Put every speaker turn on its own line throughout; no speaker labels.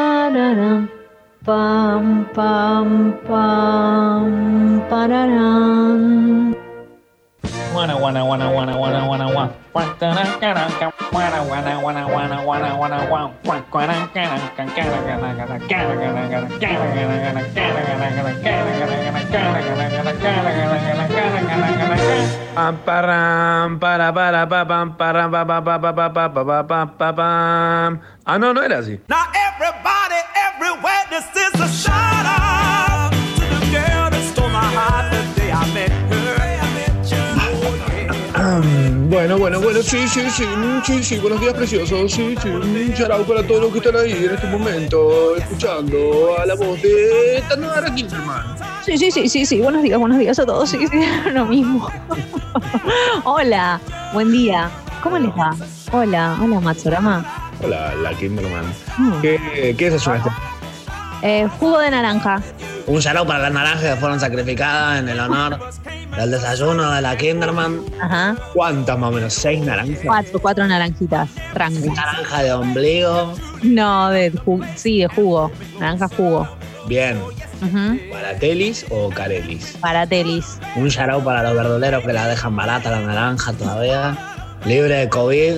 pararam, pam, pam, pam, pararam.
Guana, guana, guana, guana, guana, guana, guá. Guatana, caraca, guana, guana, guana, guana, guana, guana, guá. Guacuana, caraca, cara, cara, cara, cara, cara, cara, cara, cara, cara, cara, cara, cara, cara, cara, cara, cara, cara, cara, cara, cara, cara, cara, cara.
Pam param, para para pa pam param pa pa pa pa pa pa pa pa pa pa pam. Ah, no, no era así.
Now everybody, everywhere, this is a shout out to the girl that stole my heart the day I met her. Oh,
Bueno, bueno, bueno, sí, sí, sí, mm, sí, sí, buenos días preciosos, sí, sí, un charao para todos los que están ahí en este momento, escuchando a la voz de Tanara Kinderman.
Sí, sí, sí, sí, sí, buenos días, buenos días a todos, sí, sí, lo mismo. hola, buen día, ¿cómo les va? Hola, hola Matsurama.
Hola, la Kinderman.
Mm.
¿Qué, este? qué desayunaste?
Eh, jugo de naranja.
Un saludo para las naranjas que fueron sacrificadas en el honor del desayuno de la Kinderman.
Ajá,
¿Cuántas más o menos? ¿Seis naranjas?
cuatro, cuatro naranjitas, rango.
Naranja de ombligo.
No, de ju- sí, de jugo, naranja jugo.
Bien.
Ujú,
¿Para Telis o Carelis?
Para telis.
Un charao para los verduleros que la dejan barata la naranja todavía. Libre de COVID,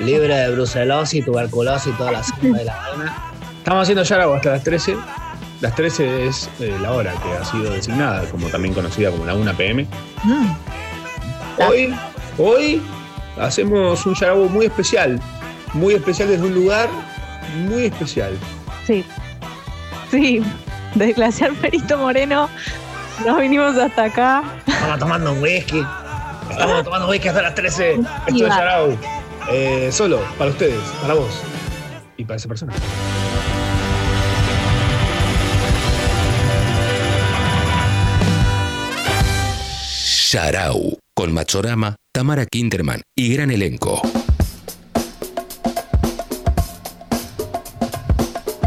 libre de brucelosis, tuberculosis y toda la sangre de la vaina.
Estamos haciendo charao hasta las 13. Las 13 es eh, la hora que ha sido designada, como también conocida como la 1 pm.
Mm,
Hoy, hoy hacemos un charabo muy especial, muy especial desde un lugar muy especial.
sí, sí, desde Glaciar Perito Moreno nos vinimos hasta acá.
Estamos tomando un whisky. Estamos tomando whisky hasta las 13.
Esto es
va.
charao, eh, solo para ustedes, para vos y para esa persona.
Sharau, con Machorama, Tamara Kinderman y gran elenco.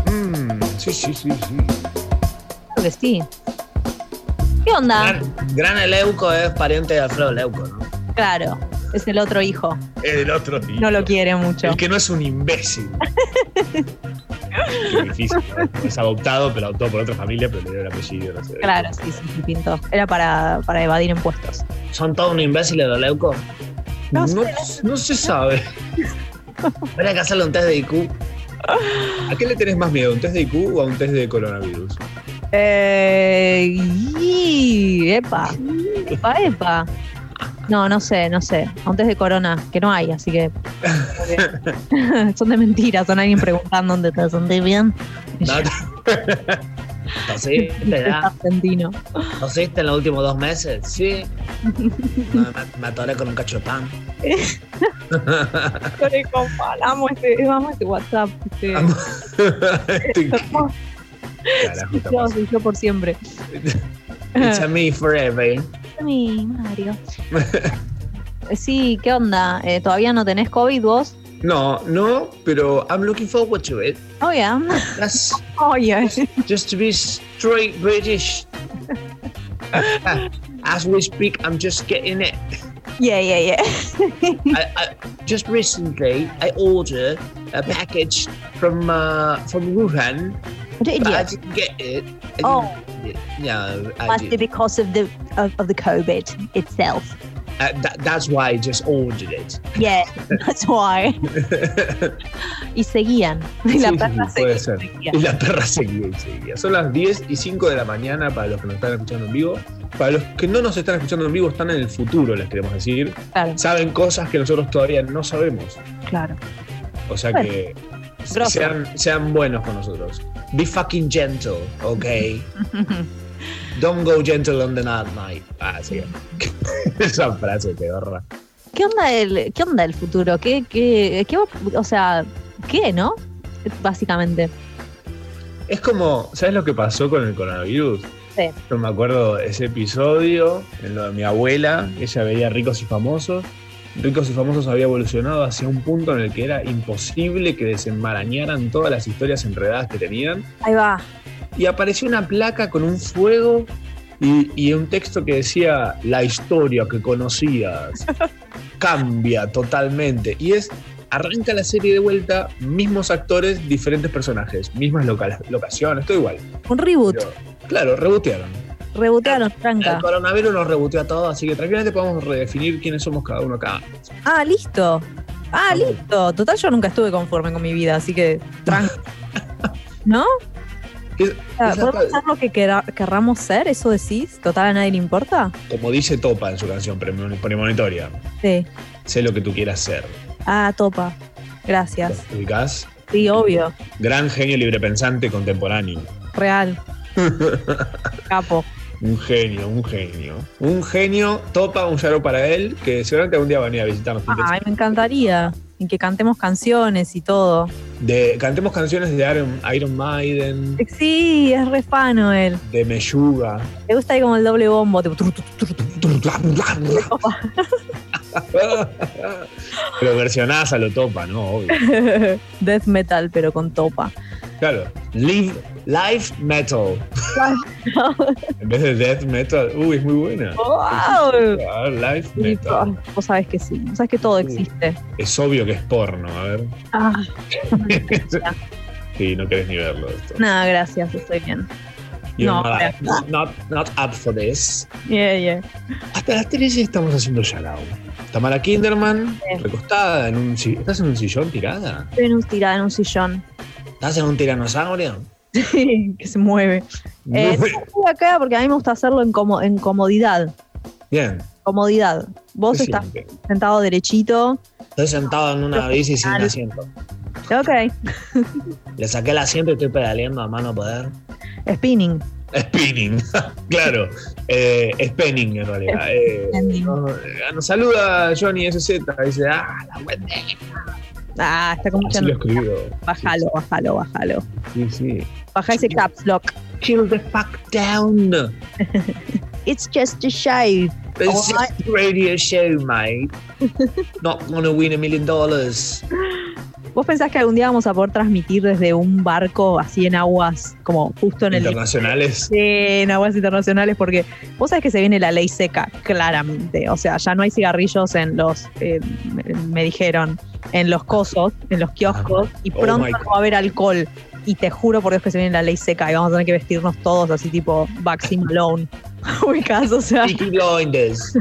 Mm, sí, sí, sí, sí.
Creo que sí. ¿Qué onda?
Gran, Gran Eleuco es pariente de Alfredo Leuco, ¿no?
Claro, es el otro hijo.
El otro día.
No lo quiere mucho.
El que no es un imbécil. Qué difícil. ¿no? Es adoptado, pero adoptado por otra familia, pero le dio el apellido. no sé.
Claro, sí, sí, sí, pintó. Era para, para evadir impuestos.
Son todos unos imbéciles los Leuco.
No, no se sabe.
Habría que hacerle un test de IQ.
¿A qué le tenés más miedo? ¿Un test de IQ o a un test de coronavirus?
Eh, y, epa, epa, epa. No, no sé, no sé. Antes de corona, que no hay, así que. son de mentiras, son alguien preguntando dónde estás, ¿dónde bien?
No, ¿Tosiste, ya?
argentino.
¿Tosiste en los últimos dos meses? Sí. No, me, me atoré con un cacho de pan.
Amo este, amo este WhatsApp. Este,
Estoy- Carajo, Este está
yo, yo por siempre.
It's a me forever.
Mi Mario. Eh, Sí, ¿qué onda? Eh, ¿Todavía no tenés COVID vos?
No, no, pero I'm looking
Looking forward to it.
Oh, yeah.
That's
Oh, yeah.
just to be straight British. Ah, As we speak, I'm just getting it.
Yeah, yeah, yeah.
I, I, just recently, I ordered a package from uh, from Wuhan, but I
Yeah.
didn't get it. I
Oh.
didn't get it. no, I
Must be
didn't.
because of the of, of the COVID itself.
Uh, that, that's why I just ordered it.
Yeah, that's why. y seguían. Y la
Sí, sí,
perra
sí,
seguía,
puede ser.
seguía.
Y la perra seguía y seguía. Son las 10 y 5 de la mañana para los que nos están escuchando en vivo. Para los que no nos están escuchando en vivo, están en el futuro, les queremos decir.
Claro,
Saben cosas que nosotros todavía no sabemos.
claro.
O sea
Bueno,
que
grosso.
sean, sean buenos con nosotros.
Be fucking gentle, okay? Don't go gentle on the night, mate.
Ah, sí. Esa frase pedorra.
¿Qué onda el, qué onda el futuro? ¿Qué, qué, qué, va- o sea, qué, no? Básicamente.
Es como, ¿sabes lo que pasó con el coronavirus?
Sí.
Yo me acuerdo de ese episodio en lo de mi abuela, ella veía ricos y famosos. Ricos y famosos había evolucionado hacia un punto en el que era imposible que desenmarañaran todas las historias enredadas que tenían.
Ahí va.
Y apareció una placa con un fuego y, y un texto que decía: La historia que conocías cambia totalmente. Y es Arranca la serie de vuelta, mismos actores, diferentes personajes, mismas loca- locaciones, todo igual.
Un reboot.
Pero, claro, rebotearon.
Rebotearon,
El
tranca.
coronavirus nos reboteó a todos.
Así que tranquilamente podemos redefinir quiénes somos cada uno acá.
Ah, listo. Ah, listo. Total, yo nunca estuve conforme con mi vida, así que tranca. ¿No?
Es-
O sea,
es
¿Podemos
hasta-
ser lo que quera- querramos ser? ¿Eso decís? ¿Total a nadie le importa?
como dice Topa en su canción premon- premonitoria,
Sí.
sé lo que tú quieras ser.
Ah, topa.
¿Lo
Gracias.
explicás?
Sí, obvio.
Gran genio librepensante contemporáneo.
Real. Capo.
Un genio, un genio. Un genio, Topa, un yaro para él, que seguramente algún día va a venir a visitarnos.
Ay, me encantaría. Y que cantemos canciones y todo.
De, cantemos canciones de Iron, Iron Maiden,
Sí, es re fano él.
de Meyuga.
Le gusta ahí como el doble bombo. tipo, tru, tru, tru, tru, tru.
Pero versionás a lo Topa, ¿no? Obvio.
Death metal, pero con topa.
Claro. Live, live metal. en vez de death metal. Uy, es muy buena.
¡Wow!
Ah, Live metal.
Listo. Vos sabés que sí. Vos sabés que todo
Sí.
existe.
Es obvio que es porno, a ver.
Ah,
Sí, no querés ni verlo esto.
nada, gracias. Estoy bien. No,
not, not, not up for this.
Yeah, yeah.
Hasta las 13 estamos haciendo Yarao. Tamara Kinderman,
Sí.
recostada en un si- ¿Estás en un sillón tirada?
Estoy en un tirada en un sillón.
¿Estás en un tiranosaurio?
que se mueve. Eh,
Muy-
Estoy acá porque a mí me gusta hacerlo en, como, en comodidad.
Bien.
Comodidad. Vos
se
estás
siente.
sentado derechito.
Estoy sentado en una bici sin
Claro.
asiento.
Ok.
Le saqué el asiento y estoy pedaleando a mano poder.
Spinning.
Spinning, claro. Eh, spinning en realidad. Eh,
Spinning.
no, eh, nos saluda Johnny SZ. Dice, ah, la web.
Ah, está con mucha.
Así lo escribió.
Bájalo, bájalo, bájalo.
Sí, sí.
Baja ese caps lock.
Chill the fuck down.
It's just a shave.
It's
Oh,
just a radio show, mate. Not gonna win a million dollars.
¿Vos pensás que algún día vamos a poder transmitir desde un barco así en aguas, como justo en el...
Internacionales.
Sí, en aguas internacionales, porque vos sabés que se viene la ley seca, claramente. O sea, ya no hay cigarrillos en los, eh, me, me dijeron, en los cosos, en los kioscos, y
Oh
pronto
my
no
God.
va a haber alcohol. Y te juro por Dios que se viene la ley seca y vamos a tener que vestirnos todos así tipo Baxi Malone. Ubicás, o sea,
Peaky blinders.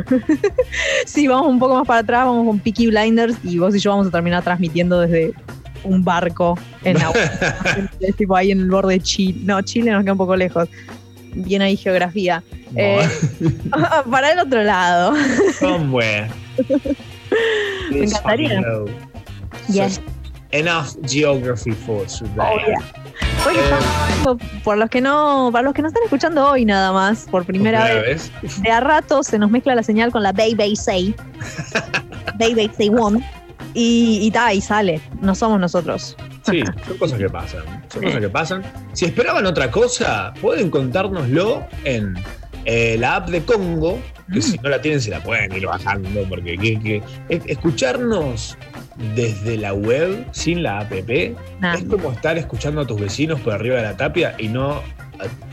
sí, vamos un poco más para atrás, vamos con Peaky Blinders y vos y yo vamos a terminar transmitiendo desde un barco en agua. Es tipo ahí en el borde de Chile. No, Chile nos queda un poco lejos. Bien ahí geografía. Eh, para el otro lado.
Somewhere.
Me encantaría.
Hello.
Yes.
So, enough geography for today.
Oh, yeah. Bueno, estamos hablando, por los que no, para los que no están escuchando hoy nada más, por primera vez,
vez.
de a rato se nos mezcla la señal con la Bay Bay Say. Bay Bay Say One. Y, y ta, y sale. No somos nosotros.
Sí, son cosas que pasan. Son cosas que pasan. Si esperaban otra cosa, pueden contárnoslo en eh, la app de Congo. Que si no la tienen, se la pueden ir bajando. Porque que- que- es- escucharnos desde la web, sin la app,
Nah.
es como estar escuchando a tus vecinos por arriba de la tapia y no a-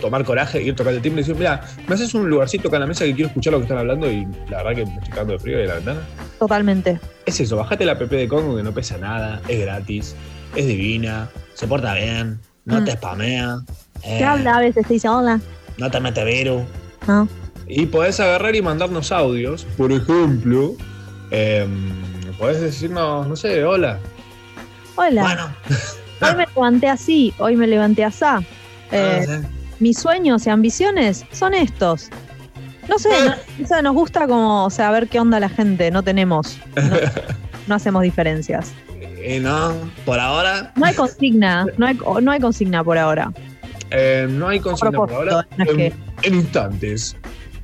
tomar coraje, ir tocando el timbre y decir, mira, me haces un lugarcito acá en la mesa que quiero escuchar lo que están hablando y la verdad que me estoy cagando de frío de la ventana.
Totalmente.
Es eso, bajate la app de Congo que no pesa nada, es gratis, es divina.
Se porta bien. No
Mm.
te spamea. eh,
Te habla Ah. a veces, te dice hola.
No te mete virus.
¿no?
Y podés agarrar y mandarnos audios. Por ejemplo, em, podés decirnos, no sé, hola.
Hola.
Bueno.
Hoy me levanté así, hoy me levanté asá. Eh,
no sé.
mis sueños y ambiciones son estos. No sé, no- o sea, nos gusta como, o sea, ver qué onda la gente, no tenemos, no, no hacemos diferencias.
Eh,
Y no, por ahora.
No hay consigna, no hay, o- no hay consigna por ahora.
Em, no hay
A
consigna por
propósito,
ahora.
no es
en,
que-
en instantes.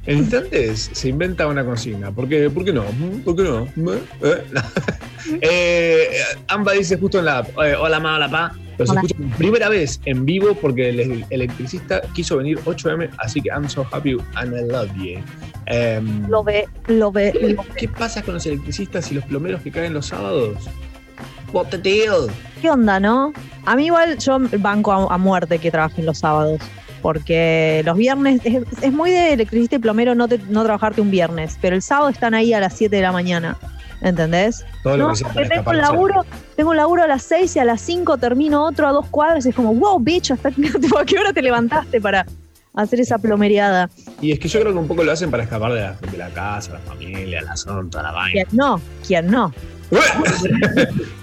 En instantes se inventa una consigna. ¿Por qué, ¿Por qué no? ¿Por qué no? ¿Eh? ¿Eh? Eh, Amba dice justo en la app. "Eh,
Oye, hola, ma, hola, pa.
Los
Hola.
escucho por primera vez en vivo porque el electricista quiso venir 8M, así que I'm so happy and I love you. Em,
Lo ve, lo ve, lo-
¿Qué pasa con los electricistas y los plomeros que caen los sábados?
What the deal?
¿Qué onda, no? A mí igual yo banco a, a muerte que trabajen los sábados. Porque los viernes es, es muy de electricista y plomero no, te- no trabajarte un viernes, pero el sábado están ahí a las 7 de la mañana. ¿Entendés?
Todo lo
no,
que sea
porque
para
tengo un
escaparse.
laburo, tengo un laburo a las 6 y a las 5 termino otro a dos cuadras. Y es como, wow, bicho, hasta tipo, ¿a qué hora te levantaste para hacer esa plomeriada?
Y es que yo creo que un poco lo hacen para escapar de la, de la casa, la familia, la zona, toda la vaina.
¿Quién no? ¿Quién no?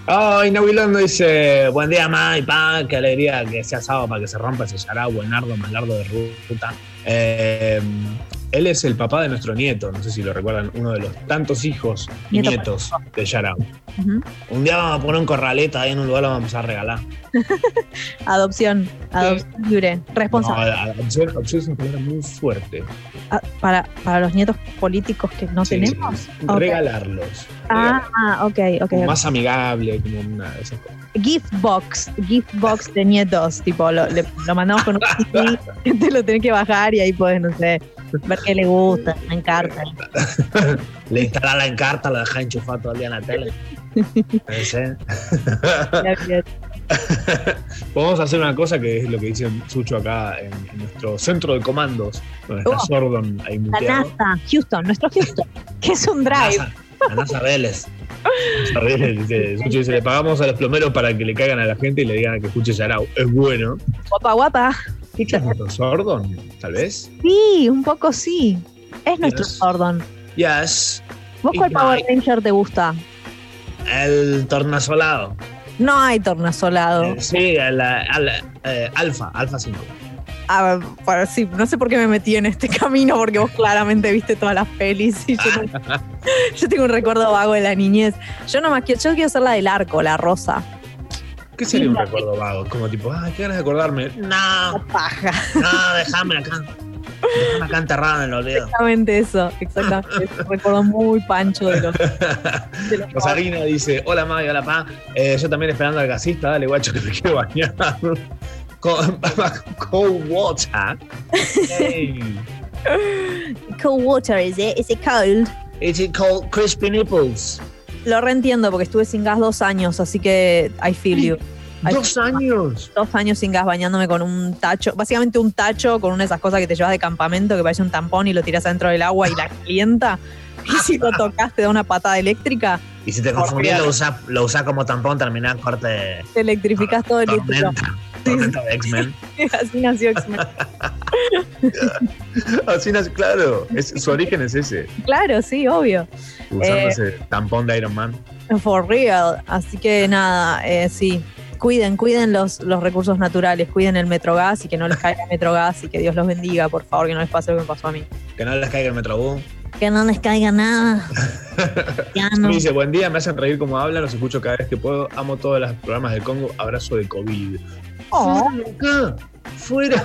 Ay, Nahuilando dice,
Buen día, ma y pa, qué alegría que sea sábado para que se rompa ese yará, buenardo, malardo de ruta.
eh, él es el papá de nuestro nieto, no sé si lo recuerdan, uno de los tantos hijos y
Nieto
nietos de Yarao.
Ujú.
Un día vamos a poner un corraleta ahí en un lugar, lo vamos a regalar.
Adopción, adopción libre,
No,
responsable.
a- a- opción- opción es una palabra muy fuerte.
Ah, Para, para los nietos políticos que no
Sí,
tenemos.
sí.
Ok.
Regalarlos. Regalarlos.
Ah, ok, ok.
Como
ok.
más amigable, como una de esas cosas.
Gift box, gift box de nietos. Tipo, lo, le- lo mandamos con un CD, te lo tenés que bajar y ahí podés, no sé, ver qué le gusta, en carta.
Le instalás la encarta, lo dejás enchufado todo el día en la tele. Puede ser.
Podemos hacer una cosa que es lo que dice Sucho acá en, en nuestro centro de comandos, donde está
Oh.
Sordon ahí
La
muteado.
NASA, Houston, nuestro Houston, que es un drive.
Nasa- La NASA Vélez.
Sordon dice- Sucho dice, le pagamos a los plomeros para que le caigan a la gente y le digan que escuche Yarao. Es bueno.
Guapa, guapa.
¿Escuchas nuestro Sordon? Tal vez.
Sí, un poco sí. Es nuestro
Yes.
Jordan.
Yes.
¿Vos
Y
cuál Power
Mike.
Ranger te gusta?
El tornasolado.
No hay tornasolado.
Eh, Sí, el, eh, al- eh, alfa, alfa 5.
A ver, para- sí, no sé por qué me metí en este camino, porque vos claramente viste todas las pelis y yo, no- yo tengo un recuerdo vago de la niñez. Yo nomás quiero, yo quiero ser la del arco, la rosa,
¿Qué sería un recuerdo vago? Como tipo, ah, qué ganas de acordarme.
No,
la paja.
no, déjame acá. Déjame acá enterrado en el olvido.
Exactamente eso, exactamente eso. Recuerdo muy pancho de los. de los-
Rosarina dice, hola Maggie, hola Pa. Eh, yo también esperando al gasista, dale guacho que me quiero bañar. Con, cold water. Hey.
Cold water, ese, ese cold.
Is it called crispy nipples?
Lo reentiendo porque estuve sin gas dos años, así que I feel you. I
Dos años.
dos años sin gas bañándome con un tacho, básicamente un tacho con una de esas cosas que te llevas de campamento que parece un tampón y lo tiras adentro del agua y la calienta. Y si lo tocas te da una patada eléctrica,
Y si te confundís, lo usás lo usás como tampón, terminás corte
te electrificás todo el líquido.
tormenta. Tormenta de X-Men.
Así nació X-Men.
Así nace, claro, es, su origen es ese,
Claro, sí, obvio.
usando
Eh.
ese tampón de Iron Man.
For real. Así que nada, eh, sí. Cuiden, cuiden los, los recursos naturales, cuiden el Metrogas y que no les caiga el Metrogas y que Dios los bendiga, por favor, que no les pase lo que me pasó a mí.
Que no les caiga el metrobús.
Que no les caiga nada. Ya no.
Me dice, buen día, me hacen reír como hablan, los escucho cada vez que puedo, amo todos los programas del Congo, abrazo de COVID.
Oh,
Acá, fuera.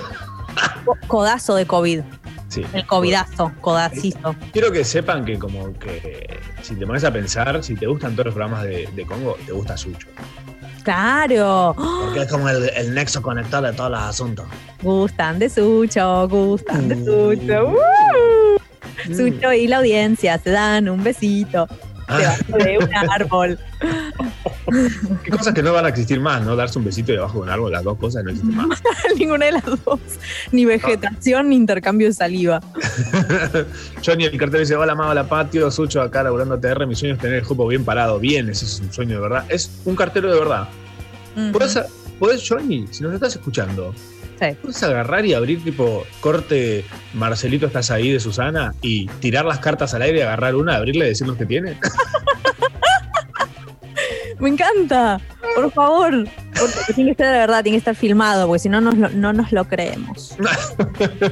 codazo de COVID.
Sí.
El covidazo, codacito.
Quiero que sepan que como que si te pones a pensar, si te gustan todos los programas de, de Congo, te gusta Sucho.
Claro.
Porque es como el, el nexo conector de todos los asuntos.
Gustan de Sucho, gustan de Sucho. ¡Uh! Sucho y la audiencia se dan un besito
Ah.
debajo de un árbol.
Qué cosas que no van a existir más, ¿no? Darse un besito debajo de un árbol, las dos cosas no existen más.
Ninguna de las dos. Ni vegetación ni intercambio de saliva.
Johnny el cartel dice, hola mamá, hola patio, Sucho acá laburando ATR, mi sueño es tener el jopo bien parado, bien, ese es un sueño de verdad, es un cartero de verdad.
Ujú.
Podés, podés, Johnny, si nos estás escuchando,
Sí.
podés agarrar y abrir tipo corte Marcelito estás ahí de Susana y tirar las cartas al aire, agarrar una, abrirle y decirnos que tiene.
Me encanta. Por favor. Porque tiene que estar de verdad, tiene que estar filmado, porque si no, nos lo- no nos lo creemos.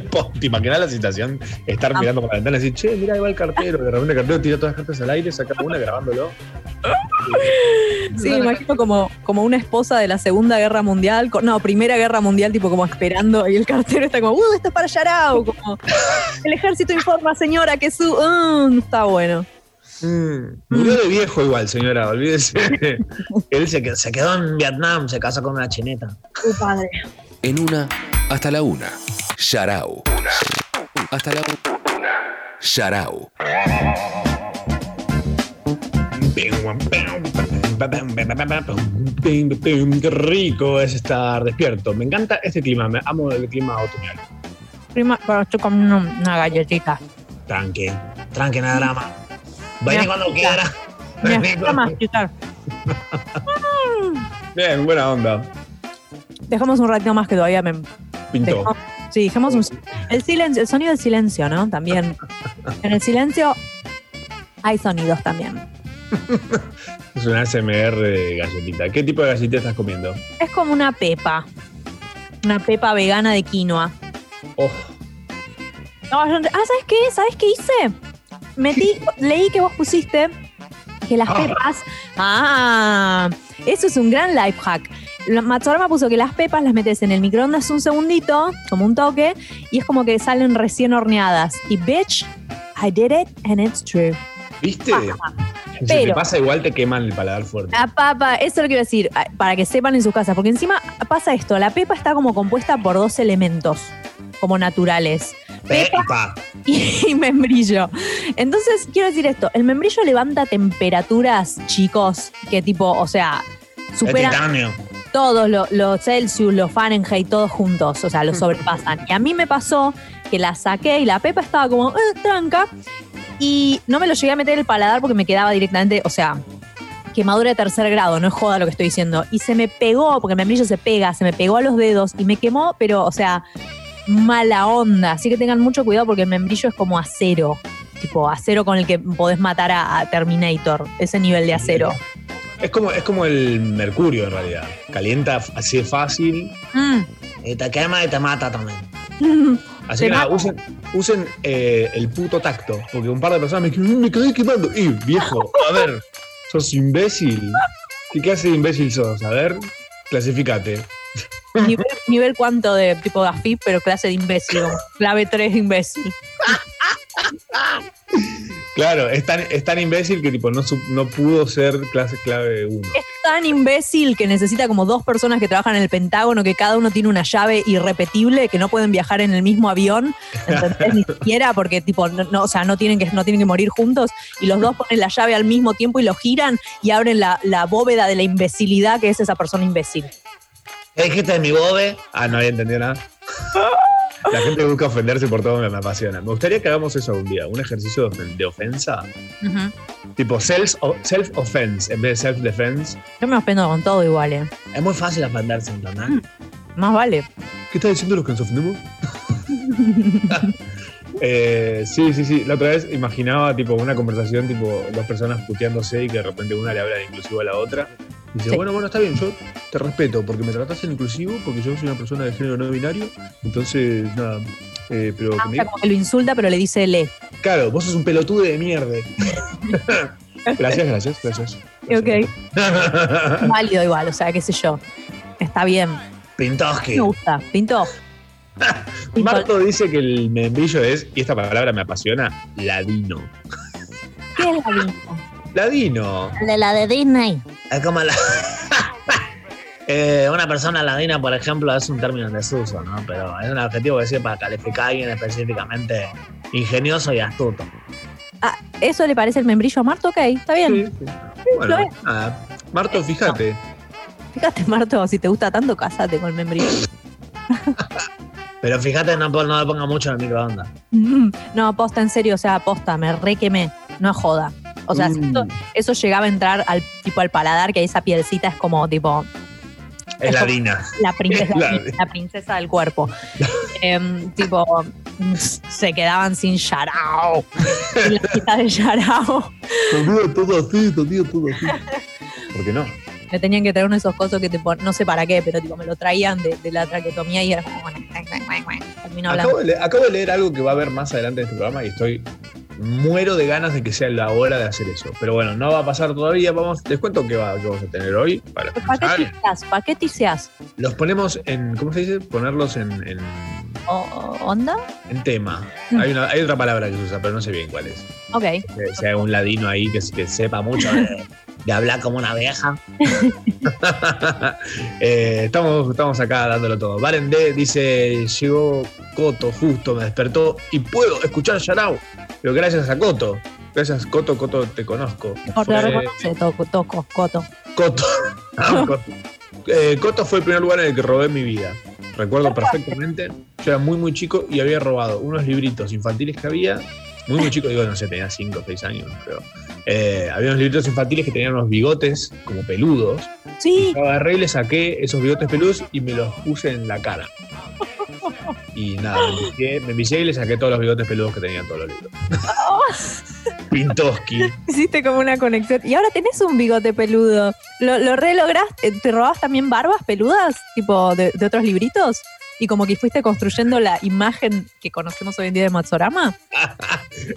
Po, ¿Te imaginas la situación? Estar
Ah.
mirando por la ventana y decir, che, mira, ahí va el cartero, de repente el cartero tira todas las cartas al aire, saca una grabándolo.
Sí, me imagino como, como una esposa de la Segunda Guerra Mundial, co- no, Primera Guerra Mundial, tipo como esperando, y el cartero está como, ¡uh, esto es para Yarao! Como, el ejército informa, señora, que su... mm, está bueno.
Mm, Murió de viejo igual, señora, olvídese.
Él se, que- se quedó en Vietnam, se casó con una chineta.
Tu padre.
En una hasta la una. Yarao. Hasta la una. Yarao.
Qué rico es estar despierto. Me encanta este clima, me amo el clima otoñal.
Prima, pero estoy comiendo una galletita. Mm.
Tranqui, tranqui, no hay drama. Vení
Mira.
cuando quieras.
Me ayuda a masticar.
Bien, buena onda.
Dejamos un ratito más que todavía me.
Pintó.
dejamos- sí, dejamos un. El silencio, el sonido del silencio, ¿no? También. En el silencio hay sonidos también.
Es una SMR de galletita. ¿Qué tipo de galletita estás comiendo?
Es como una pepa. Una pepa vegana de quinoa.
Oh,
No, yo- ah, ¿sabes qué? ¿Sabes qué hice? Metí, leí que vos pusiste que las
Ah.
pepas. Ah, eso es un gran life hack. La- Matsarama puso que las pepas las metes en el microondas un segundito, como un toque, y es como que salen recién horneadas. Y bitch, I did it and it's true.
¿viste? Si te
pero- Ah,
pasa igual te queman el paladar fuerte.
La papa, eso lo quiero decir, ah, para que sepan en sus casas, porque encima pasa esto, la pepa está como compuesta por dos elementos, como naturales.
Pepa.
y membrillo. Entonces, quiero decir esto, el membrillo levanta temperaturas, chicos, que tipo, o sea,
Es
superan
titanio.
todos lo- los Celsius, los Fahrenheit, todos juntos, o sea, lo sobrepasan. Y a mí me pasó que la saqué y la pepa estaba como eh, tranca y no me lo llegué a meter en el paladar porque me quedaba directamente, o sea, quemadura de tercer grado, no es joda lo que estoy diciendo. Y se me pegó, porque el membrillo se pega, se me pegó a los dedos y me quemó, pero, o sea, mala onda. Así que tengan mucho cuidado porque el membrillo es como acero. Tipo, acero con el que podés matar a, a Terminator. Ese nivel de acero.
Es como, es como el mercurio en realidad. Calienta f- así de fácil.
Mm.
Y te quema y te mata también.
Así
Te
que nada,
mata.
usen, usen, eh, el puto tacto. Porque un par de personas me dijeron, "Mm, me quedé quemando. Y viejo, a ver, sos imbécil. ¿Qué clase de imbécil sos? A ver, clasificate.
nivel, nivel cuánto de tipo de AFIP, pero clase de imbécil. como Clave 3 de imbécil.
Claro, es tan, es tan imbécil que tipo no, su- no pudo ser clase clave 1.
Es tan imbécil que necesita como dos personas que trabajan en el Pentágono, que cada uno tiene una llave irrepetible, que no pueden viajar en el mismo avión, ¿entendés? ni siquiera porque tipo, no, no, o sea, no tienen que, no tienen que morir juntos, y los dos ponen la llave al mismo tiempo y lo giran y abren la, la bóveda de la imbecilidad que es esa persona imbécil.
¿Qué dijiste de mi bobe?
Ah, no había entendido nada. La gente busca ofenderse por todo, me, me apasiona. Me gustaría que hagamos eso algún día, un ejercicio de, de ofensa. Tipo self-offense en vez de self-defense.
Yo me ofendo con todo igual, eh. Mm.
Es muy fácil ofenderse, ¿entendés?
Más vale.
¿Qué está diciendo los que nos ofendemos? Eh, sí, sí, sí. La otra vez imaginaba tipo una conversación, tipo dos personas puteándose y que de repente una le habla de inclusivo a la otra. Y dice,
Sí.
bueno, bueno, está bien, yo te respeto porque me tratas en inclusivo, porque yo soy una persona de género no binario. Entonces, nada. eh, pero que
Ah,
me
o
digas
sea, como que lo insulta, pero le dice le.
Claro, vos sos un pelotudo de mierda. gracias, gracias, gracias.
Ok. Válido igual, o sea, qué sé yo. Está bien.
Pintoski.
Me gusta. Pinto. Pinto.
Marto dice que el membrillo es, y esta palabra me apasiona, ladino.
¿Qué es la vida?
Ladino.
De la de Disney.
Es como la. Eh, una persona ladina, por ejemplo, es un término en desuso, ¿no? Pero es un adjetivo que sirve para calificar a alguien específicamente ingenioso y astuto.
Ah, ¿eso le parece el membrillo a Marto? Ok, está bien.
Sí, sí. Bueno,
Lo es.
nada. Marto, fíjate.
Fíjate, Marto, si te gusta tanto, casate con el membrillo.
Pero fíjate, no, pon- no le ponga mucho en el microondas.
Mm, no, aposta, en serio, o sea, aposta, me re quemé. No es joda. O sea,
Mm.
si esto- eso llegaba a entrar al tipo al paladar, que esa pielcita es como tipo
Es ladina.
la princesa,
La-
la princesa del cuerpo. Em, tipo, se quedaban sin Yarao. Sin la mitad de Yarao.
Todo, todo así, todo, todo así. ¿Por qué no?
Me tenían que traer uno de esos cosos que te pon- no sé para qué, pero tipo, me lo traían de, de la traquetomía y era como, bueno, guac, guac, guac, guac. termino hablando.
Acabo de, leer, acabo de leer algo que va a haber más adelante en este programa y estoy muero de ganas de que sea la hora de hacer eso. Pero bueno, no va a pasar todavía. Vamos, les cuento qué, va, qué vamos a tener hoy. Para
¿Para
comenzar.
qué tiseas? ¿Para qué tiseas?
Los ponemos en. ¿Cómo se dice? Ponerlos en, en,
¿O- ¿Onda?
en tema.
Mm.
Hay, una- hay otra palabra que se usa, pero no sé bien cuál es.
Ok.
Que sea un ladino ahí que, que sepa mucho. de-
De hablar como una vieja.
Eh, estamos, estamos acá dándolo todo. Varen D dice: Llegó Coto justo, me despertó y puedo escuchar Yarao. Pero gracias a Coto. Gracias, Coto, Coto, te conozco.
Porque
Fue-
lo reconoce, toco, toco, coto.
Coto. Ah, Coto. Eh, Coto fue el primer lugar en el que robé en mi vida. Recuerdo perfectamente. Yo era muy, muy chico y había robado unos libritos infantiles que había muy, muy chico, digo, no sé, tenía 5 o 6 años, pero eh, había unos libritos infantiles que tenían unos bigotes como peludos. Y
Sí,
yo agarré y le saqué esos bigotes peludos y me los puse en la cara. Y nada, me envicié, me envicié y le saqué todos los bigotes peludos que tenían todos los libros. Pintoski.
hiciste como una conexión. Y ahora tenés un bigote peludo. ¿Lo, lo re lograste? ¿Te robabas también barbas peludas? Tipo, de, de otros libritos. Y como que fuiste construyendo la imagen que conocemos hoy en día de Matsorama.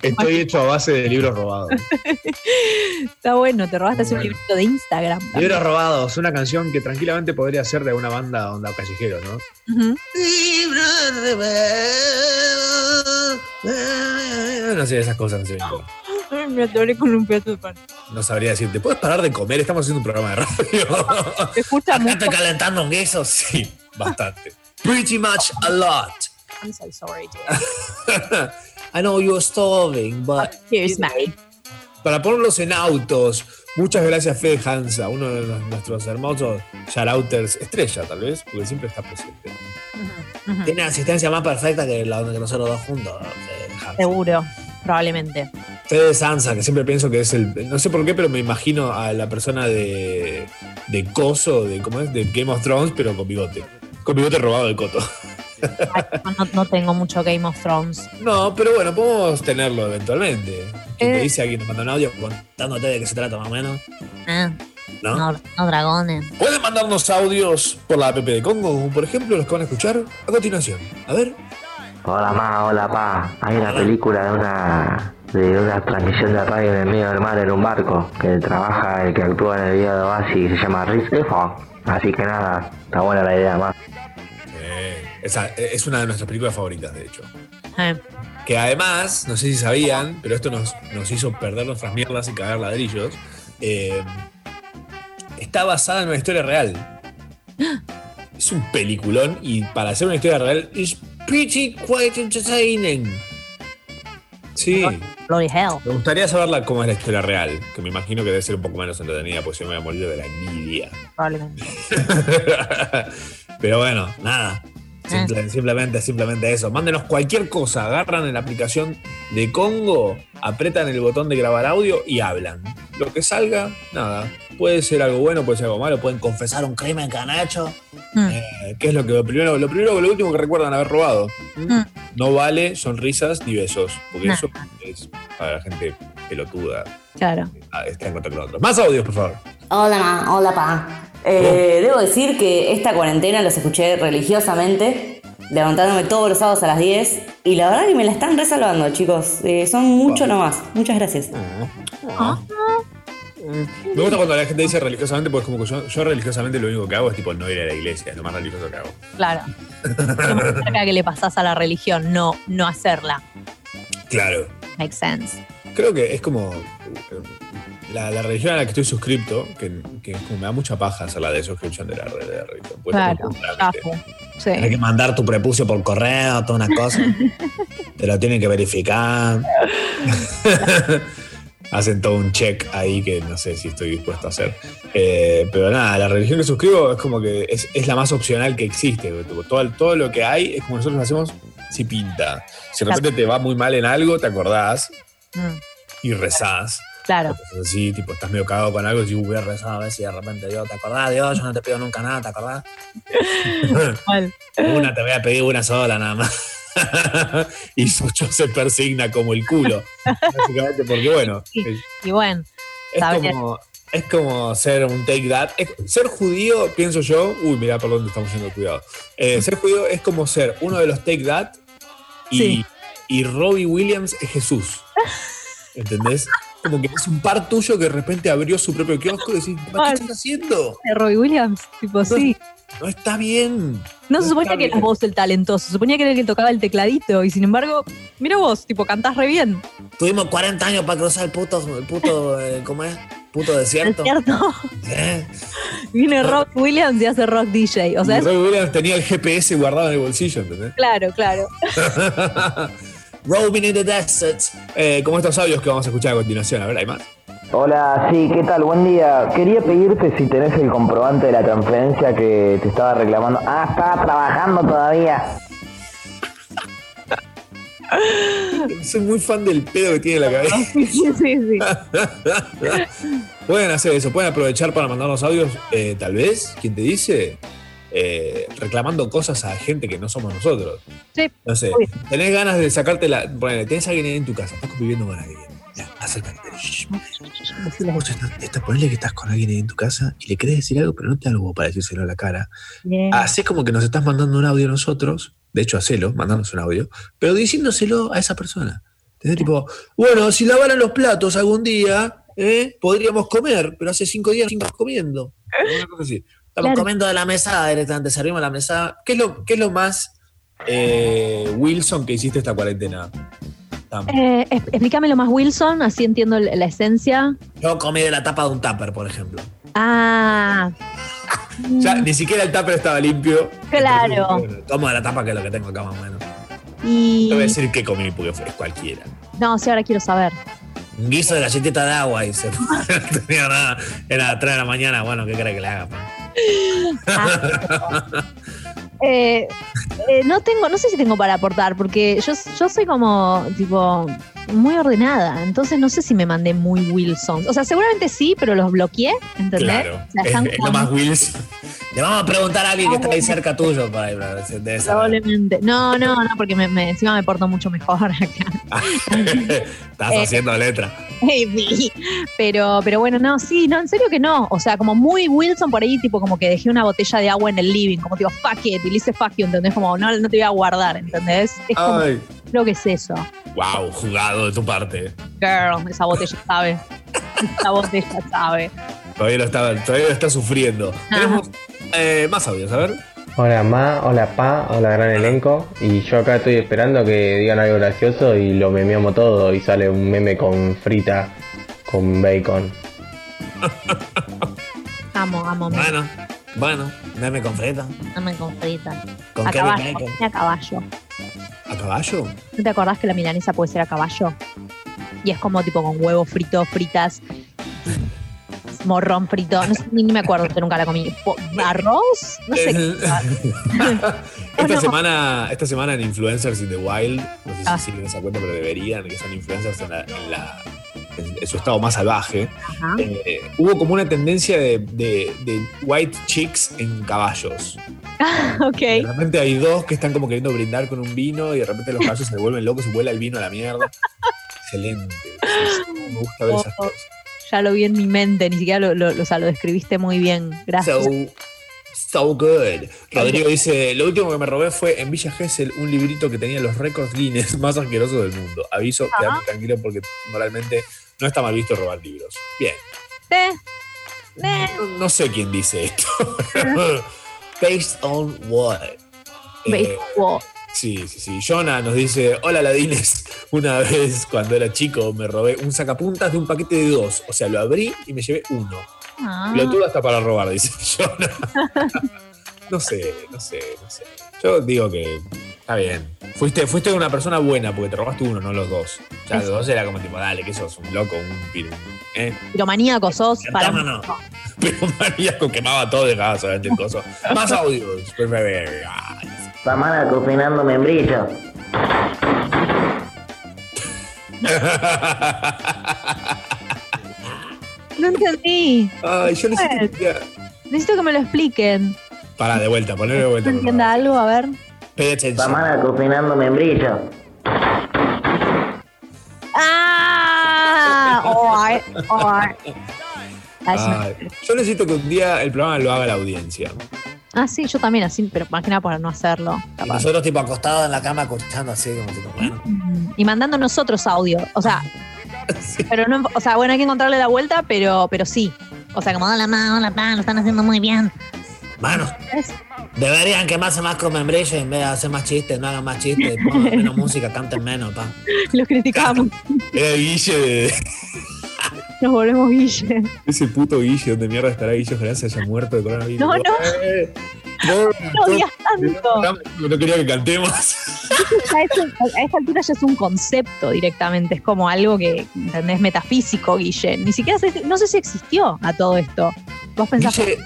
Estoy hecho a base de libros robados.
Está bueno, te robaste
Muy
así un
bueno.
librito de Instagram. también.
Libros robados, una canción que tranquilamente podría ser de una banda onda callejero, ¿no?
Ujú.
No sé, esas cosas no sé.
Ay, Me atoré con un pedazo de pan.
No sabría decirte. ¿Puedes parar de comer? Estamos haciendo un programa de radio.
Se escucha
¿Acá
mucho.
estoy calentando un guiso? Sí, bastante. Pretty much a lot.
I'm so sorry.
I know you're starving, but...
Here's my-
Para ponerlos en autos. Muchas gracias, Fede Hansa, uno de los- nuestros hermosos shoutouters estrella, tal vez, porque siempre está presente.
Ujú, ujú.
Tiene asistencia más perfecta que la que nosotros dos juntos. eh, Hans.
Seguro, probablemente.
Fede Sansa, que siempre pienso que es el. No sé por qué, pero me imagino a la persona de. de Coso, de cómo es, de Game of Thrones, pero con bigote. Con bigote robado de Coto.
No, no tengo mucho Game of Thrones.
No, pero bueno, podemos tenerlo eventualmente. ¿Qué te
Eh.
dice alguien? Te manda un audio.
Contándote de qué se trata más o menos,
Ah,
¿no?
no, no dragones.
Pueden mandarnos audios por la app de Congo, por ejemplo, los que van a escuchar a continuación. A ver.
Hola ma, hola pa. Hay una película de una de una transmisión de radio en el medio del mar en un barco que trabaja el que actúa en el video de Oasis se llama Riz Efron. Así que nada, está buena la idea ma.
Eh, esa es una de nuestras películas favoritas, de hecho.
Eh,
Que además, no sé si sabían, pero esto nos, nos hizo perder nuestras mierdas y cagar ladrillos. eh, está basada en una historia real. Es un peliculón y para hacer una historia real es pretty quite entertaining. Sí.
Bloody hell.
Me gustaría saberla cómo es la historia real, que me imagino que debe ser un poco menos entretenida, porque si no me voy a morir de la envidia.
Probablemente.
Pero bueno, nada. Simple- simplemente, simplemente eso. Mándenos cualquier cosa, agarran en la aplicación de Congo, apretan el botón de grabar audio y hablan. Lo que salga, nada. Puede ser algo bueno, puede ser algo malo, pueden confesar
Confesar un crimen que han hecho.
Mm.
eh, qué es lo que lo primero, lo primero o lo último que recuerdan haber robado.
Mm.
No vale sonrisas ni besos, porque
No.
eso es para la gente pelotuda
Claro.
ah, está en contacto con otros. Más audios, por favor.
Hola, ma, hola, pa. Eh, debo decir que esta cuarentena los escuché religiosamente, levantándome todos los sábados a las 10, y la verdad que me la están resalvando, chicos. Eh, son mucho nomás. Muchas gracias.
Ah.
Me gusta cuando la gente dice religiosamente, porque es como que yo, yo religiosamente lo único que hago es tipo no ir a la iglesia, es lo más religioso que hago.
Claro. Lo más cerca que le pasás a la religión, no, no hacerla.
Claro.
Makes sense.
Creo que es como eh, la, la religión a la que estoy suscripto, que, que es como me da mucha paja hacer la de suscripción de la, de la religión. porque es
Claro.
como un trámite.
Chafu.
Hay
Sí.
que mandar tu prepucio por correo, toda una cosa.
Te lo tienen que verificar. Hacen todo un check ahí que no sé si estoy dispuesto a hacer. Eh, pero nada, la religión que suscribo es como que es, es la más opcional que existe. Tipo, Todo, todo lo que hay es como nosotros lo hacemos si pinta. Si de repente te va muy mal en algo, te acordás
Mm,
y rezás.
Claro.
Cosas así, tipo, estás medio cagado con algo y digo, voy a rezar.
a ver si de repente Dios, ¿te acordás, Dios? Yo no te pido nunca nada, ¿te acordás?
Mal.
Una te voy a pedir una sola nada más.
y Sucho se persigna como el culo. Básicamente, porque bueno, es-
Y bueno,
Es
Sabía.
como, es como ser un take that. Es- ser judío, pienso yo. Uy, mirá por dónde estamos yendo, cuidado. Eh, ser judío es como ser uno de los take that y,
Sí.
y Robbie Williams es Jesús. ¿Entendés? Como que es un par tuyo que de repente abrió su propio kiosco y decís, "Ma, ¿qué estás haciendo?
de Roy Eh, Williams, tipo, sí.
No está bien.
No se
no
suponía
está
que eras
bien.
vos el talentoso, se suponía que era el que tocaba el tecladito, y sin embargo, mira vos, tipo, cantás re bien.
Tuvimos 40 años para cruzar el puto, el puto, eh, ¿cómo es? Puto
¿Es
desierto.
cierto?
¿Eh?
Viene Rock Williams y hace rock DJ. O sea,
Y
es
Robbie Williams tenía el GPS guardado en el bolsillo, ¿entendés?
claro, claro.
Roaming in the desert.
Eh, como estos audios que vamos a escuchar a continuación. A ver, hay más.
Hola, sí, ¿qué tal? Buen día. Quería pedirte si tenés el comprobante de la transferencia que te estaba reclamando. Ah, estaba trabajando todavía.
Soy muy fan del pedo que tiene la cabeza.
Sí, sí, sí.
pueden hacer eso, pueden aprovechar para mandarnos audios, eh, tal vez, quien te dice, Eh, reclamando cosas a gente que no somos nosotros.
Sí,
No sé,
obvio.
tenés ganas de sacarte la. Ponele, tenés a alguien en tu casa, estás conviviendo con alguien. Ya, acércate. Shh, vos estás- estás- ponele que estás con alguien ahí en tu casa y le querés decir algo, pero no te da algo para decírselo a la cara.
Bien.
Hacés como que nos estás mandando un audio a nosotros, de hecho, hacelo, mandanos un audio, pero diciéndoselo a esa persona. Entonces, tipo, bueno, si lavaran los platos algún día, ¿eh? podríamos comer, pero hace cinco días no estamos comiendo. Una cosa así. Estamos
¿Eh? Claro.
comiendo de la mesada directamente, servimos la mesada. ¿Qué es lo, qué es lo más eh, Wilson que hiciste esta cuarentena? Tam-
Eh, es- explícamelo más, Wilson, así entiendo l- la esencia.
Yo comí de la tapa de un tupper, por ejemplo.
Ah,
Ya, ni siquiera el tupper estaba limpio.
Claro.
Entonces, bueno, tomo de la tapa que es lo que tengo acá más o menos.
y.
Te voy a decir que comí porque fue- es cualquiera.
No, sí, ahora quiero saber.
Un guiso de galletita de agua y se no tenía nada. Era las 3 de la mañana, bueno, ¿qué crees que le haga? pa?
Eh, eh, no tengo, no sé si tengo para aportar, porque yo, yo soy como, tipo, muy ordenada, entonces no sé si me mandé muy Wilson. O sea, seguramente sí, pero los bloqueé, ¿entendés?
Claro.
O sea,
Es,
están Ah,
es
como-
lo más Wills. Le vamos a preguntar a alguien que está ahí cerca tuyo para ir a debe saber.
Probablemente. No, no, no, porque me, me- encima me porto mucho mejor acá.
Estás
Eh.
haciendo letra.
Maybe. Pero, pero bueno, no, sí, no, en serio que no. O sea, como muy Wilson por ahí, tipo como que dejé una botella de agua en el living, como tipo, fuck it, y le hice fuck you, ¿entendés? Como, no, no te voy a guardar, ¿entendés? Es
Ah.
como, creo que es eso.
Wow, jugado de tu parte.
Girl, esa botella sabe. Esa botella sabe.
Todavía lo está, todavía lo está sufriendo. Tenemos eh, más audios, a ver.
Hola Ma, hola Pa, hola gran elenco. Y yo acá estoy esperando que digan algo gracioso y lo memeamos todo y sale un meme con frita, con bacon.
Amo, amo, me
Bueno, bueno, dame con freta.
me confrita.
¿Con
A
qué le
caballo,
cae?
a caballo.
¿A caballo?
¿No te acordás que la milanesa puede ser a caballo? Y es como tipo con huevos fritos, fritas, morrón frito, no sé, ni, ni me acuerdo, yo nunca la comí. Po- ¿Arroz? No sé. qué.
esta,
Pues no.
semana, esta semana en Influencers in the Wild, no sé si
Ah.
siguen esa cuenta, pero deberían, que son influencers en, la- en la- en- en su estado más salvaje.
Ajá.
eh, hubo como una tendencia de, de- de white chicks en caballos. De
Ok.
repente hay dos que están como queriendo brindar con un vino y de repente los caballos se vuelven locos y vuela el vino a la mierda. Excelente. Me gusta ver
Oh.
esas cosas.
Ya lo vi en mi mente, ni siquiera lo, lo- lo- o sea, lo describiste muy bien. Gracias.
So, so good. Rodrigo dice, lo último que me robé fue en Villa Gesell un librito que tenía los récords Guinness más asquerosos del mundo. Aviso, quédate tranquilo porque moralmente no está mal visto robar libros. Bien.
Eh, eh.
No, no sé quién dice esto. Based on what? Eh,
Baseball.
sí, sí, sí. Jonah nos dice, hola Ladines, una vez cuando era chico me robé un sacapuntas de un paquete de dos. O sea, lo abrí y me llevé uno.
Ah.
Lo tuve hasta para robar, dice Jonah. no sé, no sé, no sé. Yo digo que está bien. Fuiste, fuiste una persona buena porque te robaste uno, no los dos. Ya los
Eso.
dos era como tipo, dale, que sos un loco, un piro. ¿eh?
Ah. Piromaníaco sos para.
No, no, no. Pero maníaco quemaba todo, dejaba solamente el coso. Más audios. Pues, me ve- ay.
Pamara cocinando membrillo.
No entendí.
Ay, yo necesito.
Necesito que me lo expliquen.
Pará, de vuelta, ponle de vuelta.
¿No
por favor.
entienda algo? A ver.
Pay attention.
Pamara cocinando membrillo.
¡Ah! oh, Alright, alright. Ah,
Ay, yo necesito que un día el programa lo haga la audiencia.
Ah, sí, yo también así, pero más que nada para no hacerlo.
Y nosotros, tipo, acostados en la cama, escuchando así, como tipo, bueno.
Mm, Y mandando nosotros audio. O sea, pero no, o sea, bueno, hay que encontrarle la vuelta, pero, pero sí. O sea, como hola ma, hola pa, lo están haciendo muy bien.
Manos,
Es-
deberían quemarse más con membrillo en vez de hacer más chistes, no hagan más chistes, pongan menos música, canten menos, pa.
Los criticamos,
Era Guille de,
nos volvemos guille.
Ese puto Guille, ¿dónde mierda estará Guille? Ojalá se haya muerto de coronavirus.
No, no.
Eh, no,
No odias tanto.
no, no quería que cantemos.
Ya es un- a esta altura ya es un concepto directamente, es como algo que, ¿entendés? Metafísico, Guille. Ni siquiera sé, no sé si existió a todo esto. Vos pensás
Guille,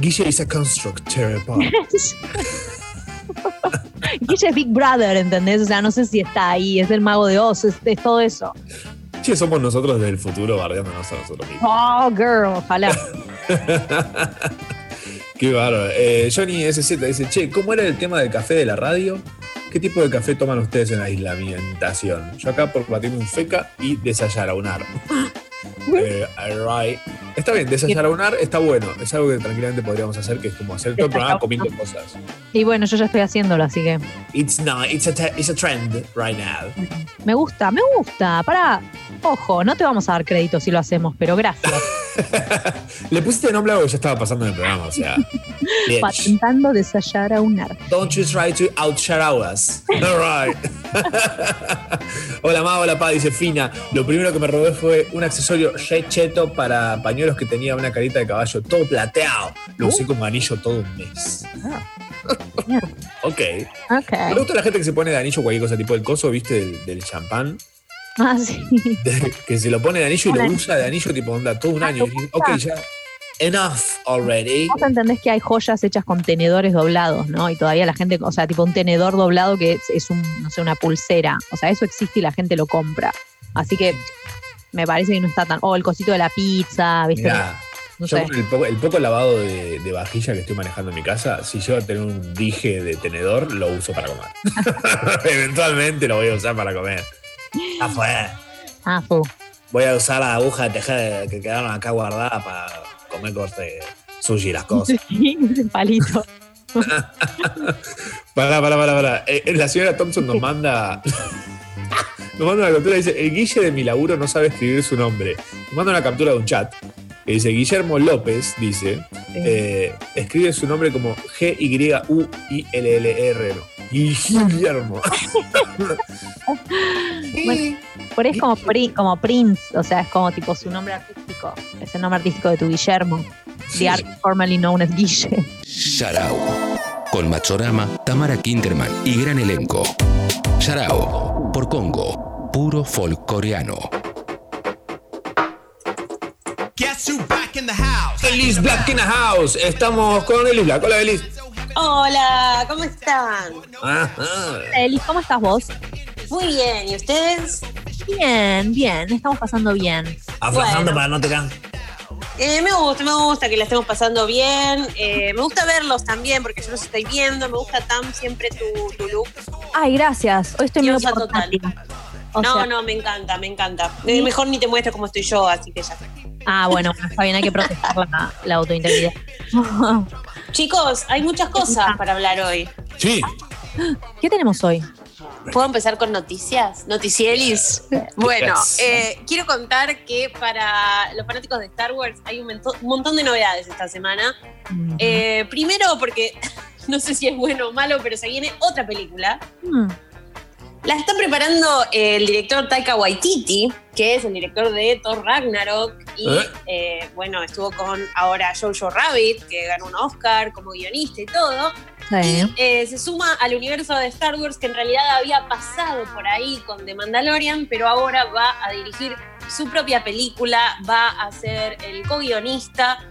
Guille is a construct terrible.
que Y ella es Big Brother, ¿entendés? O sea, no sé si está ahí, es el mago de Oz, es, es todo eso.
Che, somos nosotros del futuro bardeándonos a nosotros mismos.
Oh, girl, ojalá.
Qué bárbaro. Eh, Johnny SZ dice, che, ¿cómo era el tema del café de la radio? ¿Qué tipo de café toman ustedes en la alimentación? Yo acá por batirme un feca y desayunar. Eh, alright. Está bien, desayunar está bueno. Es algo que tranquilamente podríamos hacer, que es como hacer todo el programa comiendo cosas.
Y bueno, yo ya estoy haciéndolo, así que
It's not, it's a, te- it's a trend right now.
me gusta, me gusta. Para, ojo, no te vamos a dar crédito si lo hacemos, pero gracias.
Le pusiste nombre a algo que ya estaba pasando en el programa, o sea. bitch.
Patentando desayar a un arte.
Don't you try to outshadow us. All right. hola, Ma, hola, Pa, dice Fina. Lo primero que me robé fue un accesorio re cheto para pañuelos que tenía una carita de caballo todo plateado. Lo usé como anillo todo un mes. ok. Me
Ok.
gusta la gente que se pone de anillo cualquier cosa, tipo el coso, ¿viste? Del, del champán.
Ah, sí.
que se lo pone de anillo y lo
Hola.
usa de anillo, tipo, onda, todo un año. Y dices, ok, ya. Enough already.
Vos entendés que hay joyas hechas con tenedores doblados, ¿no? Y todavía la gente, o sea, tipo un tenedor doblado que es, es un, no sé, una pulsera. O sea, eso existe y la gente lo compra. Así que me parece que no está tan. O el cosito de la pizza, ¿viste?
Mirá,
no
Yo
sé.
con el poco, el poco lavado de, de vajilla que estoy manejando en mi casa, si yo tener un dije de tenedor, lo uso para comer. Eventualmente lo voy a usar para comer. Ya fue.
Ah, fu.
Voy a usar la aguja de tejer que quedaron acá guardadas para comer corte sushi y las cosas.
palito.
Pará, pará, pará, pará. Eh, eh, la señora Thompson nos manda. nos manda una captura dice: El Guille de mi laburo no sabe escribir su nombre. Nos manda una captura de un chat. que dice: Guillermo López dice: eh, Escribe su nombre como G-Y-U-I-L-L-R. E Y Guillermo.
Por ahí es como, Pri- como Prince, o sea, es como tipo su nombre artístico. Es el nombre artístico de tu Guillermo. The art formerly known as Guille.
Yarao. Con Machorama, Tamara Kinderman y gran elenco. Yarao. Por Congo. Puro folcloreano.
Guess who back in the house?
Elis Black in the house. Estamos con Elis Black. Hola, Elis.
Hola, Ah, ¿cómo están?
Ajá.
Eli, ¿cómo estás vos?
Muy bien, ¿y ustedes?
Bien, bien, estamos pasando bien.
Aflojando
Bueno.
para no te caer.
Eh, me gusta, me gusta que la estemos pasando bien. Eh, me gusta verlos también porque yo los estoy viendo. Me gusta tan siempre tu, tu look.
Ay, gracias. Hoy estoy medio
Diosa total.
portátil. O
no,
sea-
no, me encanta, me encanta.
¿Sí?
Eh, Mejor ni te muestro cómo estoy yo, así que ya.
Ah, bueno, bueno, está bien, hay que proteger la, la autointegridad.
Chicos, hay muchas cosas para hablar hoy.
Sí.
¿Qué tenemos hoy?
¿Puedo empezar con noticias? Noticielis. Bueno,
Yes.
eh, quiero contar que para los fanáticos de Star Wars hay un mento- un montón de novedades esta semana. Eh, primero porque no sé si es bueno o malo, pero se viene otra película.
Mm.
La está preparando el director Taika Waititi, que es el director de Thor Ragnarok. Y
¿Eh?
eh, bueno, estuvo con ahora Jojo Rabbit, que ganó un Oscar como guionista y todo.
Sí.
Eh, se suma al universo de Star Wars, que en realidad había pasado por ahí con The Mandalorian, pero ahora va a dirigir su propia película, va a ser el co-guionista.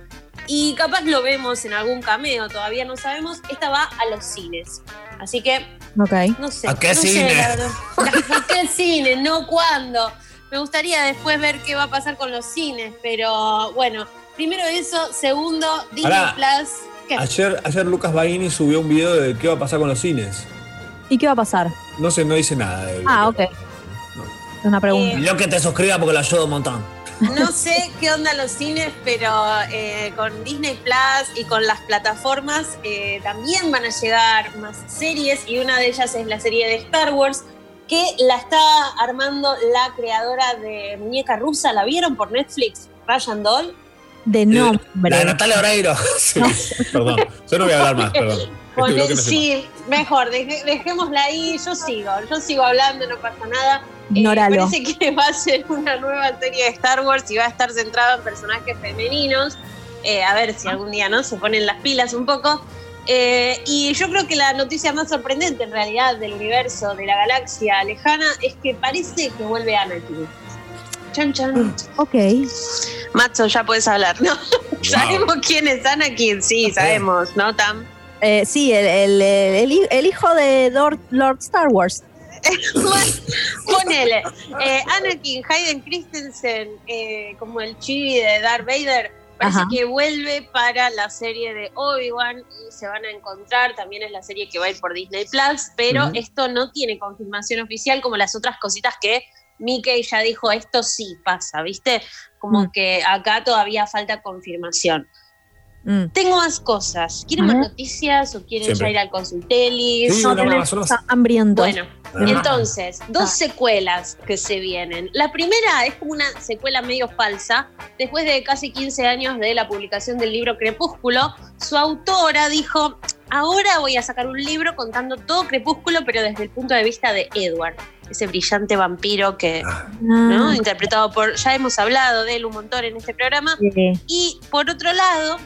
Y capaz lo vemos en algún cameo, todavía no sabemos. Esta va a los cines. Así que
Ok.
no sé.
¿A qué
no sé,
cine?
la verdad. ¿A qué cine? No cuándo. Me gustaría después ver qué va a pasar con los cines, pero bueno, primero eso. Segundo, Disney
Pará.
Plus. ¿Qué?
Ayer, ayer Lucas Baini subió un video de qué va a pasar con los cines.
¿Y qué va a pasar?
No sé, no dice nada. del-
Ah, ok. Es una pregunta.
Eh,
Yo que te suscriba porque lo ayudo un montón.
No sé qué onda los cines, pero eh, con Disney Plus y con las plataformas eh, también van a llegar más series y una de ellas es la serie de Star Wars que la está armando la creadora de Muñeca Rusa. ¿La vieron por Netflix? Ryan Doll.
La de
De nombre.
Natalia Oreiro.
Sí, perdón. Yo no voy a hablar más, perdón. Este
Poné-
bloque no se
sí, mejor, deje- dejémosla ahí, yo sigo, yo sigo hablando, no pasa nada. Eh,
Ignóralo.
parece que va a ser una nueva serie de Star Wars y va a estar centrado en personajes femeninos. Eh, a ver si algún día no se ponen las pilas un poco. Eh, y yo creo que la noticia más sorprendente en realidad del universo, de la galaxia lejana, es que parece que vuelve Anakin. Chan, chan.
Ok.
Matzo, ya puedes hablar, ¿no?
Wow.
Sabemos quién es Anakin, sí, sabemos, ¿no, Tam?
Eh, sí, el, el- el- el- el hijo de Lord, Lord Star Wars.
Ponele. Eh, Anakin, Hayden Christensen, eh, como el chibi de Darth Vader, parece
Ajá.
que vuelve para la serie de Obi-Wan y se van a encontrar. También es la serie que va a ir por Disney Plus, pero
Ujú.
esto no tiene confirmación oficial como las otras cositas que Mickey ya dijo, esto sí pasa, ¿viste? Como que acá todavía falta confirmación.
Mm.
Tengo más cosas. ¿Quieren
A
más
ver.
noticias o quieren
Siempre.
ya ir al consultelis?
No tenés- está hambriento.
Bueno,
Ah.
entonces, dos secuelas que se vienen. La primera es como una secuela medio falsa. Después de casi 15 años de la publicación del libro Crepúsculo, su autora dijo, ahora voy a sacar un libro contando todo Crepúsculo, pero desde el punto de vista de Edward, ese brillante vampiro que, ¿no? interpretado por, ya hemos hablado de él un montón en este programa.
Sí.
Y por otro lado,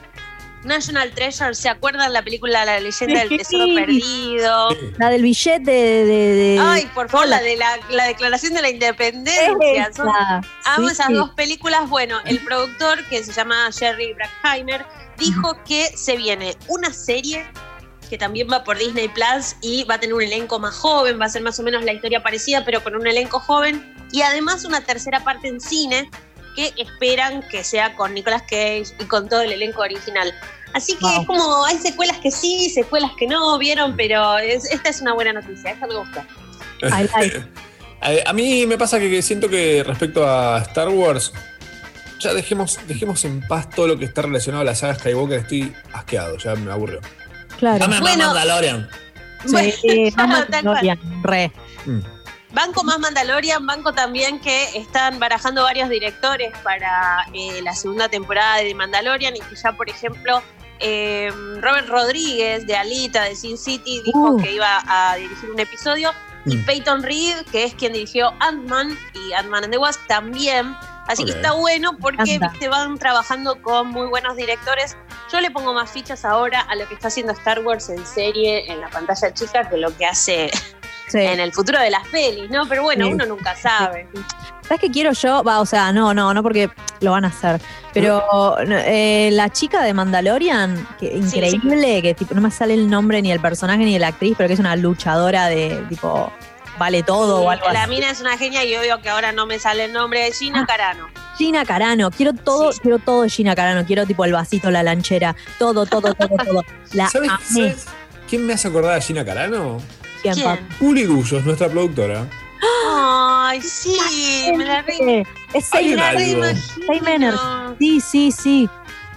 National Treasure, ¿se acuerdan la película La leyenda del tesoro
Sí.
perdido?
La del billete de. de- de-
Ay, por favor, la de la, la declaración de la independencia.
Esa,
Son- amo
sí.
esas dos películas. Bueno, el productor, que se llama Jerry Bruckheimer, dijo que se viene una serie que también va por Disney Plus y va a tener un elenco más joven, va a ser más o menos la historia parecida, pero con un elenco joven. Y además una tercera parte en cine que esperan que sea con Nicolas Cage y con todo el elenco original. Así que
Wow.
es como, hay secuelas que sí, secuelas que no, vieron, pero es- esta es una buena noticia, esta me gusta.
Eh, A mí me pasa que que siento que respecto a Star Wars, ya dejemos, dejemos en paz todo lo que está relacionado a la saga Skywalker. Estoy asqueado, ya me aburrió.
Claro.
Dame más Mandalorian.
Sí,
Bueno,
más
tal cual.
Mandalorian, re.
Banco más Mandalorian, banco también que están barajando varios directores para eh, la segunda temporada de Mandalorian y que ya, por ejemplo, eh, Robert Rodríguez de Alita, de Sin City, dijo que iba a dirigir un episodio y Peyton Reed, que es quien dirigió Ant-Man y Ant-Man and the Wasp, también. Así
Ok.
que está bueno porque
encanta.
viste, van trabajando con muy buenos directores. Yo le pongo más fichas ahora a lo que está haciendo Star Wars en serie, en la pantalla chica, que lo que hace en el futuro de las pelis, ¿no? Pero bueno,
Sí.
uno nunca sabe.
¿Sabes qué quiero yo? Va, o sea, no, no, no porque lo van a hacer. Pero no, eh, la chica de Mandalorian, que increíble, que tipo, no me sale el nombre ni el personaje ni de la actriz, pero que es una luchadora de tipo vale todo o algo
la
así.
mina es una genia y obvio que ahora no me sale el nombre de Gina Carano.
Gina Carano, quiero todo, quiero todo de Gina Carano, quiero tipo el vasito, la lanchera, todo, todo, todo, todo. La
¿Sabes,
amé.
sabes quién me hace acordar a Gina Carano?
¿Quién, ¿Quién? papi?
Uli Gullos, nuestra productora.
Ay, sí, me la re...
Es
Hay
Sey
un algo. Mm.
Manners. Sey Manners. Sí, sí, sí.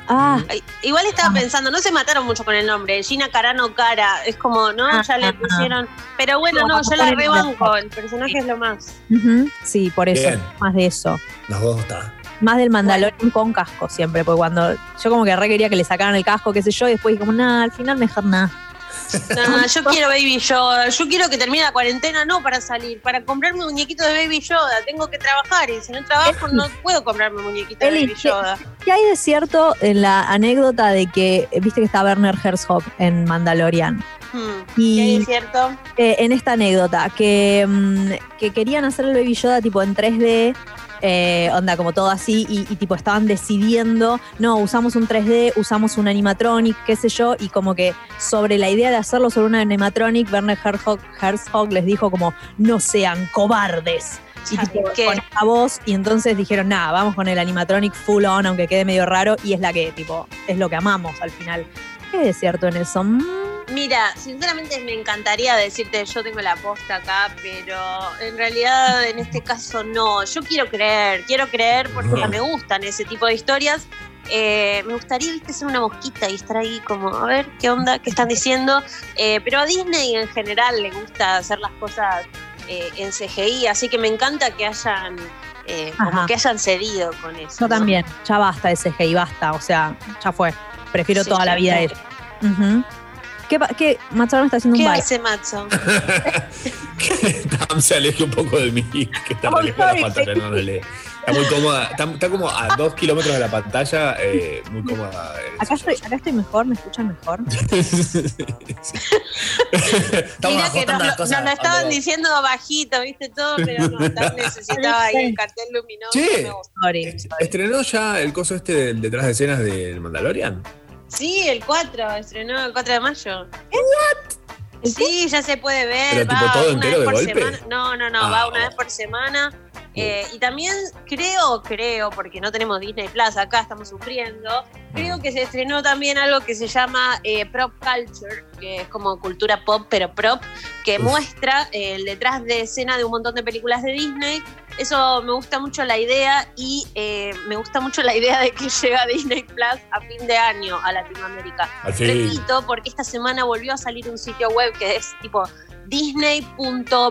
Ah,
Ay, Igual estaba pensando, no se mataron mucho con el nombre, Gina Carano Cara, es como,
Ah,
¿no? Ya le pusieron. Pero bueno, no, yo la rebanco, el personaje es lo más.
ujú, sí, por eso,
Bien.
más de eso.
Los dos está.
Más del Mandalorian con casco siempre, porque cuando yo como que re quería que le sacaran el casco, qué sé yo, y después dije como, nada, al final mejor nada.
No, yo quiero Baby Yoda, yo quiero que termine la cuarentena, no para salir, para comprarme un muñequito de Baby Yoda, tengo que trabajar y si no trabajo no puedo comprarme un muñequito de
Eli,
Baby Yoda.
¿Qué hay de cierto en la anécdota de que, eh, viste que está Werner Herzog en Mandalorian?
Hmm,
Y-
¿qué hay de cierto?
Eh, en esta anécdota, que, mm, que querían hacer el Baby Yoda tipo en 3D, eh, onda como todo así, y, y tipo estaban decidiendo, no, usamos un 3D, usamos un animatronic, qué sé yo, y como que sobre la idea de hacerlo sobre un animatronic, Werner Herzog, Herzog les dijo como, no sean cobardes. Y tipo, con esta voz, y entonces dijeron, nada, vamos con el animatronic full on, aunque quede medio raro, y es la que, tipo, es lo que amamos al final. ¿Qué es cierto en eso? Mm,
Mira, sinceramente me encantaría decirte yo tengo la posta acá, pero en realidad en este caso no. Yo quiero creer, quiero creer porque me gustan ese tipo de historias. Eh, me gustaría, viste, ser una mosquita y estar ahí como, a ver, ¿qué onda? ¿Qué están diciendo? Eh, pero a Disney en general le gusta hacer las cosas eh, en CGI, así que me encanta que hayan, eh, como
Ajá.
que hayan cedido con eso.
Ah. Yo también, ya basta de CGI, basta, o sea, ya fue. Prefiero
Sí,
toda la
sí,
vida
sí.
eso. Ujú. ¿Qué, pa- qué? Mazzaro me está haciendo
¿Qué
un baile.
hace Matzo?
Tam se aleje un poco de mí, que está re lejos de la pantalla, no, no lee. Está muy cómoda, está, está como a dos kilómetros de la pantalla, eh, muy cómoda. eh.
Acá estoy, acá estoy mejor, me escuchan mejor.
Estamos
Mira que
ajustando
nos,
las
lo-
cosas
nos lo estaban
cuando-
diciendo bajito, viste todo, pero no, tan necesitaba ahí el cartel luminoso.
Che.
me gusta.
Sorry.
¿Estrenó ya el coso este del detrás de escenas del Mandalorian?
Sí, el 4, estrenó el 4 de mayo. ¿What? Sí, ya se puede ver.
¿Pero
va
tipo todo
una
entero
vez
de
por
golpe?
semana. No, no, no,
Ah,
va una vez por semana. Eh, y también creo, creo, porque no tenemos Disney Plus, acá estamos sufriendo, creo que se estrenó también algo que se llama eh, Prop Culture, que es como cultura pop, pero prop, que
Uf.
muestra eh, el detrás de escena de un montón de películas de Disney. Eso me gusta mucho la idea y eh, me gusta mucho la idea de que llega Disney Plus a fin de año a Latinoamérica.
Al fin.
Repito, porque esta semana volvió a salir un sitio web que es tipo disney.plus,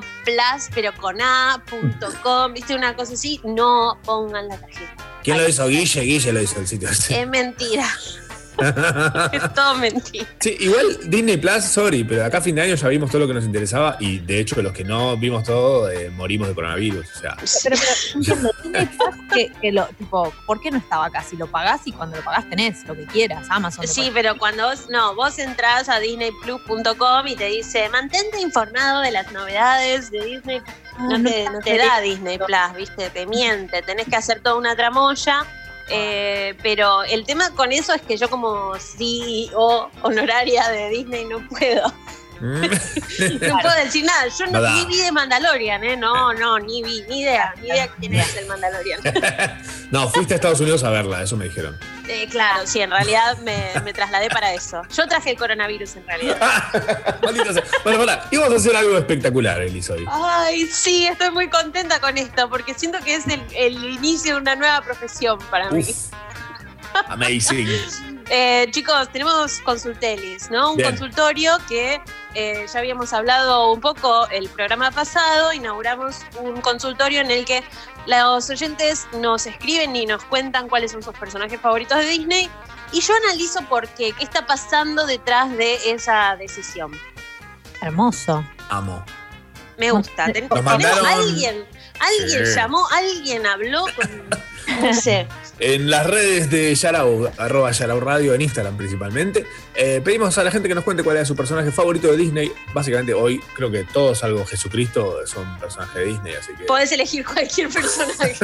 pero con a.com, viste una cosa así, no pongan la tarjeta.
¿Quién lo hizo? Guille, Guille lo hizo el sitio este.
Es mentira, es todo mentira.
Sí, igual Disney Plus, sorry, pero acá a fin de año ya vimos todo lo que nos interesaba y de hecho los que no vimos todo eh, morimos de coronavirus. O sea,
Pero, pero, no entiendo, Disney Plus que, que lo, tipo, ¿por qué no estaba acá? Si lo pagás y cuando lo pagás tenés lo que quieras, Amazon.
Sí, pero cuando vos, no, vos entras a disneyplus.com y te dice, mantente informado de las novedades de Disney. No,
no
te,
está
no te da
feliz.
Disney Plus, viste, te miente, tenés que hacer toda una tramoya. eh, pero el tema con eso es que yo como CEO honoraria de Disney no puedo. No puedo decir nada, yo no,
mm, No da.
ni vi de Mandalorian, ¿eh? No, no, ni vi, ni idea, ni idea quién es el Mandalorian.
no, fuiste a Estados Unidos a verla, eso me dijeron.
Eh, claro, sí, en realidad me, me trasladé para eso. Yo traje el coronavirus en realidad.
Maldita sea. Bueno, pará, íbamos a hacer algo espectacular, Elis, hoy.
Ay, sí, estoy muy contenta con esto, porque siento que es el, el inicio de una nueva profesión para mí.
Uf. Amazing.
Eh, chicos, tenemos consultelis, ¿no? Un
Bien.
consultorio que eh, ya habíamos hablado un poco el programa pasado, inauguramos un consultorio en el que los oyentes nos escriben y nos cuentan cuáles son sus personajes favoritos de Disney y yo analizo por qué, qué está pasando detrás de esa decisión.
Hermoso.
Amo.
Me gusta. Ten-
Nos
tenemos
mandaron-
alguien, alguien
Sí.
llamó, alguien habló con. No sé.
En las redes de Yarao, arroba Yarao Radio, en Instagram principalmente, eh, pedimos a la gente que nos cuente cuál es su personaje favorito de Disney. Básicamente hoy creo que todos, salvo Jesucristo, son personajes de Disney, así que
Podés elegir cualquier personaje.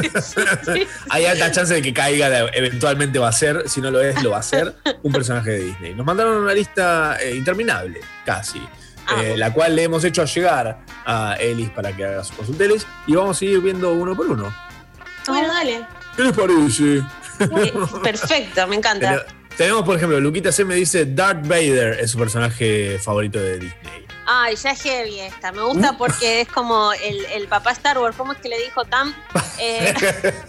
hay alta chance de que caiga, de- eventualmente va a ser, si no lo es, lo va a ser, un personaje de Disney. Nos mandaron una lista eh, interminable, casi,
Ah,
eh, la cual le hemos hecho llegar a Elis para que haga sus consulteles y vamos a ir viendo uno por uno.
Ah, bueno, dale.
¿Qué les parece?
Eh, Perfecto, me encanta.
Pero tenemos, por ejemplo, Luquita C me dice Darth Vader es su personaje favorito de Disney.
Ay, ya es heavy esta. Me gusta porque es como el, el papá Star Wars. ¿Cómo es que le dijo Tam? Eh,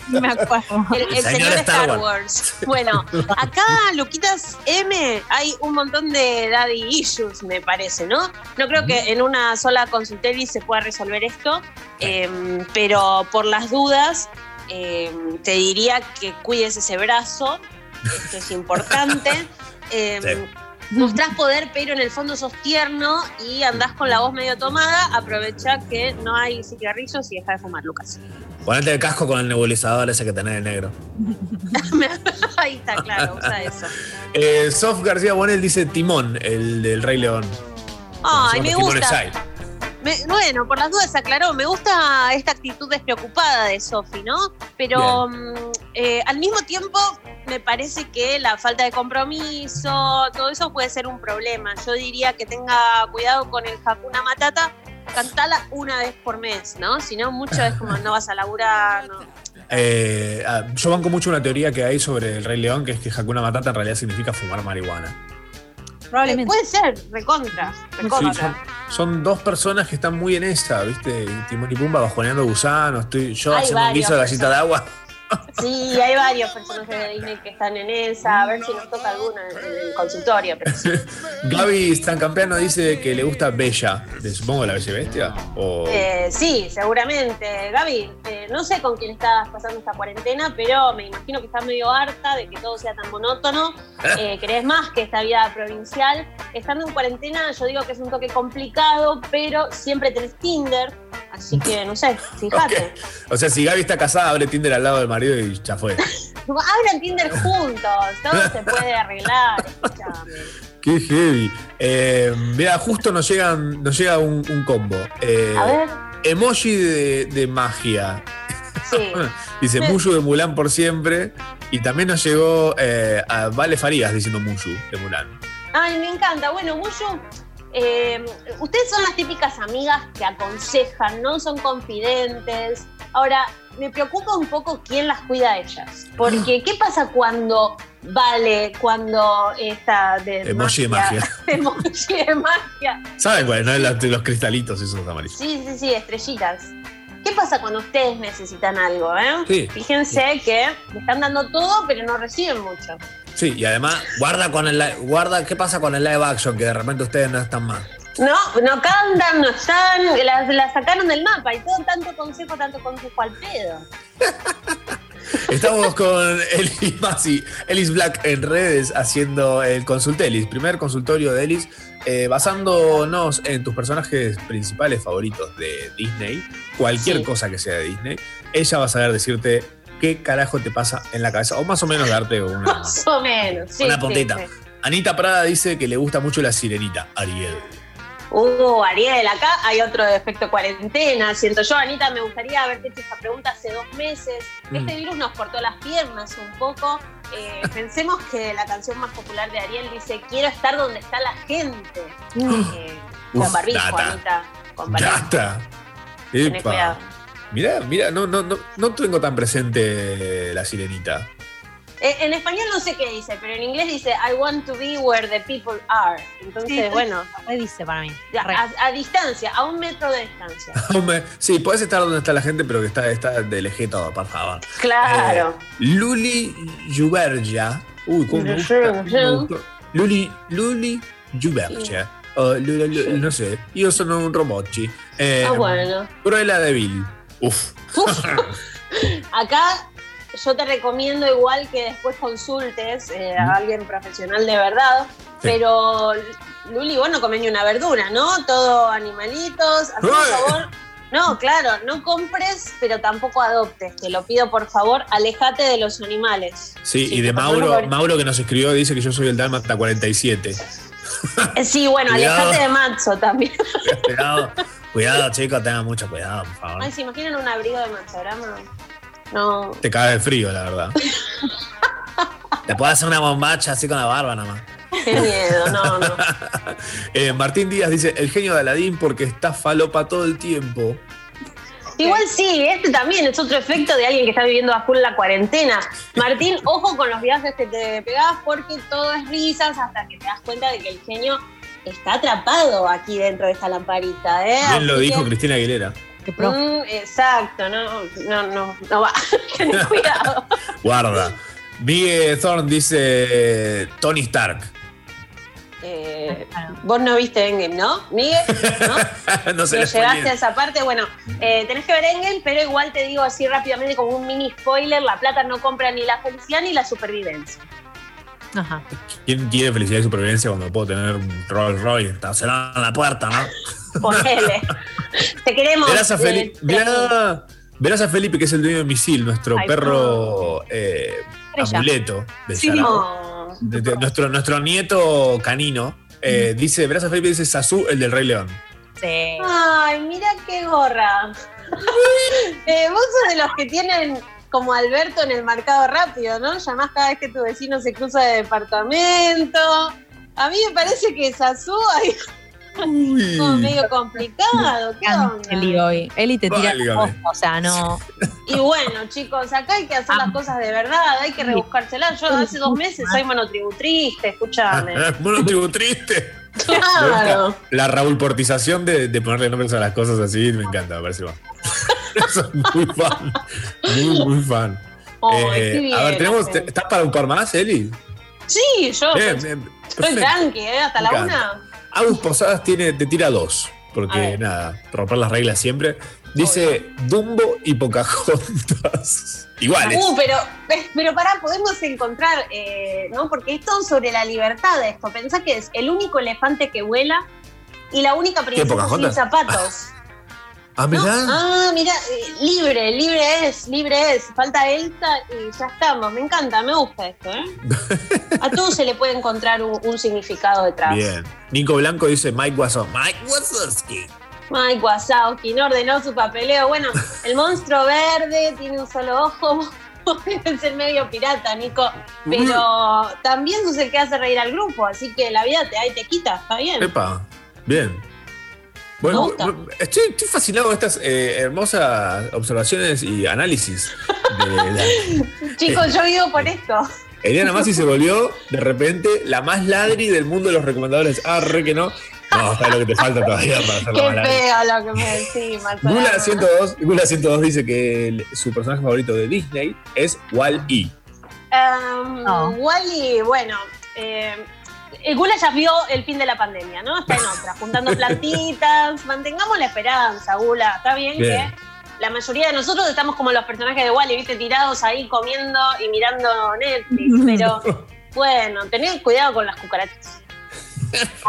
me acuerdo.
El, el señor, Star, Wars. Bueno, acá, Luquitas M, hay un montón de daddy issues, me parece, ¿no? No creo que en una sola consultería se pueda resolver esto, eh, pero por las dudas, eh, te diría que cuides ese brazo, esto es importante. Eh, Mostrás poder, pero en el fondo sos tierno y andás con la voz medio tomada. Aprovecha que no hay cigarrillos y deja de fumar, Lucas.
Ponete el casco con el nebulizador ese que tenés de negro.
Ahí está, claro, usa eso.
Eh, Sof García Bonel dice Timón, el del Rey León.
Ay,
Son
me
los timones
gusta.
hay.
Me- bueno, por las dudas aclaró, me gusta esta actitud despreocupada de Sofi, ¿no? Pero mm, eh, al mismo tiempo me parece que la falta de compromiso, todo eso puede ser un problema. Yo diría que tenga cuidado con el Hakuna Matata, cantala una vez por mes, ¿no? Si no, mucho es como no vas a laburar, no.
Eh, ah, yo banco mucho una teoría que hay sobre el Rey León, que es que Hakuna Matata en realidad significa fumar marihuana.
Probablemente. puede ser, recontra, recontra.
Sí, son, son dos personas que están muy en esa, ¿viste? Timón y Pumba bajoneando gusanos, estoy yo
Hay
haciendo un guiso de
varios
gallita de agua.
Sí, hay varios personajes de Disney que están en esa, a ver si nos toca alguna en el consultorio. pero sí.
Gaby Stancampeano dice que le gusta Bella, de, supongo la Bella y Bestia. O...
Eh, sí, seguramente. Gaby, eh, no sé con quién estás pasando esta cuarentena, pero me imagino que estás medio harta de que todo sea tan monótono. Eh, ¿Crees más que esta vida provincial? Estando en cuarentena, yo digo que es un toque complicado, pero siempre tenés Tinder, así que no sé, fíjate.
O sea, si Gaby está casada, abre Tinder al lado del marido y ya fue.
Abran Tinder juntos, todo se puede arreglar. escuchame.
Qué heavy. Eh, mira, justo nos, llegan, nos llega un, un combo. Eh,
A ver.
Emoji de, de magia.
Sí.
Dice Muyu de Mulan por siempre. Y también nos llegó eh, a Vale Farías diciendo Mushu de Mulan.
Ay, me encanta. Bueno, Mushu, eh, ustedes son las típicas amigas que aconsejan, ¿no? Son confidentes. Ahora, me preocupa un poco quién las cuida a ellas. Porque, ¿qué pasa cuando vale, cuando esta de
Emoji de magia.
Emoji de magia.
¿Saben cuál? es, No? Los, los cristalitos esos amarillos.
Sí, sí, sí, estrellitas. ¿Qué pasa cuando ustedes necesitan algo, eh?
Sí.
Fíjense que le están dando todo, pero no reciben mucho.
Sí, y además,
Guarda con el li- guarda, ¿qué pasa con el live action? Que de repente ustedes no están más.
No, no cantan, no están, las, las sacaron del mapa y todo tanto consejo, tanto consejo al pedo.
estamos con Elis Masi, Elis Black en redes haciendo el Consultelis, primer consultorio de Elis, eh, basándonos en tus personajes principales favoritos de Disney, cualquier cosa que sea de Disney, ella va a saber decirte qué carajo te pasa en la cabeza, o más o menos darte una,
Más o menos. Sí,
una
sí,
puntita.
sí.
Anita Prada dice que le gusta mucho la sirenita, Ariel.
Uh, Ariel, acá hay otro efecto cuarentena, siento yo. Anita, me gustaría haberte hecho esta pregunta hace dos meses. Este
Mm.
virus nos cortó las piernas un poco. Eh, pensemos que la canción más popular de Ariel dice Quiero estar donde está la gente. Eh, con
Uf,
barbijo,
data.
Anita. Con barbijo.
¡Gata!
Tené
¡Epa!
cuidado.
Mirá, mirá, no, no, no, no tengo tan presente la sirenita.
Eh, en español no sé qué dice, pero en inglés dice I want to be where the people are. Entonces,
Sí, sí.
bueno,
¿Qué dice para mí?
ya, a, a distancia, a un metro de distancia.
Hombre, Sí, podés estar donde está la gente, pero que está, está de leje todo, por favor.
Claro.
Eh, Luli Jubergia. Uy, cómo me gusta, cómo me gustó. Luli, Luli Jubergia. O Lula- Lu- no sé, yo soy un robotchi. Eh,
ah, bueno.
Cruella de Vil. Uf.
Acá yo te recomiendo igual que después consultes eh, a alguien profesional de verdad, pero Luli, vos no comés ni una verdura, ¿no? Todo animalitos, hacé un favor. No, claro, no compres, pero tampoco adoptes. Te lo pido por favor, alejate de los animales.
Sí, y de Mauro, Mauro que nos escribió dice que yo soy el Dálmata 47.
Eh, Sí, bueno,
Cuidado.
alejate de Matzo también.
cuidado, cuidado, chicos, tengan mucho cuidado, por favor.
Ay, ¿se imaginan un abrigo de Matzorama? No.
Te cagas de frío, la verdad.
Te puedo hacer una bombacha así con la barba nada más.
Qué miedo, no, no.
Eh, Martín Díaz dice, el genio de Aladín porque está falopa todo el tiempo.
Igual sí, este también es otro efecto de alguien que está viviendo a full la cuarentena. Martín, ojo con los viajes que te pegás porque todo es risas hasta que te das cuenta de que el genio está atrapado aquí dentro de esta lamparita. ¿eh?
Bien lo
Así
dijo
que-
Cristina Aguilera.
Mm, exacto, no, no, no, no va. Ten cuidado.
Guarda. Big Thorn dice Tony Stark.
Eh, vos no viste Endgame, ¿no? Miguel, ¿no?
no se
No
le
llegaste a
spoileen.
esa parte, bueno, eh, tenés que ver Endgame, pero igual te digo así rápidamente como un mini spoiler, la plata no compra ni la felicidad ni la supervivencia.
Ajá.
¿Quién quiere felicidad y supervivencia cuando puedo tener un Rolls Royce? Está cerrada la puerta, ¿no?
Ponele. Te queremos.
Verás a, Felipe,
eh,
mirá- verás a Felipe, que es el dueño de Misil, nuestro
Ay,
perro eh,
Estrella.
amuleto de
Sí,
Sarah.
no.
De- de- nuestro, nuestro nieto canino.
Mm.
eh, Dice, verás a Felipe, dice Sasu, el del Rey León.
Sí.
Ay, mira qué gorra. Eh, vos sos de los que tienen como Alberto en el mercado rápido, ¿no? Llamás cada vez que tu vecino se cruza de departamento. A mí me parece que Sasú ahí es como medio complicado. ¿Qué onda?
Eli hoy. Eli te tira
Válgame.
posta, o sea, no.
Y bueno, chicos, acá hay que hacer las cosas de verdad, hay que rebuscárselas. Yo hace dos meses soy monotributrista, escúchame.
bueno, tribu triste.
Claro.
La Raúl Portización de, de ponerle nombres a las cosas así me encanta, me parece. bueno. Soy muy fan. Muy, muy fan.
Ay,
Eh,
Oh, qué bien,
a ver, tenemos.
Raúl.
¿Estás para un par más, Eli?
Sí, yo.
Bien, bien,
soy- soy
perfecto.
tranqui, ¿eh? Hasta la
Me encanta.
una.
Agus Posadas tiene, te tira dos.
A
Porque
ver.
nada, romper las reglas siempre. Dice Dumbo y Pocahontas. ¿eh? Iguales.
Ah,
Uh, pero, pero pará, podemos encontrar, eh, ¿no? Porque es todo sobre la libertad esto. Pensá que es el único elefante que vuela y la única princesa sin
Pocahontas?
zapatos.
ah,
¿no?
mirá.
Ah, mira, libre, libre es, libre es. Falta Elsa y ya estamos. Me encanta, me gusta esto, ¿eh? A todo se le puede encontrar un, un significado
Ah.
detrás.
Bien. Nico Blanco dice Mike Guasón. Mike Wazowski.
Mike Wazowski no ordenó su papeleo. Bueno, el monstruo verde tiene un solo ojo.
es el medio pirata, Nico. Pero también sos el que hace reír al grupo, así que la vida te da y te quita, está bien.
Epa, bien. Bueno,
Me gusta.
bueno, estoy, estoy fascinado con estas eh, hermosas observaciones y análisis. De la-
Chicos, yo vivo por esto.
Eliana Masi se volvió de repente la más ladri del mundo de los recomendadores. Ah, re que no. No, está lo que te falta todavía para hacer la
Qué
más ladri.
feo lo que me decís, Marcelo.
Gula 102, Gula 102 dice que el- su personaje favorito de Disney es Wall-E.
Um, Wally, bueno, eh, el Gula ya vio el fin de la pandemia, ¿no? Está en otra, juntando plantitas. Mantengamos la esperanza, Gula. Está bien,
Bien.
que la mayoría de nosotros estamos como los personajes de Wally, ¿viste? Tirados ahí comiendo y mirando Netflix. Pero bueno, tened cuidado con las cucarachas.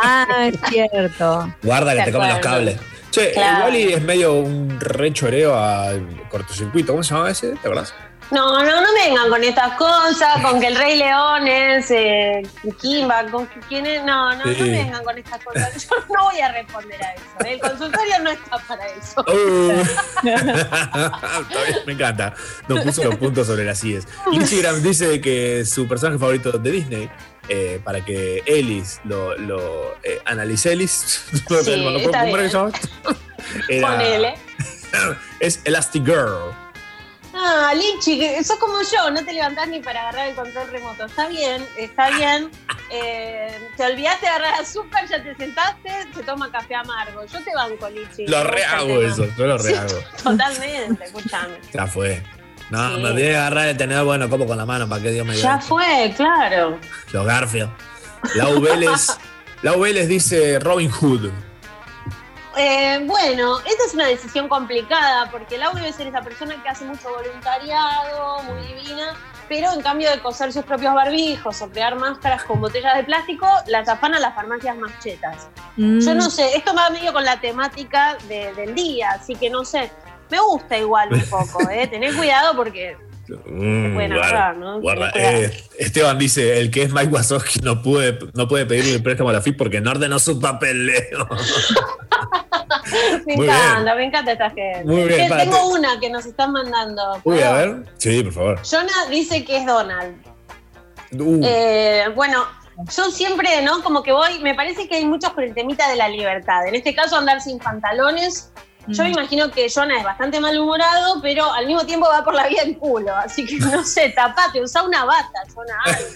Ah, es cierto.
Guarda que
De
te comen los
acuerdo.
cables. Che,
Claro.
el Wall-E es medio un rechoreo a cortocircuito. ¿Cómo se llamaba ese? ¿Te acordás?
No, no, no me vengan con estas cosas, con que el Rey León es eh, Kimba, con que- quién es. No, no, no
Sí.
me vengan con estas cosas. Yo no voy a responder a eso. ¿eh? El consultorio no está para eso.
Uh. Está bien, Me encanta. No puso los puntos sobre las IES. Instagram dice que su personaje favorito de Disney, eh, para que Ellis lo, lo eh, analice Ellis, ¿cómo
Sí, está
era que
bien.
se llamaba? Era-
Ponele.
es Elastic Girl.
Ah, Lichi, que sos como yo, no te levantás ni para agarrar el control remoto. Está bien, está bien. Eh, te olvidaste de agarrar azúcar, ya te sentaste, se toma café amargo. Yo te banco, Lichi.
Lo
Me gusta el
rehago
tema.
eso, yo lo rehago.
Totalmente, escúchame.
Ya fue. No,
Sí.
me tiene que agarrar el tenedor, bueno, como con la mano, para que Dios me
Ya
ayude.
fue, claro.
Los Garfield. Lau Vélez, Lau Vélez dice Robin Hood.
Eh, bueno, esta es una decisión complicada porque Lau debe ser esa persona que hace mucho voluntariado, muy divina, pero en cambio de coser sus propios barbijos o crear máscaras con botellas de plástico, las afana las farmacias más chetas.
Mm,
Yo
Mm.
no sé, esto va medio con la temática de- del día, así que no sé. Me gusta igual un poco, ¿eh? Tenés cuidado porque
Mm,
Bueno,
guarda,
verdad, ¿no?
guarda.
Cuidado.
Eh, Esteban dice, el que es Mike Wazowski no puede, no puede pedirle el préstamo a la FIP porque no ordenó su papeleo.
me
Muy
encanta, me encanta esta gente.
Muy bien,
Che,
espérate.
tengo una que nos están mandando.
Uy, a ver. Sí, por favor.
Jonah dice que es Donald.
Uh,
Eh, bueno, yo siempre, ¿no? Como que voy, me parece que hay muchos con el temita de la libertad. En este caso, andar sin pantalones.
mm.
Yo me imagino que Jonah es bastante malhumorado, pero al mismo tiempo va por la vida en culo. Así que no sé, tapate, usa una bata, Jonah. algo.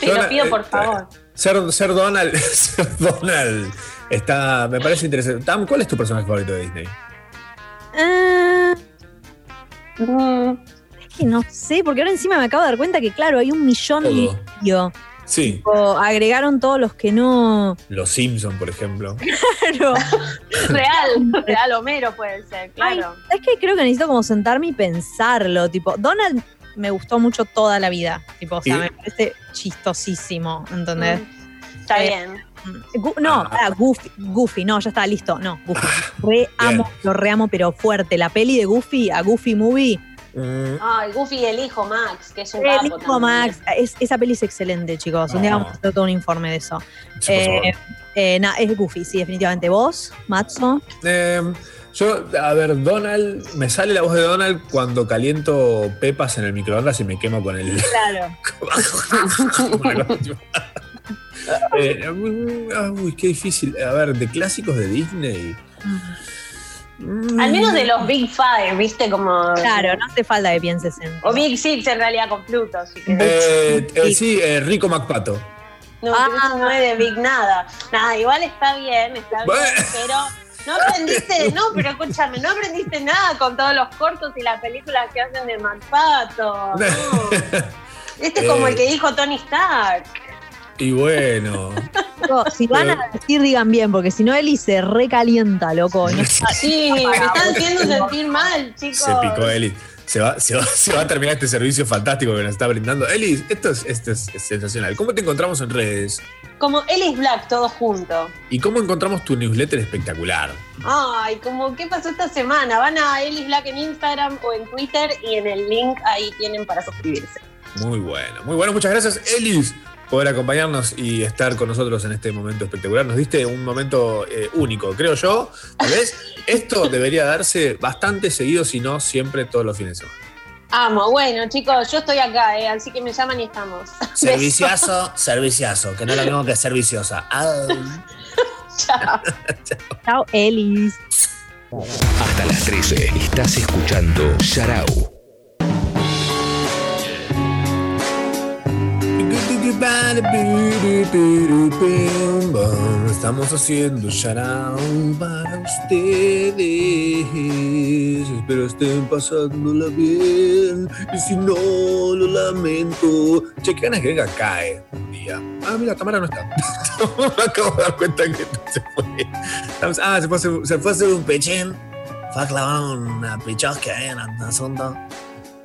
Te
Jonah,
lo pido,
eh,
por favor.
ser, ser Donald, ser Donald. Está, me parece interesante. Tam, ¿cuál es tu personaje favorito de Disney?
Ah. Mm. Es que no sé, porque ahora encima me acabo de dar cuenta que, claro, hay un millón y
Todo.
medio.
Sí,
O agregaron todos los que no.
Los Simpson, por ejemplo.
Claro.
Real, real Homero puede ser, claro.
Es que creo que necesito como sentarme y pensarlo. Tipo, Donald me gustó mucho toda la vida. Tipo, o sea,
¿Y?
me parece chistosísimo, ¿entendés?
Está
Mm. Eh,
bien.
Gu- no, pará, Goofy, Goofy, no, ya está, listo, no, Goofy. Re amo, lo reamo, pero fuerte. La peli de Goofy a Goofy Movie,
Ay, Goofy, el hijo Max, que es un
el
capo
hijo Max, es- esa peli es excelente, chicos. Un día vamos a hacer todo un informe de eso.
Sí, por
Eh,
favor.
eh, nah, es Goofy, sí, definitivamente. ¿Vos, Matzo?
Eh, yo, a ver, Donald, me sale la voz de Donald cuando caliento pepas en el microondas y me quemo con el.
Claro.
Eh, uy, qué difícil. A ver, de clásicos de Disney.
Al menos de los Big Five, ¿viste? Como.
Mm. Claro, no hace falta que pienses en.
O Big Six en realidad con Pluto, si querés.
Eh, eh, sí, eh, Rico MacPato.
No, pero eso no es de Big nada. Nada, igual está bien, está bien,
Bueno.
pero no aprendiste, no, pero escúchame, no aprendiste nada con todos los cortos y las películas que hacen de Manpato. No. Este es como
Eh.
el que dijo Tony Stark.
Y bueno.
Digo, si van a decir, digan bien, porque si no, Eli se recalienta, loco. No está-
Sí, me están haciendo sentir mal, chicos.
Se picó eh. Eli. Se va, se, va, se va a terminar este servicio fantástico que nos está brindando. Eli, esto es, esto es sensacional. ¿Cómo te encontramos en redes?
Como Ellis Black, todo junto.
¿Y cómo encontramos tu newsletter espectacular?
Ay, como qué pasó esta semana. Van a Ellis Black en Instagram o en Twitter y en el link ahí tienen para suscribirse.
Muy bueno, muy bueno. Muchas gracias, Elis, por acompañarnos y estar con nosotros en este momento espectacular. Nos diste un momento eh, único, creo yo. Tal vez esto debería darse bastante seguido, si no siempre todos los fines de semana.
Amo, bueno chicos, yo estoy acá, eh, así que me llaman y estamos.
Serviciazo, serviciazo, que no es lo mismo que serviciosa. Ah.
Chao. Chao, Elis.
Hasta las 13 estás escuchando Sharau.
Estamos haciendo Sharown para ustedes. Espero estén pasándola bien. Y si no, lo lamento. Che, qué ganas que venga acá, eh, un día. Ah, mira, Tamara no está. Me acabo de dar cuenta que se fue. Estamos- Ah, se fue, a hacer- se fue a hacer un pechín. Fue a clavar una pichosca eh, en el asunto.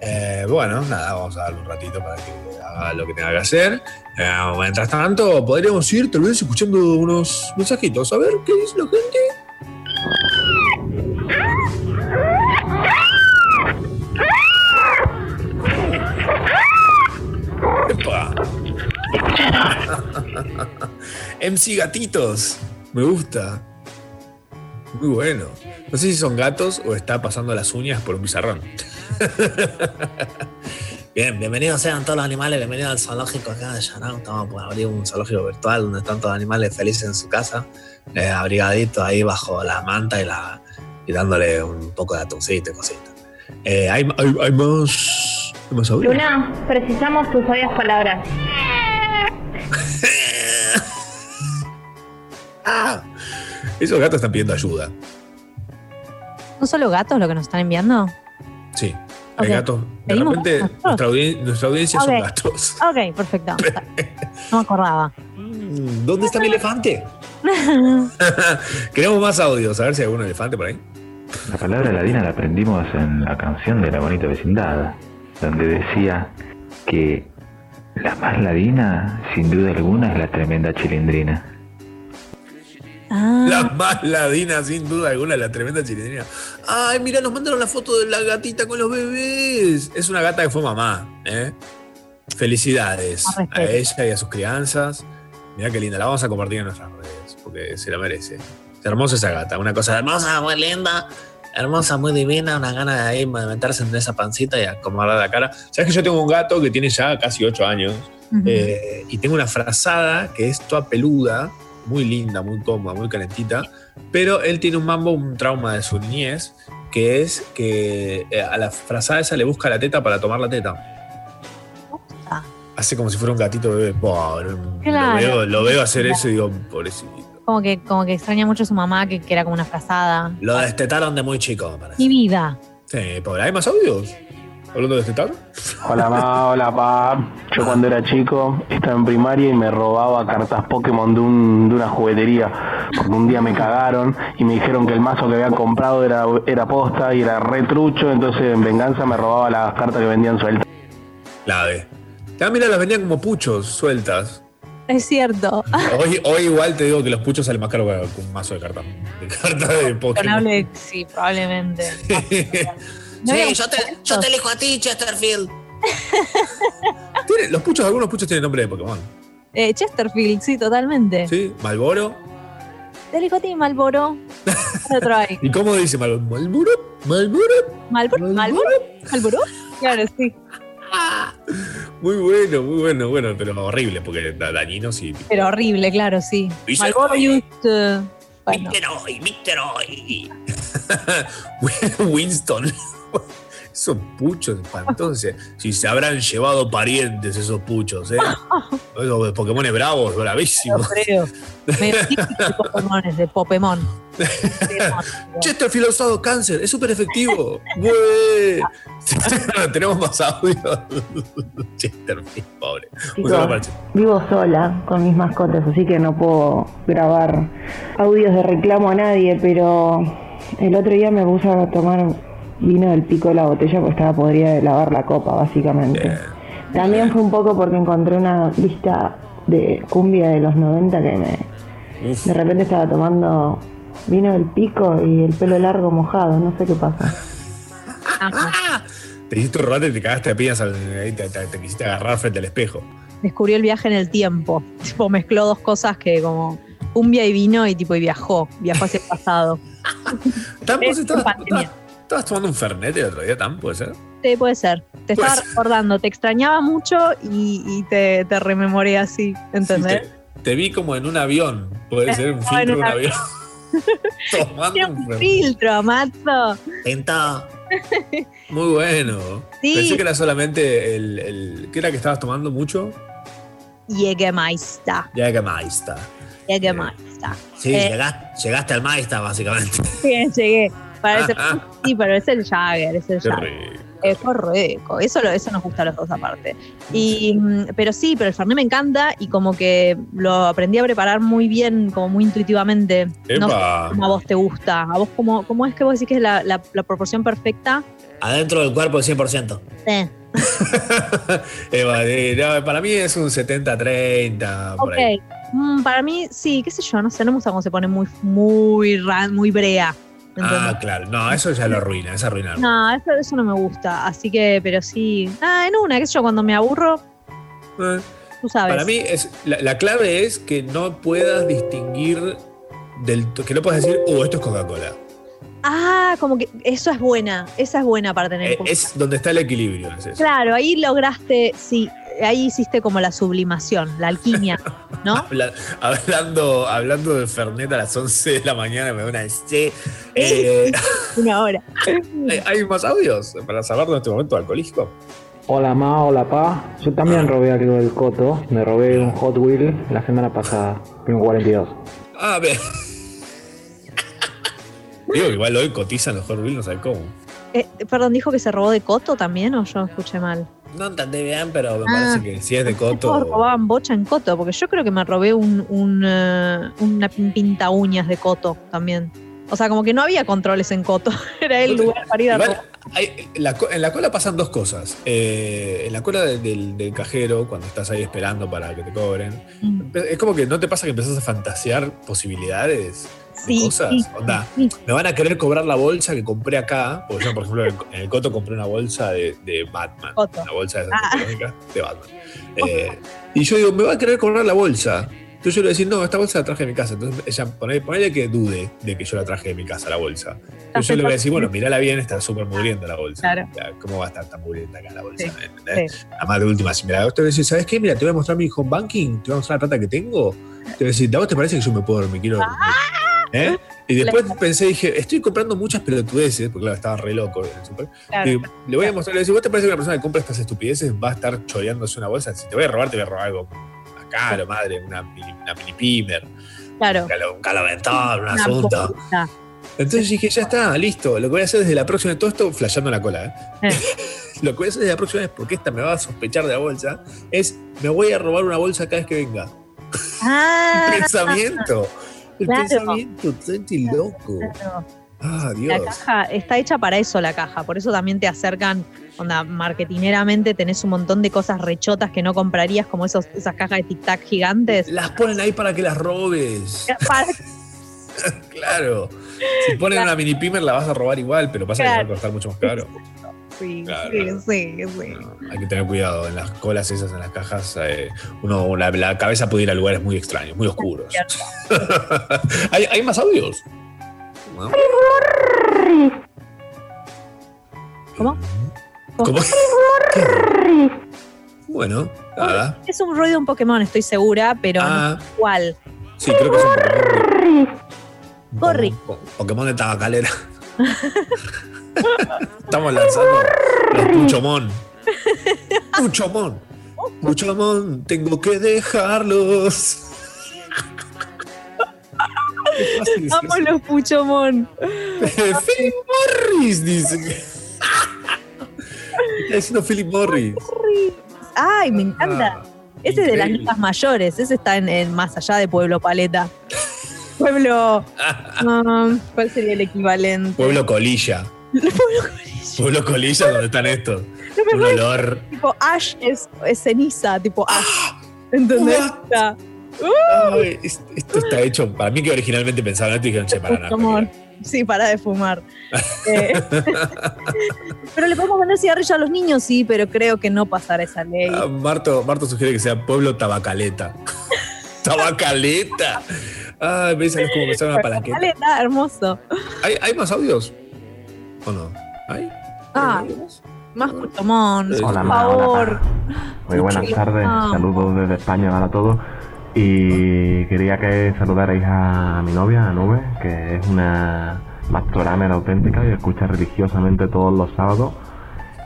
Eh, bueno, nada, vamos a darle un ratito para que haga lo que tenga que hacer. Eh, mientras tanto, podríamos ir tal vez escuchando unos mensajitos. A ver qué dice la gente. ¡Epa! MC Gatitos. Me gusta. Muy bueno. No sé si son gatos o está pasando las uñas por un pizarrón.
Bien, bienvenidos sean todos los animales, bienvenidos al zoológico acá de Yarao. Estamos por abrir un zoológico virtual donde están todos los animales felices en su casa, eh, abrigaditos ahí bajo la manta y, la, y dándole un poco de atuncito y cositas.
Eh, hay, hay- hay más. ¿Hay más audio?
Luna, precisamos tus sabias palabras.
¡Ah! Esos gatos están pidiendo ayuda.
¿Son solo gatos lo que nos están enviando?
Sí.
Ok.
Hay gatos. De
¿Pedimos
repente,
gatos?
nuestra, audien- nuestra audiencia
Ok.
son gatos.
Ok, perfecto. No me acordaba.
Mm, ¿Dónde está mi elefante? Queremos más audios, a ver si hay algún elefante por ahí.
La palabra ladina la aprendimos en la canción de La Bonita Vecindad, donde decía que la más ladina, sin duda alguna, es la tremenda chilindrina.
Ah,
Ah.
La más ladina, sin duda alguna, la tremenda chilindrina. Ay, mira, nos mandaron la foto de la gatita con los bebés. Es una gata que fue mamá, ¿eh? Felicidades
Más
a
respeto.
ella y a sus crianzas. Mira qué linda, la vamos a compartir en nuestras redes, porque se la merece. Es hermosa esa gata, una cosa hermosa.
Hermosa, muy linda, hermosa, muy divina, una gana de ahí de meterse en esa pancita y
Acomodarla la cara. Sabes que yo tengo un gato que tiene ya casi 8 años
Ujú.
eh, y tengo una frazada que es toda peluda, muy linda, muy cómoda, muy calentita, pero él tiene un mambo, un trauma de su niñez, que es que eh, a la frazada esa le busca la teta para tomar la teta. Hace como si fuera un gatito bebé. Buah, lo-
Claro.
lo, veo, lo veo hacer eso y digo, pobrecito.
Como que, como que extraña mucho a su mamá, que, que era como una frazada.
Lo destetaron de muy chico.
Mi vida.
Sí, pobre. ¿Hay más audios? ¿Hablando de destetar?
Hola ma, hola pa. Yo cuando era chico estaba en primaria y me robaba cartas Pokémon de, un- de una juguetería. Porque un día me cagaron y me dijeron que el mazo que había comprado era, era posta y era re trucho, entonces en venganza me robaba las cartas que vendían sueltas.
La B. Ah, mira, las vendían como puchos sueltas.
Es cierto.
Hoy, hoy igual te digo que los puchos salen más caros que un mazo de cartas. De cartas de Pokémon.
Razonable, Sí, probablemente. No había
Sí, yo te, yo te elijo a ti, Chesterfield.
Tiene- los puchos, algunos puchos tienen nombre de Pokémon.
Eh, Chesterfield, sí, totalmente.
Sí, Malboro.
Te elijo a ti, Malboro. Otro ahí.
¿Y cómo dice Malboro? Malboro, Malboro.
Malboro, Malboro, Malboro. Claro, sí.
Muy bueno, muy bueno, bueno, pero horrible porque da- dañinos y.
Pero horrible, claro, sí.
Viceroy.
Malboro Youth. eh, bueno.
Winston. Esos puchos espantosos. eh. Si se habrán llevado parientes esos puchos, ¿eh? Esos Pokémones bravos, bravísimos.
creo. Medio de Pokémones, de Pokémon.
Chesterfield este ha usado cáncer, es súper efectivo. Güey. Tenemos más audio. Chesterfield, pobre. Un saludo para Chesterfield.
Vivo sola con mis mascotas, así que no puedo grabar audios de reclamo a nadie, pero el otro día me puse a tomar vino del pico de la botella porque estaba podrida de lavar la copa, básicamente. También fue un poco porque encontré una lista de cumbia de los 90 que me...
Uf.
De repente estaba tomando vino del pico y el pelo largo mojado, no sé qué pasa.
Ah,
Ah. Te hiciste un rato y te cagaste a piñas, al- ahí te, te- te quisiste agarrar frente al espejo.
Descubrió el viaje en el tiempo. Tipo, mezcló dos cosas que como cumbia y vino y tipo y viajó. Viajó hacia el pasado.
Estamos,
Es
estás,
pandemia.
estás- ¿Estabas tomando un Fernet el otro día, Tam? ¿Puede ser?
Sí, puede ser. Te estaba recordando, te extrañaba mucho y, y te, te rememoré así, ¿entendés?
Te vi como en un avión. Puede ser un
Estaba en
filtro de un
un
avión. Tomando un
Un
Fernet.
Filtro, mazo.
Pinta.
Muy bueno.
Sí.
Pensé que era solamente el, el. ¿Qué era que estabas tomando mucho?
Jägermeister.
Jägermeister.
Jägermeister.
Sí,
Eh,
llegaste, llegaste al Meister, básicamente.
Bien, llegué. Para ese- sí, pero es el Jagger, es el
Qué
Jagger. Es correcto. Eso, lo- eso nos gusta a los dos aparte. Y, mm, pero sí, pero el Fernet me encanta y como que lo aprendí a preparar muy bien, como muy intuitivamente. No sé
Epa.
cómo a vos te gusta. ¿A vos cómo, cómo es que vos decís que es la, la- la proporción perfecta?
Adentro del cuerpo el 100%.
Sí.
Eh, vale, no, para mí es un 70-30. por
Ok.
ahí.
Mm, para mí, sí, qué sé yo, no sé, no me gusta cómo se pone muy, muy, ra- muy brea.
Ah, claro. No, eso ya lo arruina, es arruinar.
No, eso, eso no me gusta. Así que, pero sí. Ah, en una, qué sé yo, cuando me aburro,
Eh,
tú sabes.
Para mí, es, la, la clave es que no puedas distinguir del. to- que no puedas decir, uh, esto es Coca-Cola.
Ah, como que eso es buena. Esa es buena para tener.
Eh,
en cuenta.
es donde está el equilibrio. es eso.
Claro, ahí lograste, sí, ahí hiciste como la sublimación, la alquimia, ¿no?
Habla- hablando, hablando de Fernet a las 11 de la mañana, me da una. Sí. Eh,
Una hora.
¿Hay- ¿Hay más audios para salvarlo en este momento alcohólico?
Hola Ma, hola Pa. Yo también robé algo del Coto. Me robé un Hot Wheel la semana pasada. Un 42.
A ver. Digo, igual hoy cotizan los Hot Wheels, no sé cómo.
Eh, perdón, dijo que se robó de Coto también, o yo escuché mal.
No entendí bien, pero me
Ah.
parece
Que si es de
Todos
Coto.
robaban bocha en Coto, porque yo creo que me robé un, un, eh, una pin- pinta uñas de Coto también. O sea, como que no había controles en Coto, era el lugar para ir a
Igual,
robar.
hay- la co- en la cola pasan dos cosas. Eh, en la cola de- del, del cajero, cuando estás ahí esperando para que te cobren, es como que no te pasa que empezás a fantasear posibilidades de
Sí,
cosas.
sí,
Onda,
sí.
me van a querer cobrar la bolsa que compré acá. Porque yo, por ejemplo, en, en el Coto compré una bolsa de, de Batman.
Coto.
Una bolsa de,
Ah.
Santa Verónica de Batman. Eh, y yo digo, me va a querer cobrar la bolsa. Entonces yo le decía, no, esta bolsa la traje de mi casa. Entonces ella, ponele, ponele que dude de que yo la traje de mi casa, la bolsa. Entonces yo le voy a decir, bueno, mirala bien, está súper mugrienta la bolsa.
Claro.
O sea, ¿Cómo va a estar tan mugrienta acá la bolsa? ¿Entendés?
Sí.
Además, de última, si me la te voy a decir, ¿sabes qué? Mira, te voy a mostrar mi home banking, te voy a mostrar la plata que tengo. Te voy a decir, ¿a vos te parece que yo me puedo dormir? Quiero dormir.
Ah.
¿Eh? Y después pensé, dije, estoy comprando muchas pelotudeces, porque claro, estaba re loco en el súper.
Claro.
Digo, le voy a mostrar, le voy a decir, ¿vos te parece que una persona que compra estas estupideces va a estar choreándose una bolsa? Si te voy a robar, te voy a robar algo más caro, madre, una, mini- una mini pimer,
Claro.
un calo- un caloventón, un
Una
asunto.
bolsa.
Entonces dije, ya está, listo. Lo que voy a hacer desde la próxima, todo esto flasheando la cola, ¿eh? Lo que voy a hacer desde la próxima vez, porque esta me va a sospechar de la bolsa, es me voy a robar una bolsa cada vez que venga.
Ah,
El pensamiento. El
Claro.
pensamiento, sentí loco.
claro.
Ah, Dios.
La caja está hecha para eso, la caja. Por eso también te acercan, onda, marketineramente tenés un montón de cosas rechotas que no comprarías, como esos, esas cajas de tic-tac gigantes.
Las ponen ahí para que las robes.
Para-
Claro. Si ponen una mini pimer la vas a robar igual, pero pasa que te
Claro.
va a costar mucho más caro.
sí,
Claro.
sí, sí, sí.
Hay que tener cuidado. En las colas esas, en las cajas, eh, uno, la, la cabeza puede ir a lugares muy extraños, muy oscuros. ¿Hay, hay más audios? ¿No?
¿Cómo?
¿Cómo? Bueno, nada.
Es un ruido de un Pokémon, estoy segura, pero
Ah.
no sé cuál.
Sí, creo que es un Pokémon,
Corri.
Pokémon de tabacalera. Estamos lanzando los Puchomon. Puchomon. Puchomon, tengo que dejarlos. Qué fácil es
Vamos los Puchomon.
eso. Philip Morris, dice. Está diciendo Philip Morris.
Ay, me encanta. Ese es de las
Ah, increíble.
ligas mayores, ese está en, en más allá de Pueblo Paleta. Pueblo. ah, ¿Cuál sería el equivalente?
Pueblo Colilla. Pueblo Colilla, ¿dónde están estos? Un olor.
Tipo, Ash es, es ceniza, tipo Ash. ¿Entendés? Está- ¡Uh!
Ay, es- esto está hecho. Para mí que originalmente pensaron esto y dijeron, che, para nada.
Pokémon. Sí, para de fumar. Eh, pero le podemos poner cigarrillo a los niños, sí, pero creo que no pasará esa ley.
Ah, Marto, Marto sugiere que sea Pueblo Tabacaleta. ¡Tabacaleta! Ay, me dicen, es como que sale una palanqueta.
Dale, está hermoso.
¿Hay, hay más audios? ¿O no? ¿Hay?
Ah, más Putomón,
Eh,
por
hola, ma, hola,
favor.
Muy buenas
Sí.
tardes,
Ah.
saludos desde España a todos. Y quería que saludarais a mi novia, a Nube, que es una mastorámera auténtica y escucha religiosamente todos los sábados.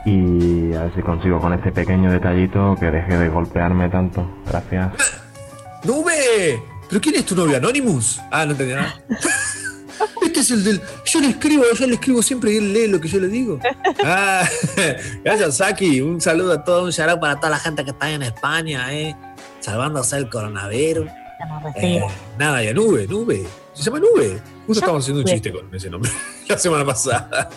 Y a ver si consigo con este pequeño detallito que deje de golpearme tanto. Gracias.
¡Nube! ¿Pero quién es tu novio? ¿Anonymous? Ah, no entendí nada. Este es el del. Yo le escribo, yo le escribo siempre y él lee lo que yo le digo. Ah, gracias, Saki. Un saludo a todos, un shout out para toda la gente que está en España, ¿eh?
Salvándose el coronavirus.
Eh, nada, ya Nube, Nube. Se llama Nube. Justo estábamos haciendo un
Nube.
chiste con ese nombre la semana pasada.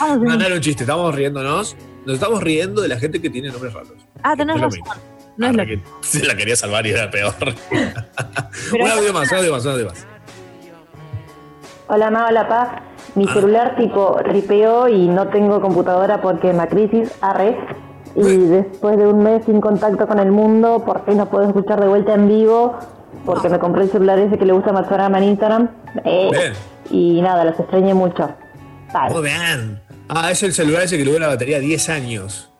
No, no era un chiste, estábamos riéndonos. Nos estamos riendo de la gente que tiene nombres raros.
Ah, tenés
Es lo
razón.
mismo. Ah,
No es
La que se la quería salvar y era peor.
Pero-
un audio más, un audio más, un audio más.
Hola, Ma, hola, Pa. Mi celular tipo ripeó y no tengo computadora porque Macrisis arre. Y después de un mes sin contacto con el mundo, por fin no puedo escuchar de vuelta en vivo porque me compré el celular ese que le gusta más en Instagram. Eh,
Bien.
y nada, los extrañé mucho. Bye.
Muy bien. Oh, Ah, es el celular ese que le dura la batería 10 años.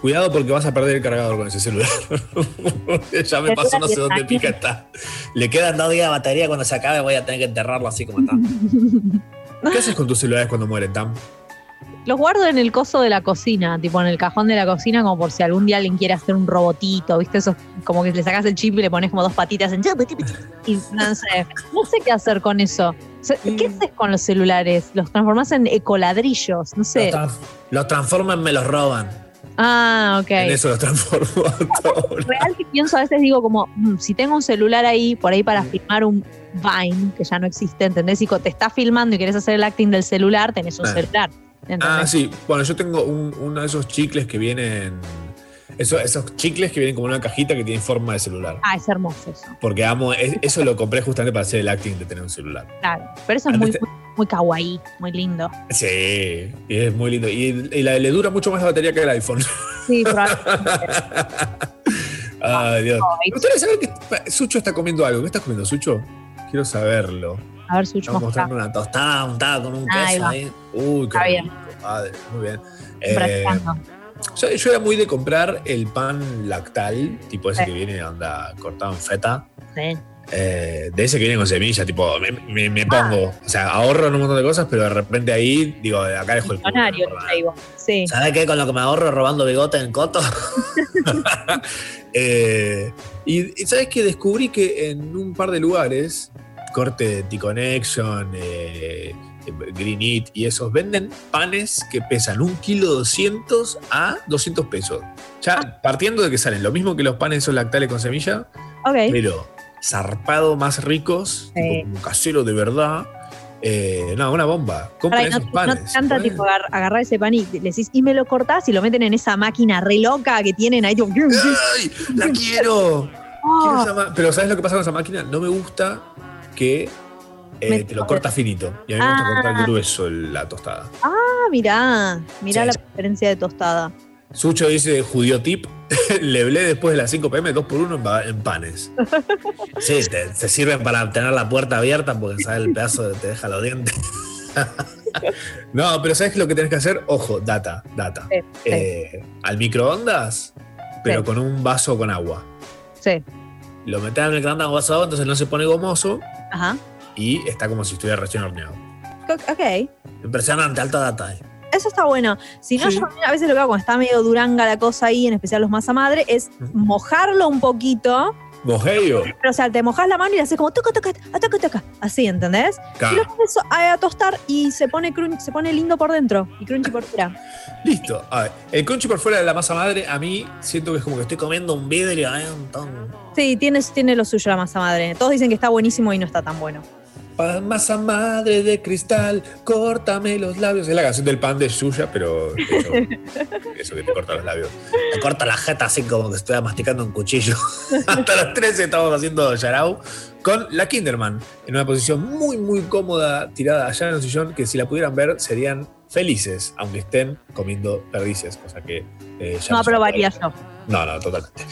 Cuidado porque vas a perder el cargador con ese celular. ya me
Te
pasó,
dura
no sé
10
dónde
años.
pica está.
Le quedan dos días de batería. Cuando se acabe, voy a tener que enterrarlo así como está.
¿Qué haces con tus celulares cuando mueren, Tam?
Los guardo en el coso de la cocina, tipo en el cajón de la cocina, como por si algún día alguien quiere hacer un robotito, ¿viste? Eso como que le sacas el chip y le pones como dos patitas en y no sé, no sé qué hacer con eso. O sea, ¿Qué
Mm.
haces con los celulares? Los transformás en ecoladrillos, no sé.
Los transforman, me los roban.
Ah, ok.
En
Eso los transformo.
Real que pienso a veces digo como, "Mm, si tengo un celular ahí, por ahí
Mm.
para filmar un Vine, que ya no existe, ¿entendés? Y co- te está filmando y querés hacer el acting del celular, tenés un
Ah.
celular.
Ah,
¿entendés?
sí. Bueno, yo tengo un- uno de esos chicles que vienen. eso- esos chicles que vienen como en una cajita que tiene forma de celular.
Ah, es hermoso eso,
Porque amo, es- eso lo compré justamente para hacer el acting de tener un celular.
claro. Pero eso es
Ah,
muy, muy, muy kawaii, muy lindo.
Sí, y es muy lindo. Y, y la- le dura mucho más la batería que el iPhone.
Sí, probablemente.
Ay, Dios. Me gustaría saber que Sucho está comiendo algo. ¿Qué estás comiendo, Sucho? Quiero saberlo.
A ver, Sucho,
Vamos a
mostrá.
mostrarme una tostada untada con un
Ahí
queso
va.
ahí. Uy, qué
Está bien.
rico, padre. Muy bien. Eh,
Practicando.
yo, yo era muy de comprar el pan lactal, tipo ese que viene anda cortado en feta.
Sí.
Eh, de ese que viene con semillas, tipo, me, me- me pongo.
Ah.
O sea, ahorro en un montón de cosas, pero de repente ahí, digo, acá dejo el
Millonario, te digo. Sí.
¿Sabes qué? Con lo que me ahorro robando bigote en Coto.
Eh, y, y sabes que descubrí que en un par de lugares, corte T-Connection, eh, Green Eat y esos, venden panes que pesan un kilo 200 a 200 pesos.
Ah.
Ya partiendo de que salen lo mismo que los panes esos lactales con semilla,
Ok.
pero zarpado más ricos, tipo
Sí.
como casero de verdad. Eh, no, una bomba. Compra
Pará, y no,
esos
no
panes.
te encanta tipo agar- agarrar ese pan y le decís, y me lo cortás y lo meten en esa máquina re loca que tienen ahí. tipo,
¡Ay! ¡La quiero!
Oh.
Quiero esa ma- Pero ¿sabes lo que pasa con esa máquina? No me gusta que eh, te lo corta finito. Y a mí me gusta
Ah.
cortar grueso el- la tostada.
Ah, mirá, mirá la preferencia de tostada.
Sucho dice, judío tip, le blé después de las 5 pm 2 por 1 en, ba- en panes.
Sí, te, te sirven para tener la puerta abierta porque sabes el pedazo que te deja los dientes.
No, pero ¿sabes lo que tenés que hacer? Ojo, data, data.
Sí, sí,
Eh, al microondas, pero con un vaso con agua.
sí.
Lo metés al microondas con vaso de agua, entonces no se pone gomoso
Ajá.
y está como si estuviera recién horneado.
Co- Ok.
Impresionante, alta data. eh.
Eso está bueno. Si no, yo a veces lo que hago cuando está medio duranga la cosa ahí, en especial los masa madre, es mojarlo un poquito.
Mojeio.
Pero, o sea, te mojas la mano y le haces como toca, toca, toca, toca, toca. Así, ¿entendés?
Claro.
Y lo pones a, a tostar y se pone, crunch- se pone lindo por dentro y crunchy por fuera.
Listo. A ver, el crunchy por fuera de la masa madre, a mí siento que es como que estoy comiendo un vidrio, ¿eh? Un ton-
Sí, tiene, tiene lo suyo la masa madre. Todos dicen que está buenísimo y no está tan bueno.
Pan masa madre de cristal, córtame los labios. Es la canción del pan de Yuya, pero eso, eso que te corta los labios.
Te corta la jeta así como que estuviera masticando un cuchillo.
Hasta las 13 estamos haciendo Yarao con la Kinderman, en una posición muy, muy cómoda, tirada allá en el sillón, que si la pudieran ver serían felices, aunque estén comiendo perdices, cosa que eh, ya
No
se puede.
aprobaría yo.
No, no, totalmente.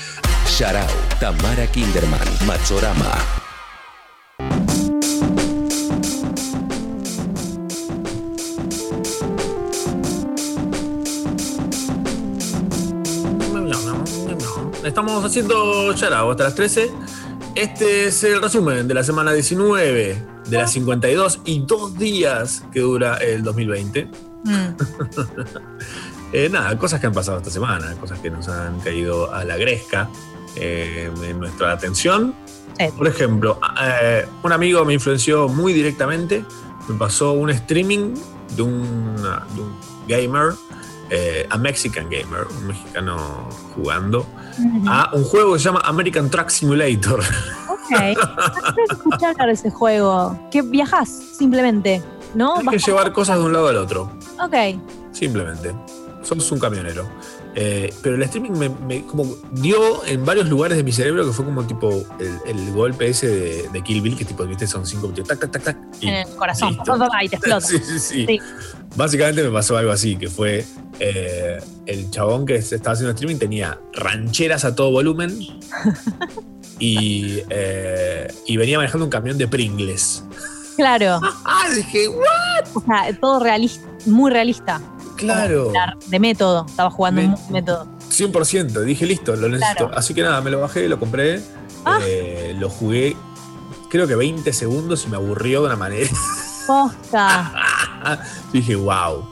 Sharao, Tamara Kinderman, Machorama.
estamos haciendo Yarao hasta las 13. Este es el resumen de la semana 19, de las 52 y dos días que dura el 2020.
Mm.
Eh, nada, cosas que han pasado esta semana, cosas que nos han caído a la gresca eh, en nuestra atención. Por ejemplo, eh, un amigo me influenció muy directamente, me pasó un streaming de un, de un gamer, eh, a Mexican gamer, un mexicano jugando, a un juego que se llama American Truck Simulator.
Ok. Antes de escuchar hablar de ese juego, que viajás simplemente, ¿no?
Hay que
Vas-
llevar cosas de un lado al otro.
Ok.
Simplemente. Sos un camionero. Eh, pero el streaming me, me como dio en varios lugares de mi cerebro que fue como tipo el, el golpe ese de, de Kill Bill, que tipo, viste, son cinco minutos, tac, tac, tac, tac. Y
en el corazón. Ahí te explota.
Sí, sí, sí. Básicamente me pasó algo así, que fue eh, el chabón que se estaba haciendo streaming tenía rancheras a todo volumen y, eh, y venía manejando un camión de Pringles.
Claro.
Ah, dije, ¿what?
O sea, todo realista, muy realista.
Claro.
De método. Estaba jugando un método.
100%, dije listo, lo necesito.
Claro. Ah.
Así que nada, me lo bajé, lo compré, eh, lo jugué creo que 20 segundos y me aburrió de una manera.
Posta.
dije, wow,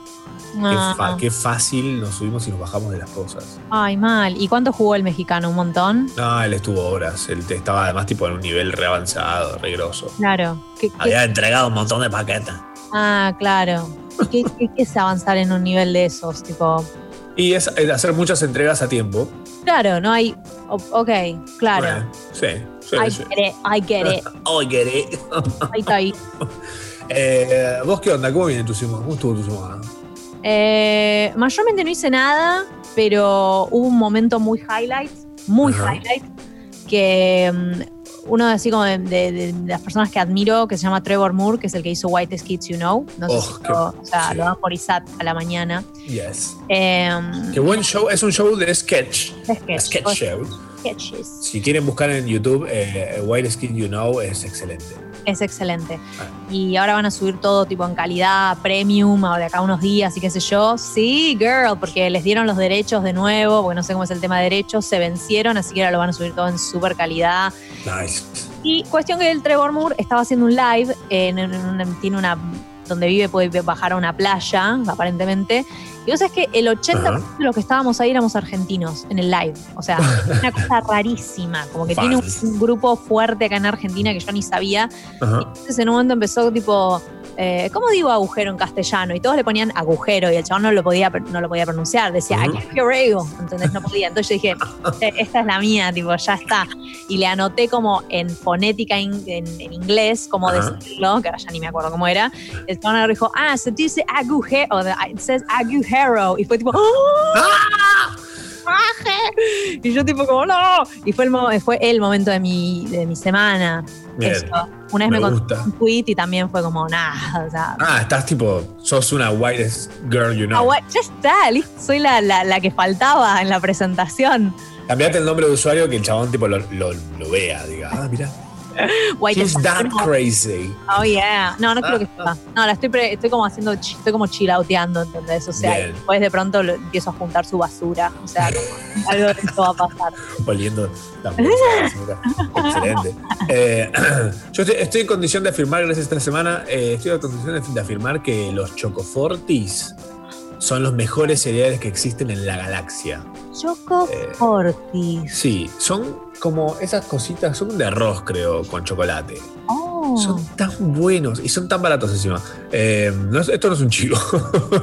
Ah.
qué, fa- qué fácil nos subimos y nos bajamos de las cosas.
Ay, mal. ¿Y cuánto jugó el mexicano? ¿Un montón?
No, él estuvo horas, él te- estaba además tipo en un nivel re avanzado, re grosso.
Claro. ¿Qué-
Ah,
qué-
Había entregado un montón de paquetes.
Ah, claro. ¿Qué, qué- qué es avanzar en un nivel de esos? Tipo,
Y es eh, hacer muchas entregas a tiempo.
claro, no hay. o- Ok, claro.
Bueno, sí, sí,
I
sí. Oh,
get it, I get it.
I get it.
Ahí está ahí.
Eh, ¿Vos qué onda? ¿Cómo viene tu semana? ¿Cómo estuvo tu semana?
Eh, mayormente no hice nada, pero hubo un momento muy highlight, muy
Ajá.
highlight, que mm, uno de, así como de, de- de las personas que admiro, que se llama Trevor Moore, que es el que hizo White Kids You Know. No sé
Oh,
si
qué-
lo, o sea,
sí.
lo dan por ISAT a la mañana.
Yes.
Em,
Qué buen show, es un show de sketch.
Es sketch,
sketch
pues.
show.
sketches.
Si quieren buscar en YouTube, eh, White Skin You Know es excelente.
Es excelente.
Ah.
Y ahora van a subir todo tipo en calidad, premium, o de acá a unos días y qué sé yo. Sí, girl, porque les dieron los derechos de nuevo, porque no sé cómo es el tema de derechos, se vencieron, así que ahora lo van a subir todo en super calidad.
Nice.
Y cuestión que el Trevor Moore estaba haciendo un live, en, en- en una- tiene una. donde vive puede bajar a una playa, aparentemente. Y vos sabés que el 80% de los que estábamos ahí éramos argentinos en el live. O sea, una cosa rarísima. Como que
Fan.
tiene un, un grupo fuerte acá en Argentina que yo ni sabía. Entonces en un momento empezó tipo. eh, ¿Cómo digo agujero en castellano? Y todos le ponían agujero y el chabón no lo podía, no lo podía pronunciar. Decía,
Ujú.
"Aquí Borrego, ¿entendés? No podía. Entonces yo dije, esta es la mía, tipo, ya está. Y le anoté como en fonética in- en, en inglés, cómo
Ajá.
decirlo, que ahora ya ni me acuerdo cómo era. El chabón agarró y dijo, ah, se dice agujero, o de- it says agujero. Y fue tipo, ¡ah! ¡Aje! Y yo tipo como, no. Y fue el, mo- fue el momento de mi, de mi semana.
Bien.
Eso. Una vez
Me
me, contó
gusta.
un tweet y también fue como, nada, o sea,
Ah, estás tipo, sos una White Girl You
ah,
Know.
guay, ya está, listo, soy la- la- la que faltaba en la presentación.
Cambiate el nombre de usuario que el chabón tipo lo, lo, lo vea, diga. Ah, mira.
White
She's Ah,
Shark,
that
no.
crazy.
Oh yeah. No, no creo que sepa. No, la estoy, pre- estoy como haciendo, chi- estoy como chilauteando, ¿entendés? O sea,
Bien.
y después de pronto lo- empiezo a juntar su basura. O sea, como algo de eso va a pasar.
Oliendo la bolsa. Excelente. Eh, yo estoy, estoy en condición de afirmar, gracias esta semana, eh, estoy en condición de, de afirmar que los chocofortis son los mejores cereales que existen en la galaxia.
Choco
Eh.
Fortis.
Sí, son como esas cositas, son de arroz, creo, con chocolate.
Oh.
Son tan buenos y son tan baratos encima. Eh, no es- esto no es un chivo.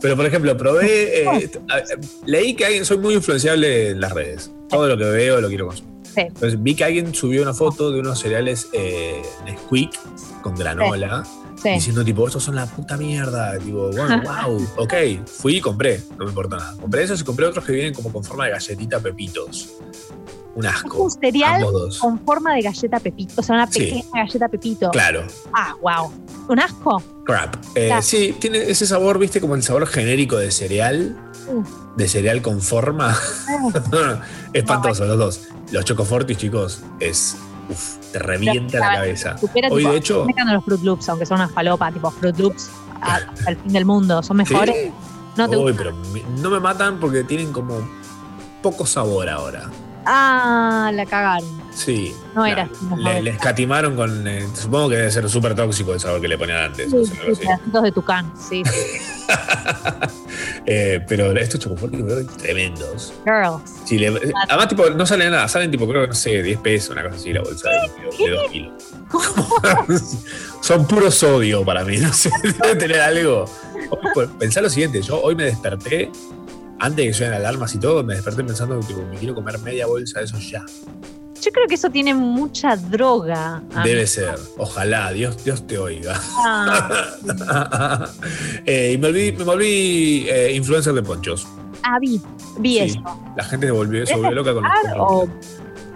Pero, por ejemplo, probé. eh, est- a- leí que alguien, soy muy influenciable en las redes. Todo lo que veo lo quiero consumir.
Sí.
Entonces vi que alguien subió una foto de unos cereales eh, Nesquik con granola.
Sí.
Diciendo, tipo, estos son la puta mierda. Digo, wow, wow. Ok, fui y compré. No me importa nada. Compré esos y compré otros que vienen como con forma de galletita pepitos. Un
Es
asco.
un cereal
Ambos dos.
con forma de galleta pepito. O sea, una
Sí.
pequeña galleta pepito.
Claro.
Ah, wow. ¿Un asco?
Crap. Eh,
Crap.
Sí, tiene ese sabor, viste, como el sabor genérico de cereal,
Mm.
de cereal con forma. Espantoso, los dos. Los chocofortis, chicos, es. Uf, te revienta la cabeza.
Supera,
Hoy,
tipo,
de hecho.
me encantan los Fruit Loops, aunque son una falopa, tipo Fruit Loops a- hasta el fin del mundo. ¿Son mejores?
¿Sí?
No te
Uy,
gustan?
pero me- no me matan porque tienen como poco sabor ahora.
Ah, la cagaron.
Sí.
No era.
Le, le escatimaron con. eh, supongo que debe ser súper tóxico el sabor que le ponían antes. o
Sí,
sea, algo
sí,
así.
pedacitos de tucán, sí. sí.
Eh, pero estos chocofortes me tremendos.
Girls.
Sí, le- eh, además, tipo, no sale nada. Salen, tipo, creo que no sé, 10 pesos, una cosa así, la bolsa de, de 2 kilos. Son puro sodio para mí. No sé, debe tener algo. Hoy, pues, Pensá lo siguiente: yo hoy me desperté, antes de que suenen alarmas y todo, me desperté pensando que tipo, me quiero comer media bolsa de esos ya.
Yo creo que eso tiene mucha droga. amigo.
Debe ser. Ojalá, Dios, Dios te oiga.
Ah,
Eh, y me volví, me volví, eh, influencer de ponchos.
ah, vi, vi
Sí.
eso.
La gente se volvió, se volvió loca con los
¿Es
ponchos.
o-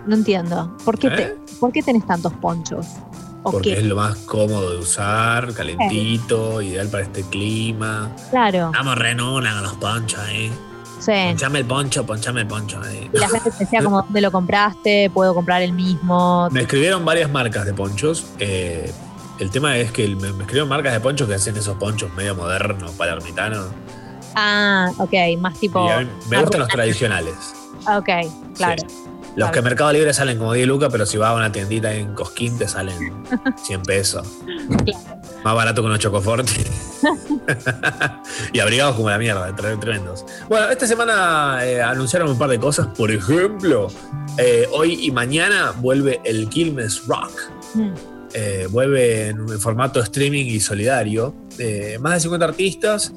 No entiendo. ¿Por qué, te-
¿Eh?
¿Por qué tenés tantos ponchos? ¿O
Porque
qué?
es lo más cómodo de usar, calentito, ideal para este clima.
Claro.
Estamos re en una con los ponchos
¿eh?
ahí.
Sí.
Ponchame el poncho, ponchame el poncho ahí.
Y la gente te decía como, ¿dónde lo compraste? ¿Puedo comprar el mismo?
Me escribieron varias marcas de ponchos. eh, el tema es que me, me escribieron marcas de ponchos que hacen esos ponchos medio modernos, palermitanos.
Ah, ok, más tipo...
Y a mí me gustan los
arrugados.
tradicionales.
Ok, claro.
Los que en Mercado Libre salen como 10 lucas, pero si vas a una tiendita en Cosquín te salen 100 pesos. Más barato que unos chocofortes. y abrigados como la mierda, tre- tremendos. Bueno, esta semana eh, anunciaron un par de cosas. Por ejemplo, eh, hoy y mañana vuelve el Quilmes Rock.
Mm.
Eh, vuelve en un formato streaming y solidario. Eh, más de 50 artistas.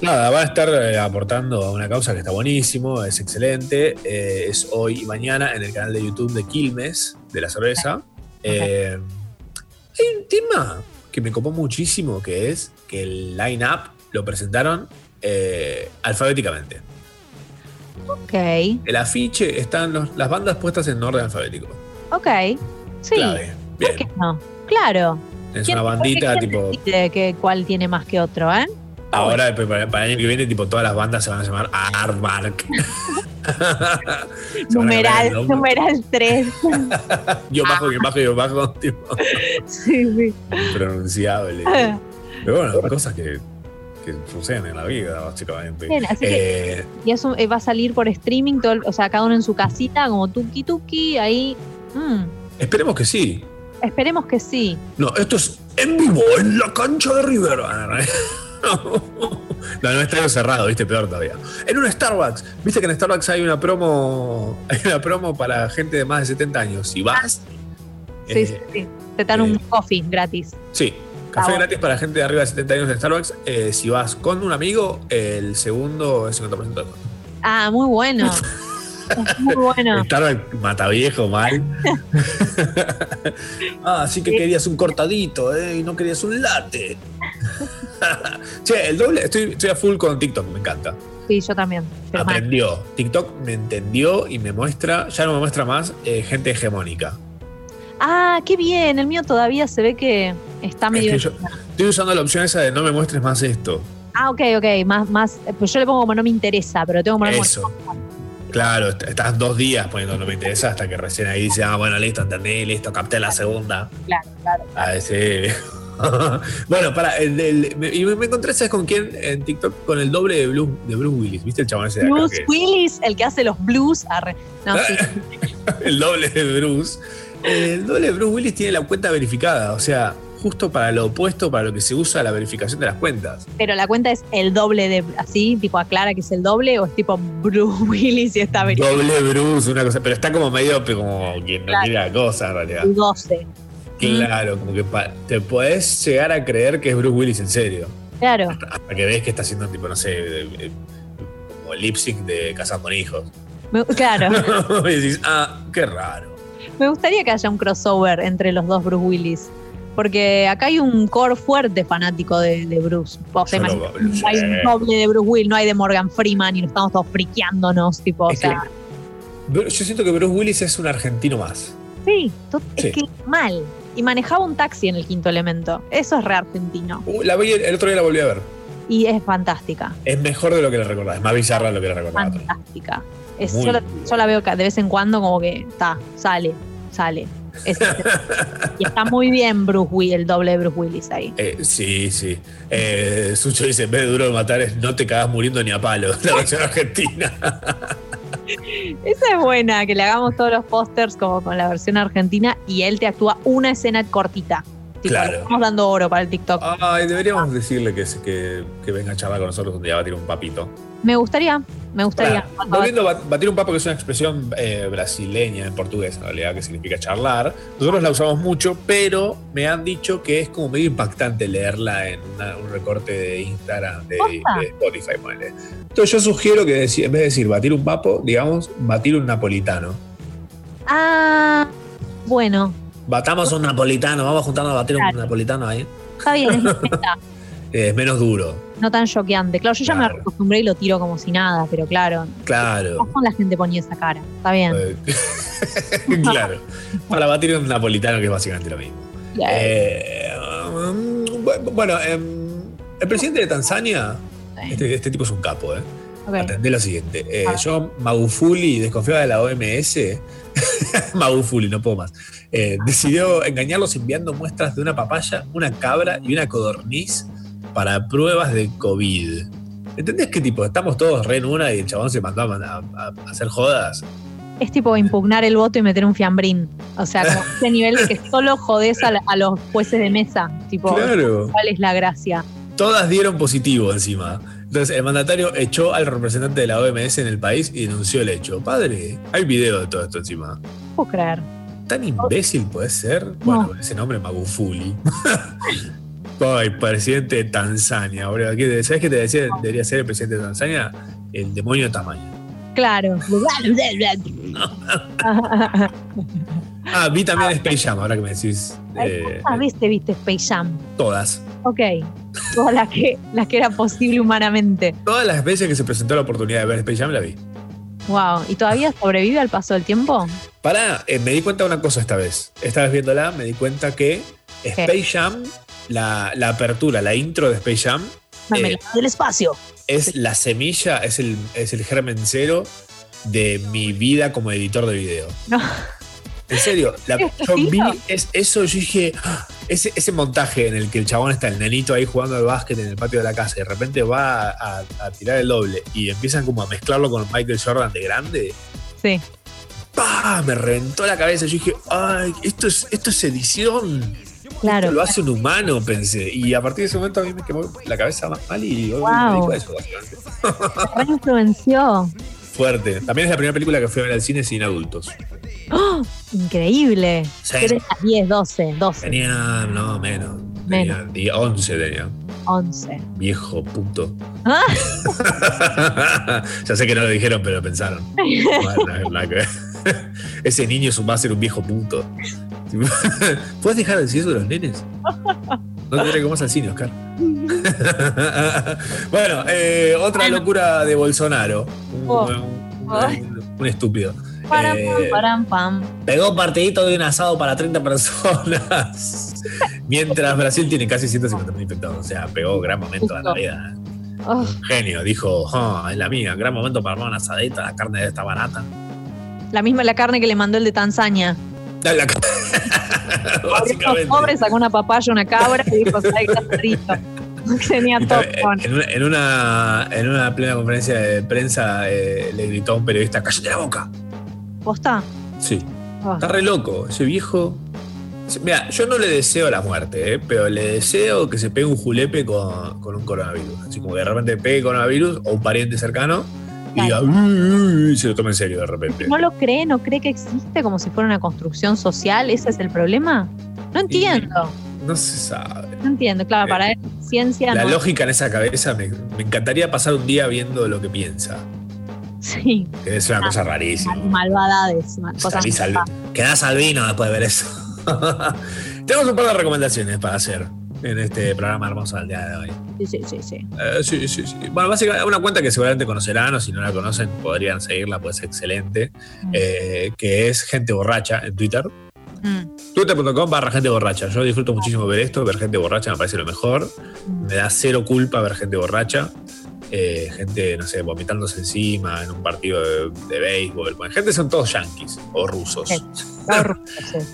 Nada, va a estar eh, aportando a una causa que está buenísimo, es excelente. Eh, es hoy y mañana en el canal de YouTube de Quilmes, de la cerveza. Eh, hay un tema que me copó muchísimo, que es que el line-up lo presentaron eh, alfabéticamente.
Ok,
El afiche están los- las bandas puestas en orden alfabético.
ok. Sí,
Clave. Bien.
¿qué no? Claro.
Es
¿Quién-
una
por qué
bandita
quién
tipo.
decide que cuál tiene más que otro, ¿eh?
Ahora, para, para el año que viene, tipo, todas las bandas se van a llamar Armark.
Numeral, numeral 3.
Yo bajo, yo bajo, yo bajo. Tipo,
sí, sí.
impronunciable. Pero bueno, cosas que, que suceden en la vida, básicamente.
Bien, así que-
Eh,
Y eso eh, va a salir por streaming, todo, el- o sea, cada uno en su casita, como tuki tuki, ahí. Mm,
Esperemos que sí.
esperemos que sí.
No, esto es en vivo, en la cancha de Rivera. No, en un estadio cerrado, viste, peor todavía. En un Starbucks, viste que en Starbucks hay una promo, hay una promo para gente de más de 70 años. Si vas,
Sí,
eh,
sí, sí. Te dan un coffee gratis.
Sí, café
Ah,
gratis para gente de arriba de 70 años en Starbucks. Eh, si vas con un amigo, el segundo es 50% de descuento.
Ah, muy bueno. Es muy
Eh.
bueno.
Starbucks mata viejo, mal. ah, así que querías un cortadito, ¿eh? Y no querías un latte. che, el doble, estoy, estoy a full con TikTok, me encanta.
Sí, yo también. Pero mal.
Aprendió. TikTok me entendió y me muestra, ya no me muestra más eh, gente hegemónica.
Ah, qué bien. El mío todavía se ve que está
Es
medio.
que yo estoy usando la opción esa de no me muestres más esto.
Ah, ok, ok. Más, más. eh, Pues yo le pongo como no me interesa, pero tengo que poner como-
Eso. Claro, est- estás dos días poniendo no me interesa hasta que recién ahí dice, ah, bueno, listo, entendí, listo, capté la segunda.
Claro, claro.
Ah, sí. bueno, para, el, del- me- y me me encontré, ¿sabes con quién? En TikTok, con el doble de Bruce, de Bruce Willis, ¿viste el chabón ese de acá?
Bruce
que-
Willis, el que hace los blues. arre. No, sí.
el doble de Bruce. El doble de Bruce Willis tiene la cuenta verificada, o sea, justo para lo opuesto, para lo que se usa la verificación de las cuentas.
Pero la cuenta es el doble de. Así, tipo aclara que es el doble, o es tipo Bruce Willis y está verificado.
Doble Bruce, una cosa, pero está como medio pe- como quien no
Claro.
quiere la cosa en realidad.
12. Mm.
Claro, como que pa- te podés llegar a creer que es Bruce Willis en serio.
Claro.
Hasta que ves que está haciendo tipo, no sé, de- de- como lip sync de Casando con Hijos.
Me- claro.
y decís, ah, qué raro.
Me gustaría que haya un crossover entre los dos Bruce Willis. Porque acá hay un core fuerte fanático de, de Bruce. O sea,
Yo lo-
imagínate,
lo
no hay
sé.
un doble de Bruce Willis, no hay de Morgan Freeman y nos estamos todos friqueándonos. Tipo, o
Es que-
sea,
Bru- Yo siento que Bruce Willis es un argentino más.
sí, to-
Sí.
es que mal. Y manejaba un taxi en el quinto elemento. Eso es re argentino.
Uh, la vi el, el otro día la volví a ver.
Y es fantástica.
Es mejor de lo que la recordaba, es más bizarra de lo que la recordaba.
Fantástica. Es-
Muy
yo, la, yo la veo ca- de vez en cuando como que está, sale, sale. Es- este. y está muy bien Bruce Willis, el doble de Bruce Willis ahí.
Eh, sí, sí. Eh, Sucho dice, en vez de duro de matar es no te cagas muriendo ni a palo. La versión argentina.
Esa es buena, que le hagamos todos los pósters como con la versión argentina y él te actúa una escena cortita. Tipo,
Claro.
le Estamos dando oro para el TikTok.
Ay, deberíamos decirle que, se- que, que venga a charlar con nosotros un día va a tirar un papito.
Me gustaría, me gustaría.
Pará,
por favor.
volviendo a bat- batir un papo, que es una expresión eh, brasileña en portugués, en realidad, que significa charlar. Nosotros la usamos mucho, pero me han dicho que es como medio impactante leerla en una- un recorte de Instagram, de,
¿Posta?
de Spotify. ponele. Entonces yo sugiero que deci- en vez de decir batir un papo, digamos batir un napolitano.
Ah, bueno,
Batamos un napolitano, vamos juntando a batir
Claro.
un napolitano ahí.
está bien, es distinta,
Eh, Es menos duro.
no tan choqueante. Claro, yo ya me acostumbré y lo tiro como si nada, pero claro,
Claro,
con la gente ponía esa cara? Está bien.
claro. Para batir un napolitano, que es básicamente lo mismo. Eh, um, bu- bueno, em, el presidente de Tanzania, este, este tipo es un capo, ¿eh?
Ok.
Atendé lo siguiente. Eh, yo, Magufuli, desconfiaba de la OMS. Magufuli, no puedo más. Eh, decidió engañarlos enviando muestras de una papaya, una cabra y una codorniz para pruebas de COVID. ¿Entendés qué tipo? Estamos todos re en una y el chabón se mandó a, man- a- a hacer jodas.
Es tipo impugnar el voto y meter un fiambrín. O sea, como ese nivel de que solo jodés a, la- a los jueces de mesa. Tipo,
Claro.
¿cuál es la gracia?
Todas dieron positivo encima. Entonces el mandatario echó al representante de la OMS en el país y denunció el hecho. Padre, hay video de todo esto encima.
No puedo creer.
¿Tan imbécil puede ser? Bueno, con ese nombre Magufuli. Ay, presidente de Tanzania, boludo. ¿Qué te- ¿Sabes qué te decía? Debería ser el presidente de Tanzania el demonio tamaño.
Claro.
Ah, vi también Space Jam, ahora que me decís. eh,
¿Cuántas veces viste Space Jam?
todas.
Ok. Todas las que, las que era posible humanamente.
Todas las veces que se presentó la oportunidad de ver Space Jam la vi.
Wow. ¿Y todavía sobrevive al paso del tiempo?
Pará, eh, me di cuenta de una cosa esta vez. Esta vez viéndola, me di cuenta que Space Jam, la, la apertura, la intro de Space Jam, eh,
Mermelada del espacio.
es la semilla, es el, es el germen cero de mi vida como editor de video.
No.
En serio, la,
¿Es
yo vi es, eso, yo dije, ¡ah! ese, ese montaje en el que el chabón está, el nenito ahí jugando al básquet en el patio de la casa, y de repente va a, a- a tirar el doble y empiezan como a mezclarlo con Michael Jordan de grande.
Sí.
¡Pah! Me reventó la cabeza. Yo dije, ¡ay! Esto es, esto es edición.
Claro.
Esto lo hace un humano, pensé. Y a partir de ese momento a mí me quemó la cabeza más mal y hoy me
Wow.
dedico a eso, básicamente.
Re influenció.
Fuerte. También es la primera película que fui a ver al cine sin adultos.
¡Oh! Increíble.
Sí.
Eres las 10, 12, 12,
Tenía, no, menos.
menos,
Tenía die- 11 tenía.
11.
Viejo puto.
Ah,
ya sé que no lo dijeron, pero lo pensaron. Bueno, nada- nada que ver. Ese niño es un- va a ser un viejo puto. ¿Puedes dejar de decir eso de los nenes? No te traigo más al cine, Oscar. bueno, eh, otra locura de Bolsonaro. Un,
Oh.
un estúpido.
Param,
Eh,
param, pam.
Pegó un partidito de un asado para 30 personas.
Mientras Brasil tiene casi 150.000 infectados. O sea, pegó gran momento a la
Justo.
vida.
Oh,
Genio, dijo, "Ah, es la mía, gran momento para armar una asadita, la carne está barata.
la misma la carne que le mandó el de Tanzania.
Dale la carne.
Los
Básicamente.
pobres sacó una papaya, una cabra y dijo, "Ay, está frito". Tenía
Y
todo.
también, En una, en, una, en una plena conferencia de prensa eh, le gritó a un periodista, cállate la boca.
¿Posta?
Sí.
Ah.
Está re loco, ese viejo. Mira, yo no le deseo la muerte, eh, pero le deseo que se pegue un julepe con, con un coronavirus. Así como que de repente pegue coronavirus o un pariente cercano y diga, "Uy, uy", y se lo tome en serio de repente.
¿No lo cree? ¿No cree que existe como si fuera una construcción social? ¿Ese es el problema? No entiendo.
No se sabe.
No entiendo. Claro, para él, ciencia
Eh, La
no.
lógica en esa cabeza, me, me encantaría pasar un día viendo lo que piensa.
Sí.
que Es una cosa rarísima.
Malvadades. mal- cosas
Salís al,
malvadas.
quedás al vino después de ver eso. Tenemos un par de recomendaciones para hacer en este programa hermoso del día de hoy.
Sí, sí, sí, sí.
Eh, sí, sí, sí. Bueno, básicamente una cuenta que seguramente conocerán o si no la conocen podrían seguirla, pues excelente, eh, que es Gente Borracha en Twitter.
Mm.
Twitter.com barra gente borracha. Yo disfruto muchísimo ver esto, ver gente borracha me parece lo mejor.
Mm.
Me da cero culpa ver gente borracha. Eh, gente, no sé, vomitándose encima en un partido de, de béisbol. Bueno, gente son todos yanquis o rusos.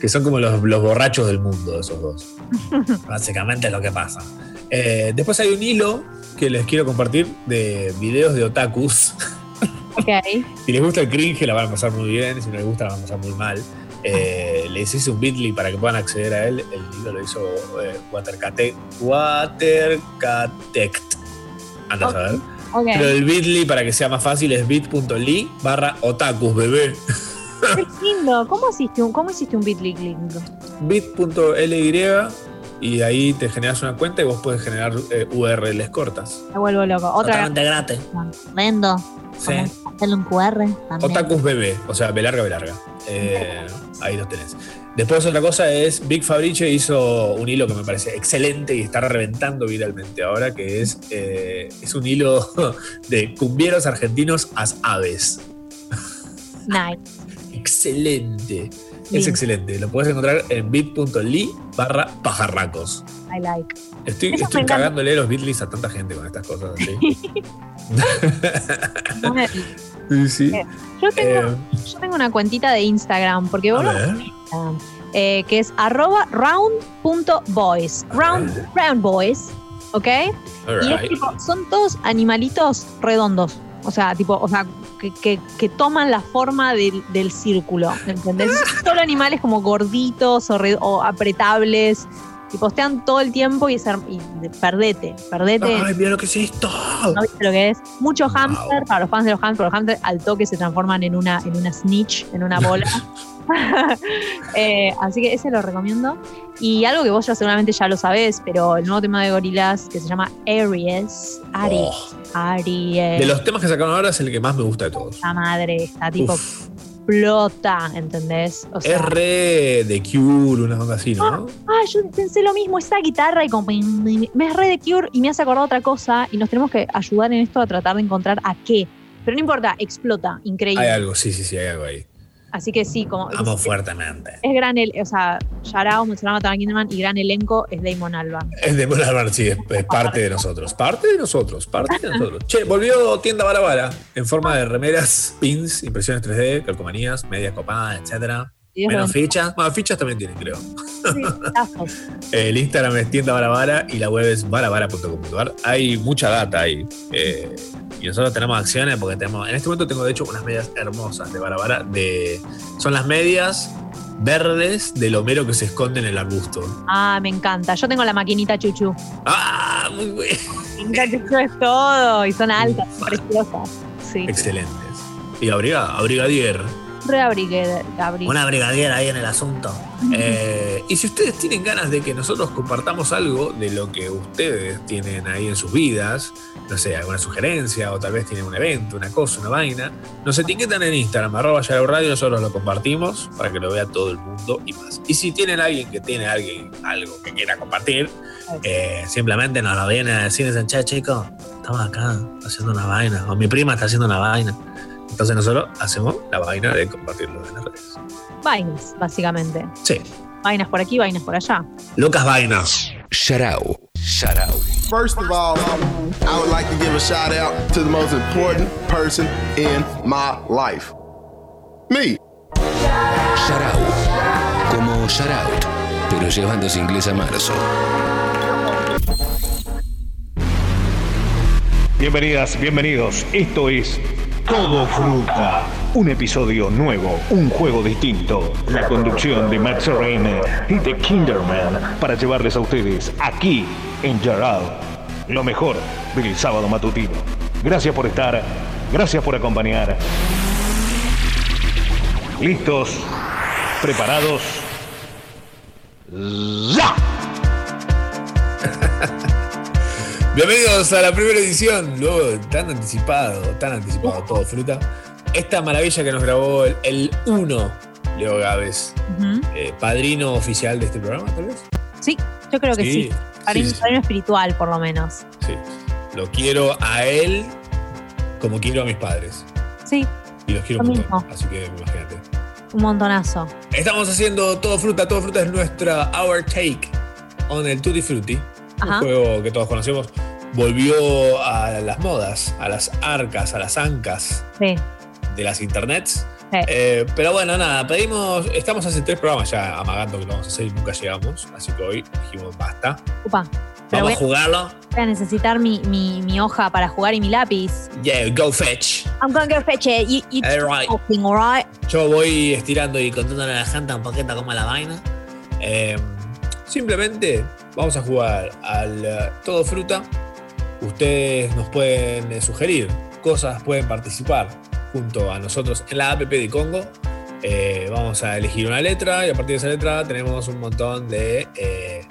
que son como los, los borrachos del mundo, esos dos. Básicamente es lo que pasa. Eh, después hay un hilo que les quiero compartir de videos de otakus.
Ok.
Si les gusta el cringe, la van a pasar muy bien. Si no les gusta, la van a pasar muy mal. Eh, les hice un bit.ly para que puedan acceder a él. El libro lo hizo eh, Watercate- Watercatect. Anda a saber.
Ok.
Pero el bit.ly, para que sea más fácil, es bit.ly barra otakus, bebé.
Qué lindo. ¿Cómo hiciste un, cómo hiciste un bitly lindo?
bit.ly y ahí te generas una cuenta y vos puedes generar eh, URLs cortas.
Me vuelvo loco. Otra Ah.
Totalmente gratis.
Vendo.
Sí.
Hacerle un QR también.
Otakus BB, o sea, Belarga Belarga. Eh, ahí los tenés. Después otra cosa es, Big Fabrice hizo un hilo que me parece excelente y está reventando viralmente ahora, que es, eh, es un hilo de cumbieros argentinos as aves.
Nice.
Excelente. Es
Lindo.
excelente. Lo puedes encontrar en bit.ly barra pajarracos.
I like.
Estoy,
Eso
estoy
me encanta.
cagándole los bitlis a tanta gente con estas cosas así.
Bueno,
Sí, sí.
Yo tengo,
Eh.
yo tengo una cuentita de Instagram, porque vos
A
no-
ver.
eh, que es arroba round.boys. Round, round boys, ¿ok? Y es
Alright.
tipo, son todos animalitos redondos. O sea, tipo, o sea, que, que- que toman la forma del, del círculo. ¿Entendés? Solo animales como gorditos o, re- o apretables. Y postean todo el tiempo y, es her- y perdete, perdete.
Ay, mira lo que es esto.
¿No viste lo que es? Mucho hamster, para los fans de los hamsters, los hamsters al toque se transforman en una, en una snitch, en una bola. Eh, así que ese lo recomiendo. Y algo que vos ya seguramente ya lo sabés, pero el nuevo tema de gorilas que se llama Aries. Aries.
Oh.
Aries.
De los temas que sacaron ahora es el que más me gusta de todos.
La madre está tipo explota, ¿entendés? O sea,
Es re de Cure, una onda así, ¿no?
Ah, yo pensé lo mismo, esa guitarra y como me es re de Cure y me hace acordar otra cosa y nos tenemos que ayudar en esto a tratar de encontrar a qué. Pero no importa, explota, increíble.
Hay algo, sí, sí, sí, hay algo ahí.
Así que sí, como
Amo fuertemente.
es gran, el, o sea, Yarao, Mozzarella, Taban Kinderman y gran elenco es Damon Alban.
Es de Mola Bar, sí, es, es parte de nosotros. Parte de nosotros, parte de nosotros. Che, volvió tienda Bala Bala en forma de remeras, pins, impresiones 3D, calcomanías, medias copadas, etcétera.
Y es
Menos
verdad.
fichas. Más fichas también tienen, creo.
Sí, tazos.
El Instagram es tienda Barabara y la web es barabara.com.ar. Hay mucha data ahí. eh, y nosotros tenemos acciones porque tenemos. En este momento tengo, de hecho, unas medias hermosas de Barabara. De, son las medias verdes del Homero que se esconde en el arbusto.
Ah, me encanta. Yo tengo la maquinita chuchu.
¡Ah! Muy bueno.
Maquinita chuchu es todo y son altas, son preciosas. Sí.
Excelentes. Y abriga, abrigadier.
Reabrigué, Gabriel.
Una brigadiera ahí en el asunto.
Eh, y si ustedes tienen ganas de que nosotros compartamos algo de lo que ustedes tienen ahí en sus vidas, no sé, alguna sugerencia o tal vez tienen un evento, una cosa, una vaina, nos etiquetan en Instagram, arroba Yarao Radio, nosotros lo compartimos para que lo vea todo el mundo y más. Y si tienen alguien que tiene alguien, algo que quiera compartir, eh,
Simplemente nos lo vienen a decir y dicen, che, chicos, estamos acá haciendo una vaina. O mi prima está haciendo una vaina.
entonces nosotros hacemos la vaina de compartirlo en las redes.
Vainas, básicamente.
Sí.
Vainas por aquí, vainas por allá.
Lucas Vainas.
Yarao. Yarao.
First of all, I would like to give a shout out to the most important person in my life me.
Yarao. Como Shoutout, pero llevándose inglés a marzo.
Bienvenidas, bienvenidos. Esto es Todo Fruta. Un episodio nuevo, un juego distinto. La conducción de Max Reine y de Kinderman para llevarles a ustedes aquí en Yarao. Lo mejor del sábado matutino. Gracias por estar, gracias por acompañar. ¿Listos? ¿Preparados? ¡Ya!
Bienvenidos a la primera edición, luego de tan anticipado, tan anticipado todo fruta. Esta maravilla que nos grabó el- el 1, Leo Gávez,
Ujú.
eh, padrino oficial de este programa, tal vez.
Sí, yo creo que sí.
Sí,
Cariño,
sí, sí.
cariño espiritual, por lo menos.
Sí. Lo quiero a él como quiero a mis padres.
Sí,
Y los quiero
Lo
mucho.
mismo.
Así que imagínate.
un montonazo.
Estamos haciendo todo fruta, todo fruta es nuestra Our Take on el Tutti Frutti.
Ajá.
Un juego que todos conocemos. Volvió a las modas, a las arcas, a las ancas.
Sí.
de las internets.
Sí.
Eh, pero bueno, nada, pedimos. Estamos hace tres programas ya amagando que lo vamos a hacer y nunca llegamos. Así que hoy dijimos basta.
Upa. Pero
Vamos
voy
a jugarlo.
Voy a necesitar mi, mi- mi hoja para jugar y mi lápiz.
Yeah, go fetch.
I'm gonna go fetch it. You, you keep
Alright.
talking, alright?
Yo voy estirando y contándole a la gente un poquito cómo es la vaina. Eh, simplemente vamos a jugar al eh, todo fruta. Ustedes nos pueden eh, sugerir cosas, pueden participar junto a nosotros en la app de Congo. Eh, vamos a elegir una letra y a partir de esa letra tenemos un montón de eh,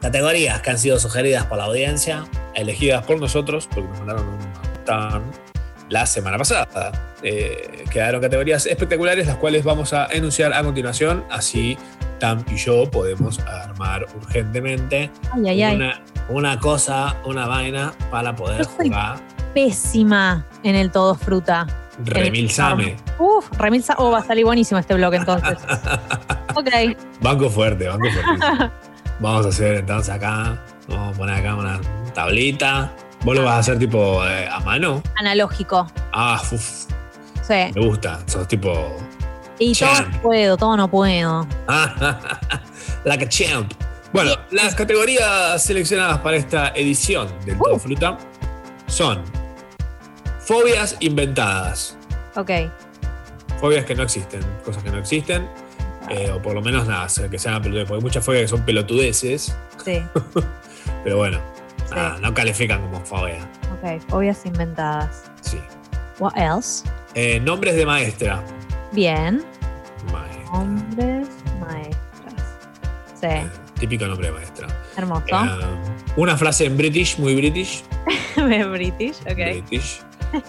categorías que han sido sugeridas por la audiencia, elegidas por nosotros, porque nos mandaron un montón la semana pasada. Eh, quedaron categorías espectaculares, las cuales vamos a enunciar a continuación. Así Tam y yo podemos armar urgentemente
Ay, ay, ay.
Una, una cosa, una vaina para poder jugar.
Pésima en el todo fruta.
Remilzame.
Uf, remilza. Oh, va a salir buenísimo este blog entonces. ok.
Banco fuerte, banco fuerte. Vamos a hacer entonces acá, vamos a poner acá una tablita. Vos lo vas a hacer tipo eh, a mano.
Analógico.
Ah, uf,
Sí.
me gusta. Sos tipo.
Y todo no puedo, todo no puedo.
like a champ. Bueno, las categorías seleccionadas para esta edición del Todo Fruta son fobias inventadas,
Ok.
fobias que no existen, cosas que no existen, eh, o por lo menos nada, que sean pelotudeces, porque hay muchas fobias que son pelotudeces,
Sí.
pero bueno, nada, no califican como fobia.
Ok. Obvias inventadas.
Sí.
What else?
Eh, nombres de maestra,
Bien. Hombres, maestras. Sí.
típico nombre de maestra. Eh,
Hermoso.
Una frase en British, muy British.
Me British. Ok.
British.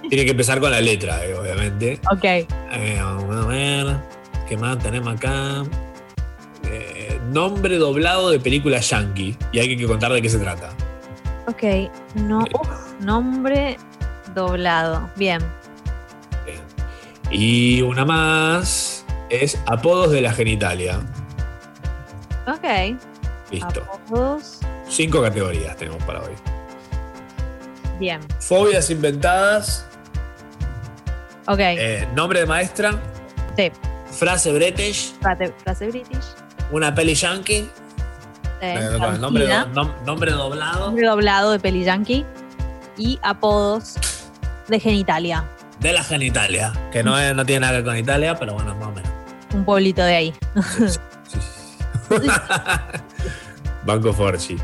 Tiene que empezar con la letra, eh, obviamente.
Ok.
Eh, a ver, ¿qué más tenemos acá? Eh, nombre doblado de película yankee. Y hay que contar de qué se trata.
Ok. No. Uf, nombre doblado. Bien.
Y una más es apodos de la genitalia.
Ok.
Listo.
Apodos.
Cinco categorías tenemos para hoy.
Bien.
Fobias inventadas,
Ok.
eh, nombre de maestra,
Sí.
frase british,
Frase, frase British.
una peli yankee,
Sí.
eh, bueno, nombre, do-
Argentina.
nom- nombre doblado
Nombre doblado de peli yankee. Y apodos de genitalia.
de la genitalia. Que no, es- no tiene nada que ver con Italia, pero bueno, más o menos.
Un pueblito de ahí.
Banco Forchi.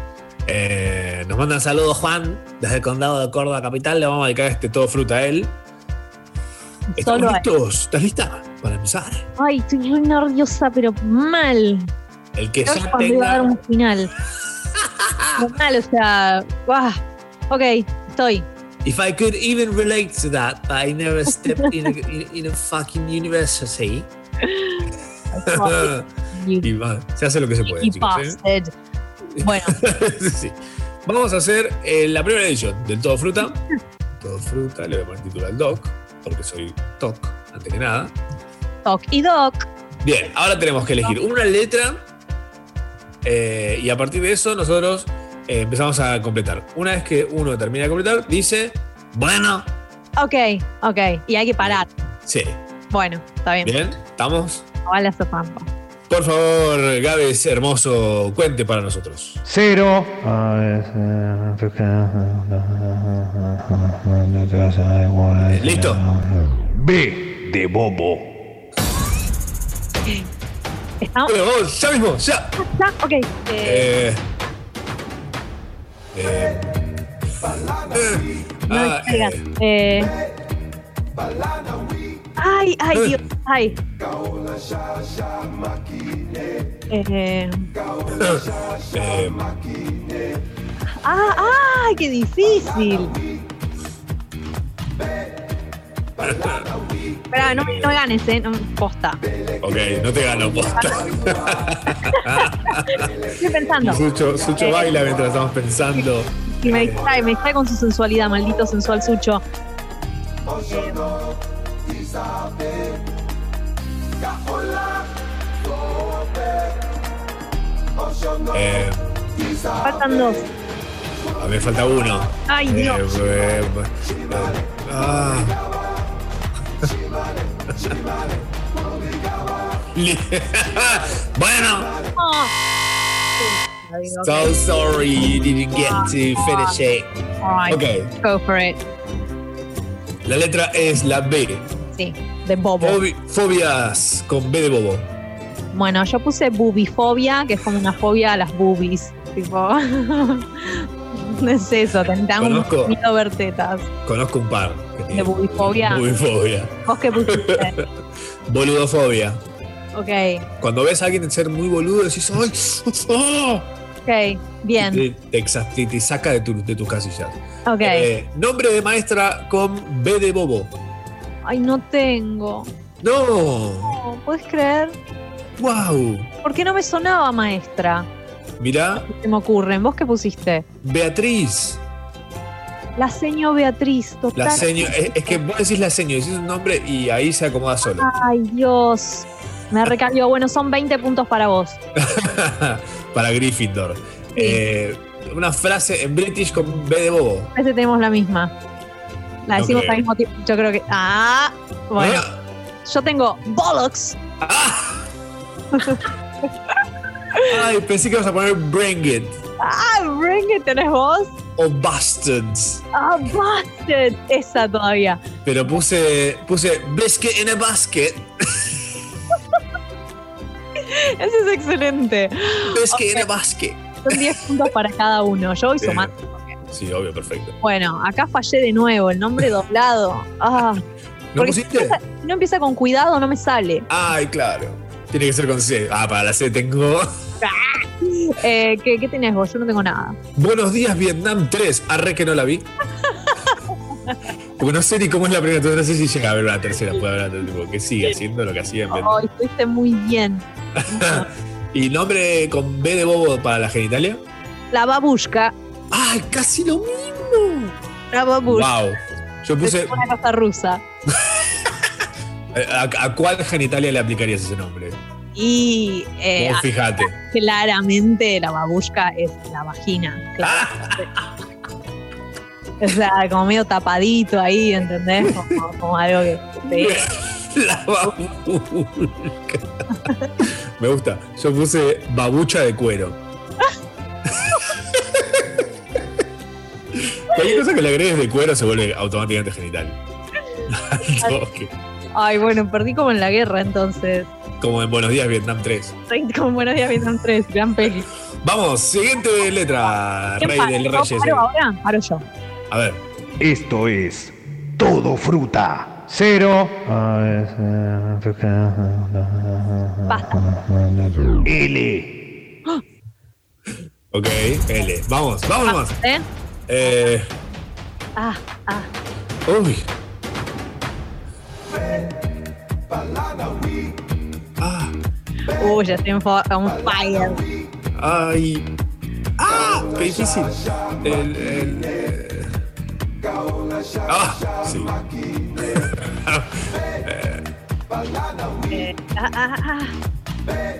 Eh, nos mandan saludos Juan desde el condado de Córdoba Capital. Le vamos a dedicar este todo fruta a él. ¿Estamos
Solo a él.
listos? ¿Estás lista para empezar?
Ay, estoy muy nerviosa, pero mal.
El que
Creo que
ya
cuando iba a dar
tenga,
un final. Pero mal, o sea. ah, Ok, estoy.
if I could even relate to that, but I never stepped in a, in, in a fucking university. y va, se hace lo que se puede.
Y
chicos, ¿eh?
busted. Bueno,
Sí. Vamos a hacer eh, la primera edición del Todo Fruta. Todo Fruta, le voy a poner título al Doc, porque soy Doc, antes que nada.
Doc y Doc.
Bien, ahora tenemos que elegir una letra eh, y a partir de eso nosotros eh, empezamos a completar. Una vez que uno termina de completar, dice, bueno,
Ok, ok. Y hay que parar.
sí.
Bueno, está bien.
Bien, ¿estamos?
No la sofampa.
Por favor, Gabes, hermoso, cuente para nosotros.
Cero.
eh,
Listo.
B de Bobo.
Estamos.
Bueno, vamos, ya mismo, ya.
Ya, ok. Eh,
Eh, eh,
no me
ah,
distraigas. Eh, Ay, ay, Dios. Ay. Eh,
eh,
ah, ay, qué difícil. Esperá, no, me- no me ganes, eh. No, posta.
ok, no te gano posta.
Estoy pensando.
Sucho, Sucho
Eh,
baila mientras estamos pensando.
Y me distrae, me distrae con su sensualidad, maldito sensual Sucho.
Eh,
Faltan dos.
a mí me falta uno.
Ay, Dios.
Eh, eh, eh, ah. Li- bueno,
Oh.
so sorry you didn't get to finish it.
All right,
Okay.
Go for it.
La letra es la B.
Sí, de bobo.
Fobi- fobias con B de bobo.
Bueno, yo puse bubifobia, que es como una fobia a las boobies. Tipo. no es eso, te dan un
Conozco.
miedo a ver tetas.
Conozco un par.
De bubifobia.
Bubifobia.
¿Vos qué pusiste?
Boludofobia.
ok,
Cuando ves a alguien ser muy boludo, decís, ¡ay! ah".
ok, bien.
Te, te exas- te- te saca de, tu- de tus casillas.
Ok.
Eh, nombre de maestra con B de bobo.
Ay, no tengo.
¡No!
No, ¿Puedes creer?
¡Wow!
¿Por qué no me sonaba maestra?
Mirá,
Se me ocurren. ¿Vos qué pusiste?
Beatriz.
La seño Beatriz, total.
La seño. Es, es que vos decís la seño, decís un nombre y ahí se acomoda solo.
Ay, Dios. Me recalcó. Bueno, son 20 puntos para vos.
Para Gryffindor. Eh, una frase en British con B de bobo.
A veces tenemos la misma. La
No
decimos
creo.
al mismo tiempo. Yo creo que. Ah, bueno. Yo tengo bollocks.
Ah. Ay, pensé que ibas a poner Bring It
Ah, bring it, tenés vos.
o Bastards.
Ah, bastard. Esa todavía.
Pero puse, puse Biscuit in a Basket.
Esa es excelente.
Biscuit in a
Ok.
Basket.
Son 10 puntos para cada uno. Yo voy
Sí.
sumando.
Sí, obvio, perfecto.
Bueno, acá fallé de nuevo. El nombre doblado. Ah.
¿No
Porque si
pusiste?
empieza- si no empieza con cuidado, no me sale.
Ay, claro. Tiene que ser con C. Ah, para la C tengo.
Eh, ¿qué, ¿Qué tenés vos? Yo no tengo nada.
Buenos días, Vietnam 3. Arre que no la vi. Porque no sé ni cómo es la primera, entonces no sé si llega a haber una tercera, puede haber una tercera, tipo, que sigue haciendo lo que hacía en
Ay,
Vietnam.
estuviste muy bien.
¿Y nombre con B de bobo para la genitalia?
La babushka.
¡Ay, casi lo mismo!
La babushka.
Wow. Yo puse. eh,
Es una cosa rusa.
¿A, a cuál genitalia le aplicarías ese nombre?
Y eh,
Vos fíjate.
claramente la babushka es la vagina. claramente. o sea, como medio tapadito ahí, ¿entendés? Como, como algo que... eh.
La babuca. Me gusta. Yo puse babucha de cuero. Cualquier cosa que le agregues de cuero se vuelve automáticamente genital. Al toque.
Ay, bueno, perdí como en la guerra entonces.
Como en Buenos Días Vietnam 3.
Soy Como Buenos Días Vietnam 3, gran peli.
Vamos, siguiente letra,
¿Quién
Rey
paró?
del
¿Vos
Reyes. eh.
paró ahora? Paro yo.
A ver.
Esto es Todo Fruta. eh, Cero. L.
Ok, L. Vamos, vamos más.
¿Eh?
Eh,
Ah, ah.
uy.
Uy, ya estoy en fo- on fire.
Ay. ¡Ah! ¡Qué difícil! El- el- eh. ¡Ah! Sí. Eh,
Eh, ah, ah, ah.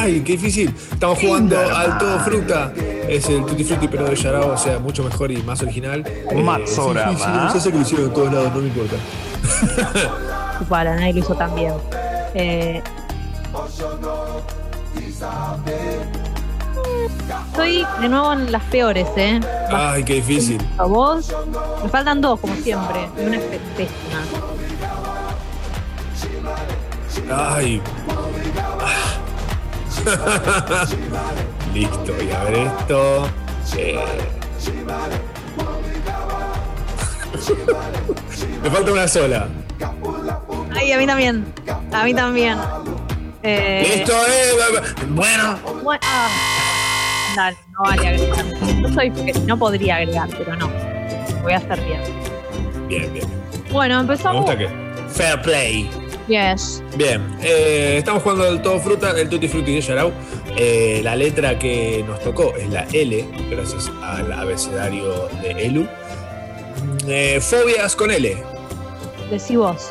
¡Ay! ¡Qué difícil! Estamos jugando al todo fruta. Es el Tutti Frutti, pero de Yarao, o sea, mucho mejor y más original. Eh,
Mazorama.
Sí, sí, sí, yo sé que lo hicieron en todos lados, no me importa.
Para, nadie lo hizo tan bien. Eh, estoy de nuevo en las peores, ¿eh?
¡Ay! ¡Qué difícil!
A vos. Me faltan dos, como siempre. Y una es pe- pésima.
¡Ay! Ah. Listo, voy a ver esto. Eh. Me falta una sola.
Ay, a mí también. A mí también. Eh,
Listo, eh. bu- bu- Bueno.
Bueno, ah. Dale, no vale agregar. Yo soy fe- no podría agregar, pero no. Voy a hacer bien.
Bien, bien.
Bueno,
Me
empezamos.
gusta que. Fair play.
Yes.
Bien. eh, estamos jugando el todo fruta, el tutti frutti de Yarau. Eh, la letra que nos tocó es la L, gracias al abecedario de Elu. Eh, fobias con L.
Decí vos.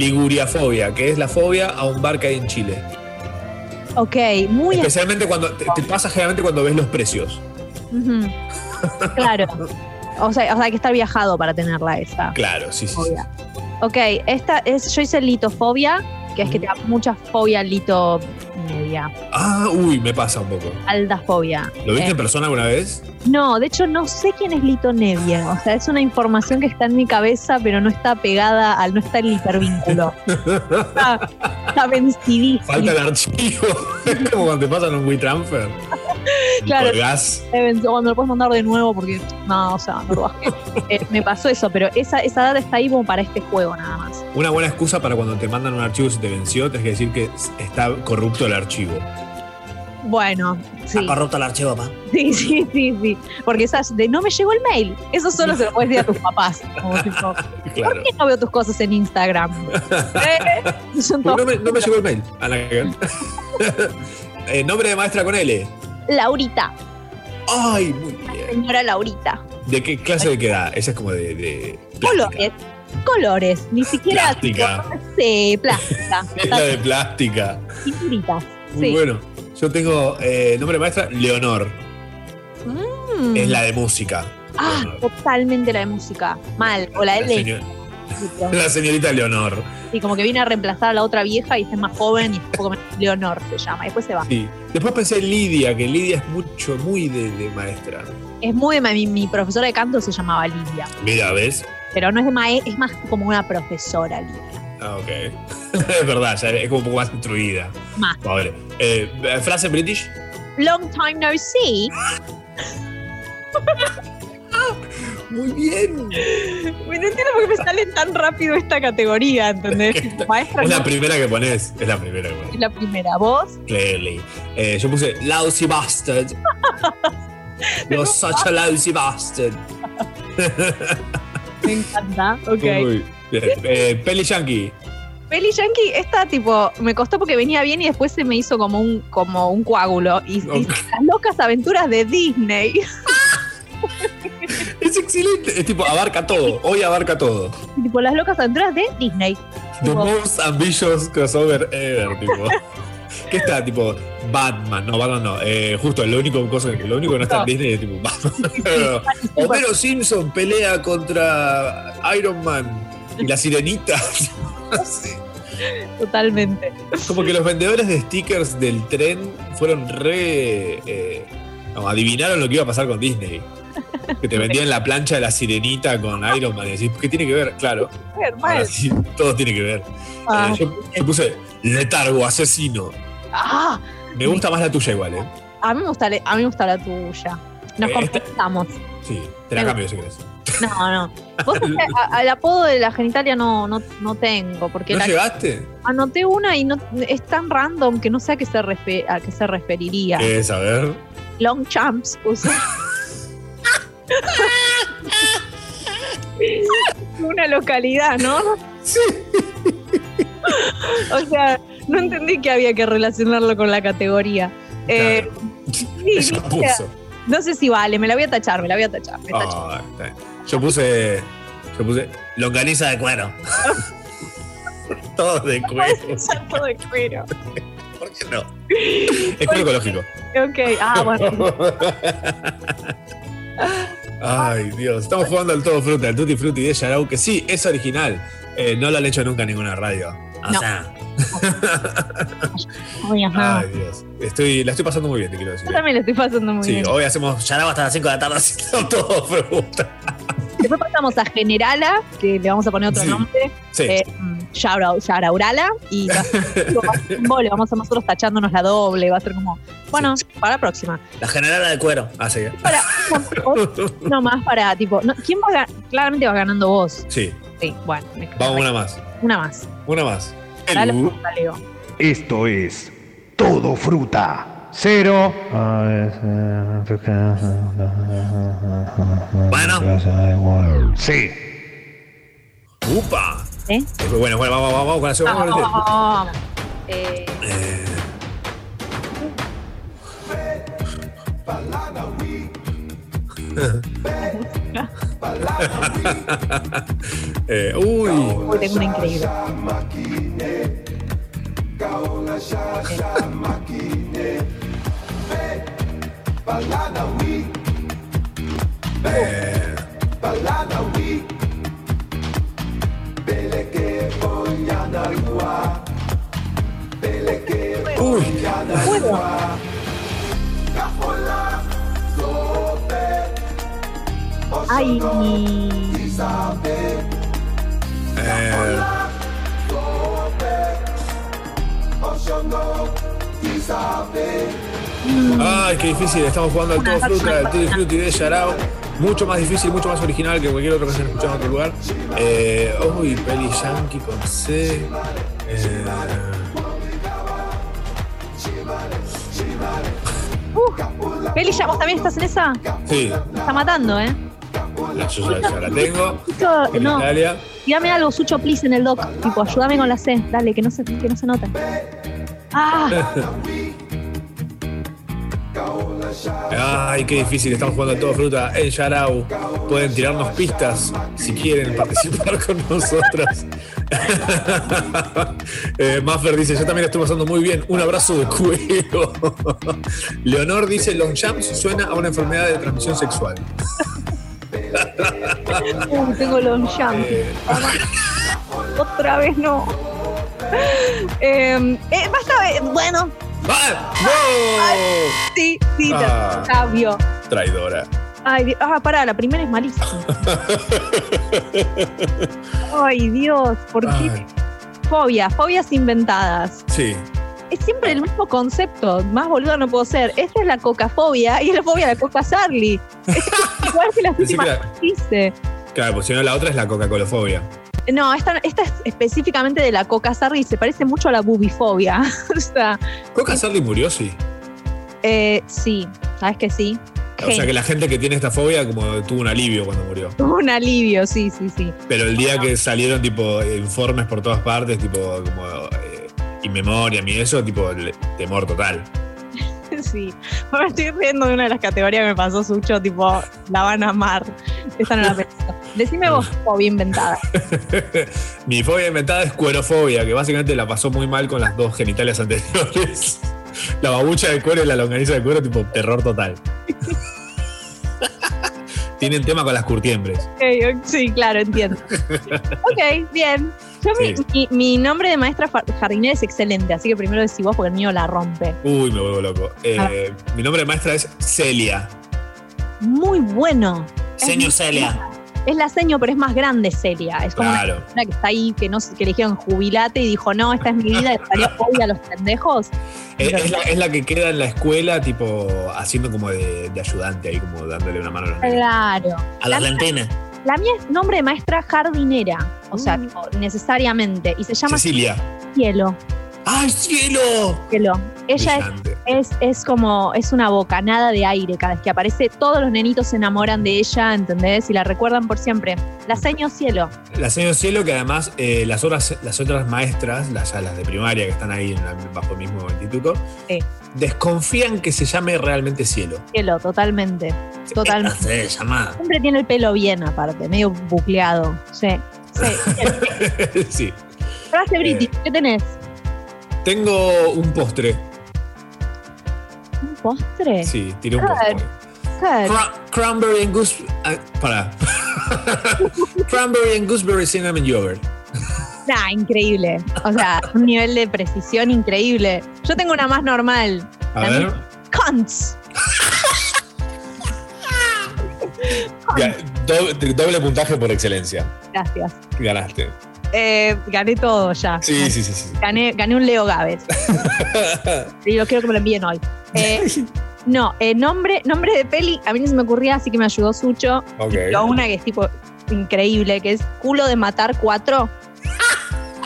Liguriafobia, que es la fobia a un bar que hay en Chile.
Ok, muy
Especialmente cuando te, te pasa generalmente cuando ves los precios.
Ujú. Claro. O sea, o sea, hay que estar viajado para tenerla esa.
Claro, sí, sí. sí.
Ok, esta es, yo hice litofobia, que es que te da mucha fobia lito media,
Ah, uy, me pasa un poco.
alta fobia.
¿Lo viste
Eh,
en persona alguna vez?
No, de hecho no sé quién es Lito Nevia. O sea, es una información que está en mi cabeza, pero no está pegada al, no está en el hipervínculo. está, está vencidísimo.
Falta el archivo. Es como cuando te pasan un WeTransfer.
Claro.
Colgás.
Eh, venció, Cuando lo puedes mandar de nuevo, porque no, o sea, no lo bajé. Eh, me pasó eso, pero esa, esa data está ahí como para este juego nada más.
Una buena excusa para cuando te mandan un archivo y se te venció, tienes que decir que está corrupto el archivo.
Bueno, sí.
Corrupto el archivo, pa.
Sí, sí, sí, sí. Porque esas de no me llegó el mail. Eso solo se lo puedes decir a tus papás. Como tipo, ¿Por
Claro.
qué no veo tus cosas en Instagram? Eh, son
Porque
todos-
no, me, no me llegó el mail. A la cagada. Eh, nombre de maestra con L.
Laurita.
Ay, muy
bien. Señora Laurita.
¿De qué clase de qué edad? Esa es como de. de
Colores. Colores. Ni siquiera.
plástica.
Sí, plástica.
Es la de plástica.
Figuritas.
Muy
Sí.
bueno. Yo tengo eh, nombre de maestra, Leonor.
Mm.
Es la de música.
Ah, totalmente la de música. Mal. O la de
La, señor- la señorita Leonor.
Sí, como que viene a reemplazar a la otra vieja y es más joven y es un poco menos Leonor se llama. Después se va.
Sí. Después pensé en Lidia, que Lidia es mucho, muy de, de maestra.
Es muy de ma- mi, mi profesora de canto se llamaba Lidia.
Mira, ¿ves?
Pero no es de mae, es más como una profesora Lidia.
Ah, ok. es verdad, ya es como un poco más instruida.
Más.
Pobre. Eh, frase british.
Long time no see.
Ah, Muy bien.
No entiendo por qué me salen tan rápido esta categoría, ¿entendés? Maestra
Es la
no,
primera que pones. Es la primera que pones.
es la primera. Vos,
Clearly. Eh, yo puse lousy bastard. You're such a lousy bastard.
me encanta. Ok.
Uy. Bien. Eh, Peli Yankee.
Peli Yankee, esta tipo, me costó porque venía bien y después se me hizo como un, como un coágulo. Y, y
Ok.
las locas aventuras de Disney.
Es excelente. Es tipo, abarca todo. Hoy abarca todo.
Y, tipo, las locas aventuras de Disney.
The
Tipo,
most ambitious crossover ever, tipo. ¿Qué está? Tipo, Batman. No, Batman no. Eh, justo, lo único, cosa que- lo único que no está en Disney es tipo Batman. Homero Simpson pelea contra Iron Man y la sirenita. Sí.
Totalmente.
Como que los vendedores de stickers del tren fueron re. eh, no, adivinaron lo que iba a pasar con Disney. Que te vendían la plancha de la sirenita con Iron Man y decís, ¿qué tiene que ver? Claro. Ahora
Hermano.
sí, todo tiene que ver.
Ah.
Eh, yo, yo puse letargo, asesino.
Ah,
Me gusta más la tuya igual, ¿eh?
a mí me gusta, la- a mí me gusta la tuya. Nos
Eh,
compensamos.
Sí, te la cambio si querés.
No, no. Vos sabés que a- al apodo de la genitalia no, no, no tengo. Porque
¿No
la-
llegaste?
Anoté una y no, es tan random que no sé a qué se, refe- a qué se referiría.
¿Querés saber?
Long Champs usó. una localidad, ¿no?
Sí.
o sea, no entendí que había que relacionarlo con la categoría. Eh, sí,
Ella
o sea,
puso.
no sé si vale, me la voy a tachar, me la voy a tachar. me tacho.
Ah, está bien. yo puse. Yo puse. Longaniza de cuero. Todo de cuero.
Tachar todo de cuero.
¿Por qué no? Es cuero ecológico.
Ok, ah, bueno.
Ay, Dios. Estamos jugando al todo fruta, al tutti frutti de Yarau, que sí, es original. Eh, no lo han hecho nunca en ninguna radio. O
No.
sea,
Muy ajá.
ay, Dios. Estoy, la estoy pasando muy bien, te quiero decir.
Yo también lo estoy pasando muy
Sí, oh.
bien.
hoy hacemos Yarau hasta las 5 de la tarde haciendo todo fruta.
Después pasamos a Generala, que le vamos a poner otro
Sí.
nombre.
Sí.
Eh, mm, Yarau- Yaraurala. Y va a ser- digo, va a ser un vole, vamos a nosotros tachándonos la doble. Va a ser como, bueno, para la próxima.
La generala de cuero. Ah, sí.
¿eh?
Para, Oh. no más para, tipo, no, ¿quién va ganando? Claramente va ganando vos.
Sí,
Sí, bueno. me-
vamos una más.
Una más.
Una más.
Dale, Leo.
Esto es Todo Fruta. Cero. eh,
Bueno.
Sí.
¡Upa!
¿Eh?
Bueno, bueno, vamos, vamos, vamos con la segunda.
Vamos,
vamos
vamos,
con la
vamos, vamos. Eh,
Eh, uy.
uy, tengo una increíble.
Eh,
Claro. Ay.
Eh, Eh, Ay, qué difícil. Estamos jugando al
Una
todo
taza
fruta,
de
al tutti frutti de Yarao. Mucho más difícil, mucho más original que cualquier otro que se escuchado en otro lugar. Eh, uy, peli yankee con C. Eh,
Uh, Peli, ya vos también estás en esa.
sí,
Está matando, ¿eh?
la yo ya, ya la tengo.
Sucho,
En
no.
Italia.
Dígame algo, Sucho, please, en el doc. Tipo, ayúdame con la C. Dale, que no se, que no se note. Ah,
Ay, qué difícil, estamos jugando a todo fruta en Yarau. Pueden tirarnos pistas si quieren participar con nosotros. eh, Maffer dice, yo también lo estoy pasando muy bien. Un abrazo de cuero. Leonor dice, los jumps suena a una enfermedad de transmisión sexual.
uh, tengo long jump.
Eh.
Otra vez no. Eh, eh, basta, eh, bueno.
¡Ah! ¡No!
Sí, sí,
Ah.
sabio.
Traidora.
Ay, Dios. ah, pará, la primera es malísima. Ay, Dios, ¿por qué? Fobias, fobias inventadas.
Sí.
Es siempre el mismo concepto, más boludo no puedo ser. Esta es la cocafobia y es la fobia de la coca Sarli. Es igual que las
Pensé que
últimas
era-
que hice.
Claro, pues si no, la otra es la Coca-Colofobia.
No, esta, esta es específicamente de la coca Sarli, se parece mucho a la bubifobia. o sea,
Coca Sarli murió, sí.
eh, sí, sabes que sí.
O sea
Genio.
que la gente que tiene esta fobia como tuvo un alivio cuando murió.
Un alivio, sí, sí, sí.
Pero el día que salieron tipo informes por todas partes, tipo como eh, inmemoria y eso, tipo el temor total.
Sí, ahora estoy riendo de una de las categorías que me pasó Sucho, tipo, la van a amar. Esa no la pensé. Decime vos, fobia inventada.
Mi fobia inventada es cuerofobia, que básicamente la pasó muy mal con las dos genitales anteriores. La babucha de cuero y la longaniza de cuero, tipo terror total. Tienen tema con las curtiembres.
Ok, ok, Sí, claro, entiendo. Ok, bien. Yo mi,
Sí.
mi- mi nombre de maestra fa- jardinera es excelente, así que primero decís vos porque el mío la rompe.
Uy, me vuelvo loco. Eh, mi nombre de maestra es Celia.
Muy bueno.
Señor Celia.
Es la seño, pero es más grande Celia. Es como
Claro.
una persona que está ahí, que, no, que eligieron jubilate y dijo, no, esta es mi vida, y salió fobia a los pendejos.
Es, es la, es la que queda en la escuela, tipo, haciendo como de, de ayudante ahí, como dándole una mano a los nenes.
Claro.
A las
La-
lentenas.
La mía es nombre de maestra jardinera, o sea,
Mm.
tipo, necesariamente. Y se llama
Cecilia.
Cielo.
¡Ay, cielo!
Cielo. Ella es, es, es como, es una bocanada de aire cada vez que aparece. Todos los nenitos se enamoran de ella, ¿entendés? Y la recuerdan por siempre. La seño Cielo.
La señora Cielo, que además eh, las, otras, las otras maestras, las, las de primaria que están ahí en la- bajo el mismo instituto,
Sí.
desconfían que se llame realmente Cielo.
Cielo, totalmente. Totalmente.
Se llama.
Siempre tiene el pelo bien aparte, medio bucleado. Sí.
sí.
Frase British, ¿qué tenés?
Tengo un postre.
¿Un postre?
Sí, tiré un
A
postre.
ver, a ver.
Cra- cranberry and gooseberry. para. cranberry and gooseberry cinnamon yogurt.
Nah, increíble. O sea, un nivel de precisión increíble. Yo tengo una más normal.
A ver.
Cons.
Ya, doble, doble puntaje por excelencia.
Gracias.
Ganaste.
Eh, gané todo ya.
Sí, sí, sí, sí.
Gané, gané un Leo Gávez. Y yo quiero que me lo envíen hoy. Eh, no, eh, nombre, nombre de peli, a mí no se me ocurría, así que me ayudó Sucho.
Ok.
Y lo una que es tipo increíble, que es culo de matar cuatro.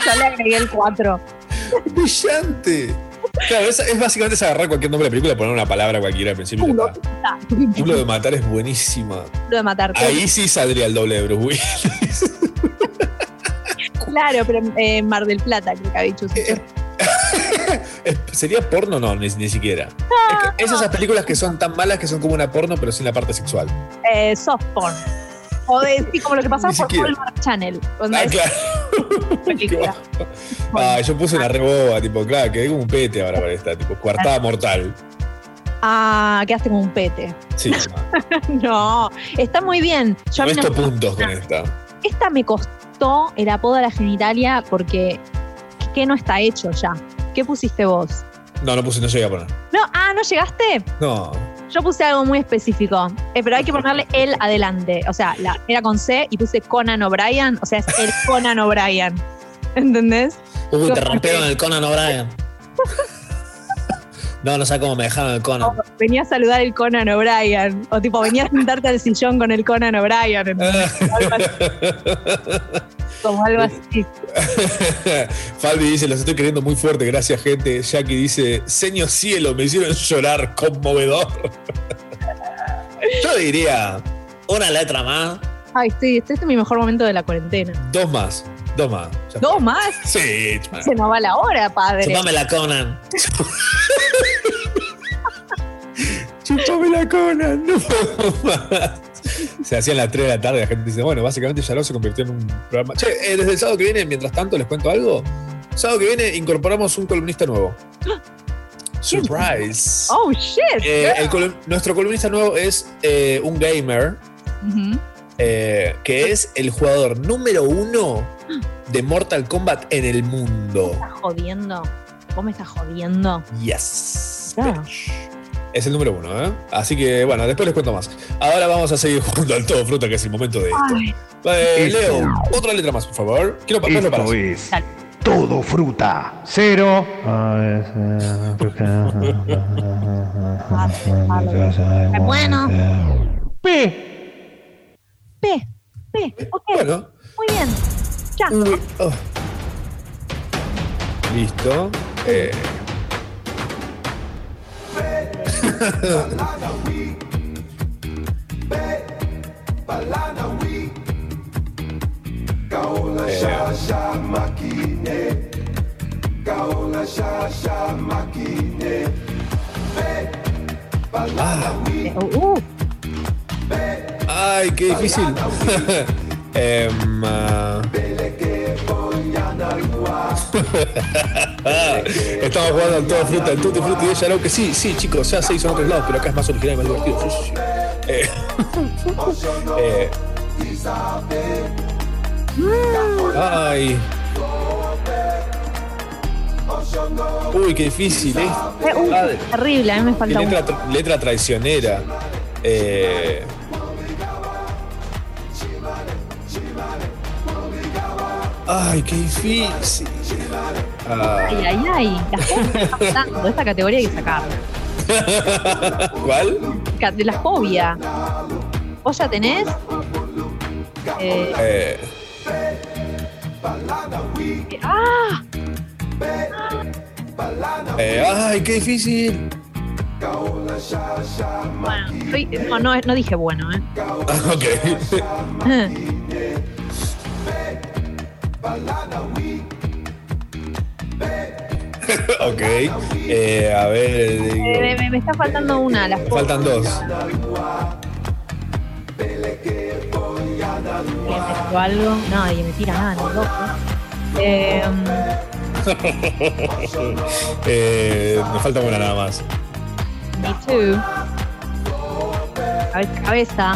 Yo le agregué el cuatro.
¡Brillante! Claro, es, es básicamente es agarrar cualquier nombre de película, poner una palabra cualquiera al principio. y ya
Culo,
está.
está.
Culo de matar es buenísima.
Culo de matar cuatro.
Ahí sí saldría el doble de Bruce Willis.
Claro, pero eh, Mar del Plata, creo que ha dicho
Eh.
Sucho.
Es- ¿Sería porno? No, ni, ni siquiera. Es que es esas películas que son tan malas que son como una porno, pero sin la parte sexual.
eh, soft porn. O de, sí, como lo que pasaba
Ni
por
siquiera.
Hallmark Channel. donde
Ah,
es
claro.
película.
Ah, yo puse una reboba, tipo, claro, quedé como un pete ahora para esta, tipo, coartada mortal.
Ah, quedaste como un pete.
Sí,
no, está muy bien. Yo a mí no-
resto puntos con esta.
Esta me costó el apodo a la genitalia porque ¿qué no está hecho ya? ¿Qué pusiste vos?
No, no puse, no llegué a poner.
No, ah, ¿no llegaste?
No.
Yo puse algo muy específico, eh, pero hay que ponerle el adelante. O sea, la, era con C y puse Conan O'Brien, o sea, es el Conan O'Brien. ¿Entendés?
Uh, te
Yo puse-
rompieron el Conan O'Brien. No, no sé cómo me dejaron el Conan.
Venía a saludar el Conan O'Brien. O tipo, venía a sentarte al sillón con el Conan O'Brien. ¿entendés? Como algo así.
Faldi dice, los estoy queriendo muy fuerte, gracias gente. Jackie dice, señor cielo, me hicieron llorar, conmovedor. Yo diría, una letra más,
Ay, estoy, este es mi mejor momento de la cuarentena.
dos más, dos más. Ya
¿Dos más?
está. Sí,
Se nos va la hora, padre.
Chupame la Conan.
Chupame la cola, no puedo más. Se hacían las 3 de la tarde, la gente dice, bueno, básicamente ya lo se convirtió en un programa. Che, eh, desde el sábado que viene, mientras tanto, les cuento algo. Sábado que viene incorporamos un columnista nuevo. Surprise.
Oh, shit.
Eh, el colum- nuestro columnista nuevo es eh, un gamer
Ujú.
eh, que es el jugador número uno de Mortal Kombat en el mundo.
¿Me estás jodiendo? ¿Vos me estás jodiendo?
Yes.
Claro.
Es el número uno, ¿eh? Así que bueno, después les cuento más. Ahora vamos a seguir jugando al todo fruta, que es el momento de esto.
Ay.
Eh, Leo, otra letra más, por favor. Quiero pa-
Esto
preparas.
es todo fruta. Cero.
Bueno. P. P. P. Ok.
Bueno.
Muy bien. Ya.
Listo. Eh.
Eh, uh,
Ay, qué difícil. Em, ah. Estamos jugando en toda fruta, en tutti frutti y ella no, que sí, sí, chicos, ya se hizo en otros lados, pero acá es más original y más divertido. Sí, sí, sí. Eh, eh, ay. Uy, qué difícil, ¿eh?
Eh, uh, terrible, a mí me
Y
falta
letra,
un.
tra- letra traicionera. Eh, Ay, qué difícil. ah.
Ay, ay, ay. La fobia está matando. Esta categoría hay que sacar.
¿Cuál?
Ca- de La fobia. ¿Vos ya tenés? Eh,
Eh,
¡Ah!
eh, ay, qué difícil.
Bueno, estoy- no, no, no dije bueno, ¿eh?
Ah, ok. ok. Eh, a ver.
Eh,
digo,
me, me está faltando una. La
me
fobia.
faltan dos.
o algo. Nadie me tira nada, ni loco. Eh,
Eh, me falta una nada más.
me too. Cabeza. cabeza.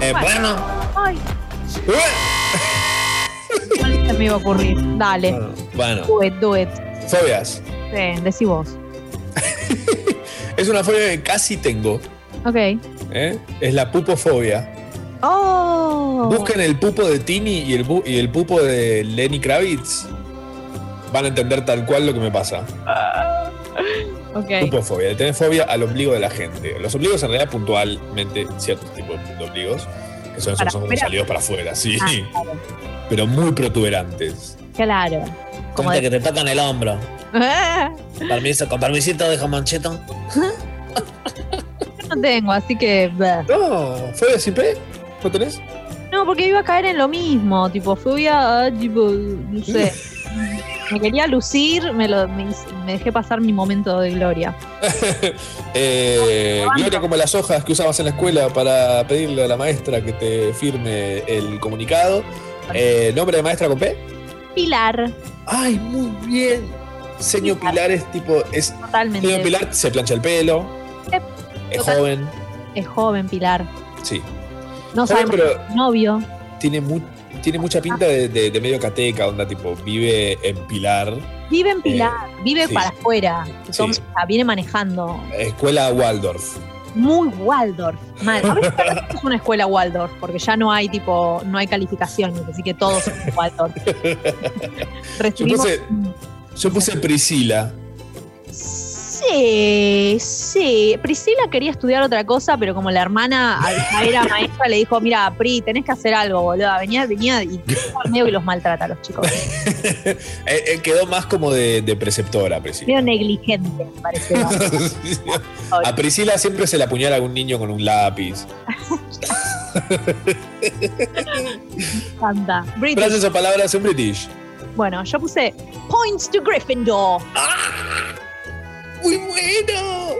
Eh, bueno.
Ay. ¿Cuál se me iba a ocurrir? Dale.
Eh, Bueno.
Do it, do it.
Fobias.
Sí, decí vos.
Es una fobia que casi tengo.
Ok.
¿eh? Es la pupofobia.
Oh.
Busquen el pupo de Tini y el, bu- y el pupo de Lenny Kravitz. Van a entender tal cual lo que me pasa.
Ok.
Pupofobia, de tener fobia al ombligo de la gente. Los ombligos en realidad puntualmente ciertos tipos de ombligos, que son, son
¿Para
como
afuera?
salidos para afuera, sí.
Ah,
Pero muy protuberantes.
Claro.
Como que te tocan el hombro.
Yo
Permiso, con permisito, deja manchito.
no tengo, así que. bleh.
No, fobia sin P, ¿no tenés?
No, porque iba a caer en lo mismo. Tipo, fobia. ah, tipo, no sé. Me quería lucir, me, lo, me, hice- me dejé pasar mi momento de gloria.
Eh, Gloria como las hojas que usabas en la escuela para pedirle a la maestra que te firme el comunicado. Eh, ¿Nombre de maestra con P?
Pilar.
Ay, muy bien. Señor Pilar es tipo. Es,
Totalmente.
Señor Pilar se plancha el pelo.
Ep,
Es
total-
joven.
Es joven, Pilar.
Sí.
No
Está bien,
sabemos si
Eh, pero-
es novio.
Tiene, mu- tiene mucha pinta de, de- de medio cateca, onda tipo, vive en Pilar,
Vive en Pilar, vive
Eh, sí.
para afuera.
Sí.
Toma, Viene manejando.
escuela Waldorf.
Muy Waldorf. Mal. A veces es una escuela Waldorf, porque ya no hay tipo, no hay calificaciones, así que todos son Waldorf.
Yo
Recibimos-
puse, yo puse Priscila.
Sí, sí. Priscila quería estudiar otra cosa, pero como la hermana al- era maestra, le dijo, mira, Pri, tenés que hacer algo, boluda. Venía, venía y medio que los maltrata a los chicos.
Eh, eh, quedó más como de, de preceptora, Priscila.
Medio negligente, me parece.
A Priscila siempre se la apuñala algún niño con un lápiz.
Anda. British.
Frases o palabras en British.
Bueno, yo puse points to Gryffindor.
¡Ah! ¡Muy bueno!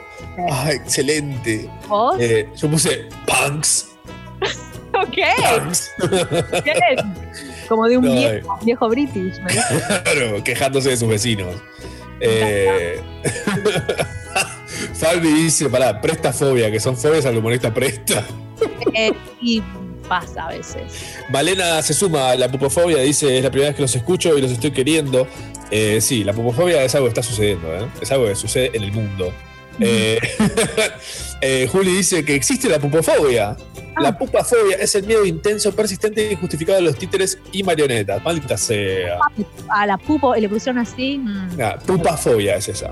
Ah, excelente.
¿Vos?
Eh, yo puse punks.
ok.
Punks.
Bien. Como de un
No, eh.
viejo, viejo british. me gusta.
Claro, quejándose de sus vecinos. Eh, Fabi dice, pará, presta fobia, que son fobias al humorista presta.
Eh, y pasa a veces.
Malena se suma a la pupofobia, dice, es la primera vez que los escucho y los estoy queriendo. Eh, sí, la pupofobia es algo que está sucediendo, ¿eh? es algo que sucede en el mundo. Eh, eh, Juli dice que existe la pupofobia. La pupafobia es el miedo intenso, persistente e injustificado de los títeres y marionetas. Maldita sea.
A la pupo le pusieron así. mm,
Nah, pupafobia es esa.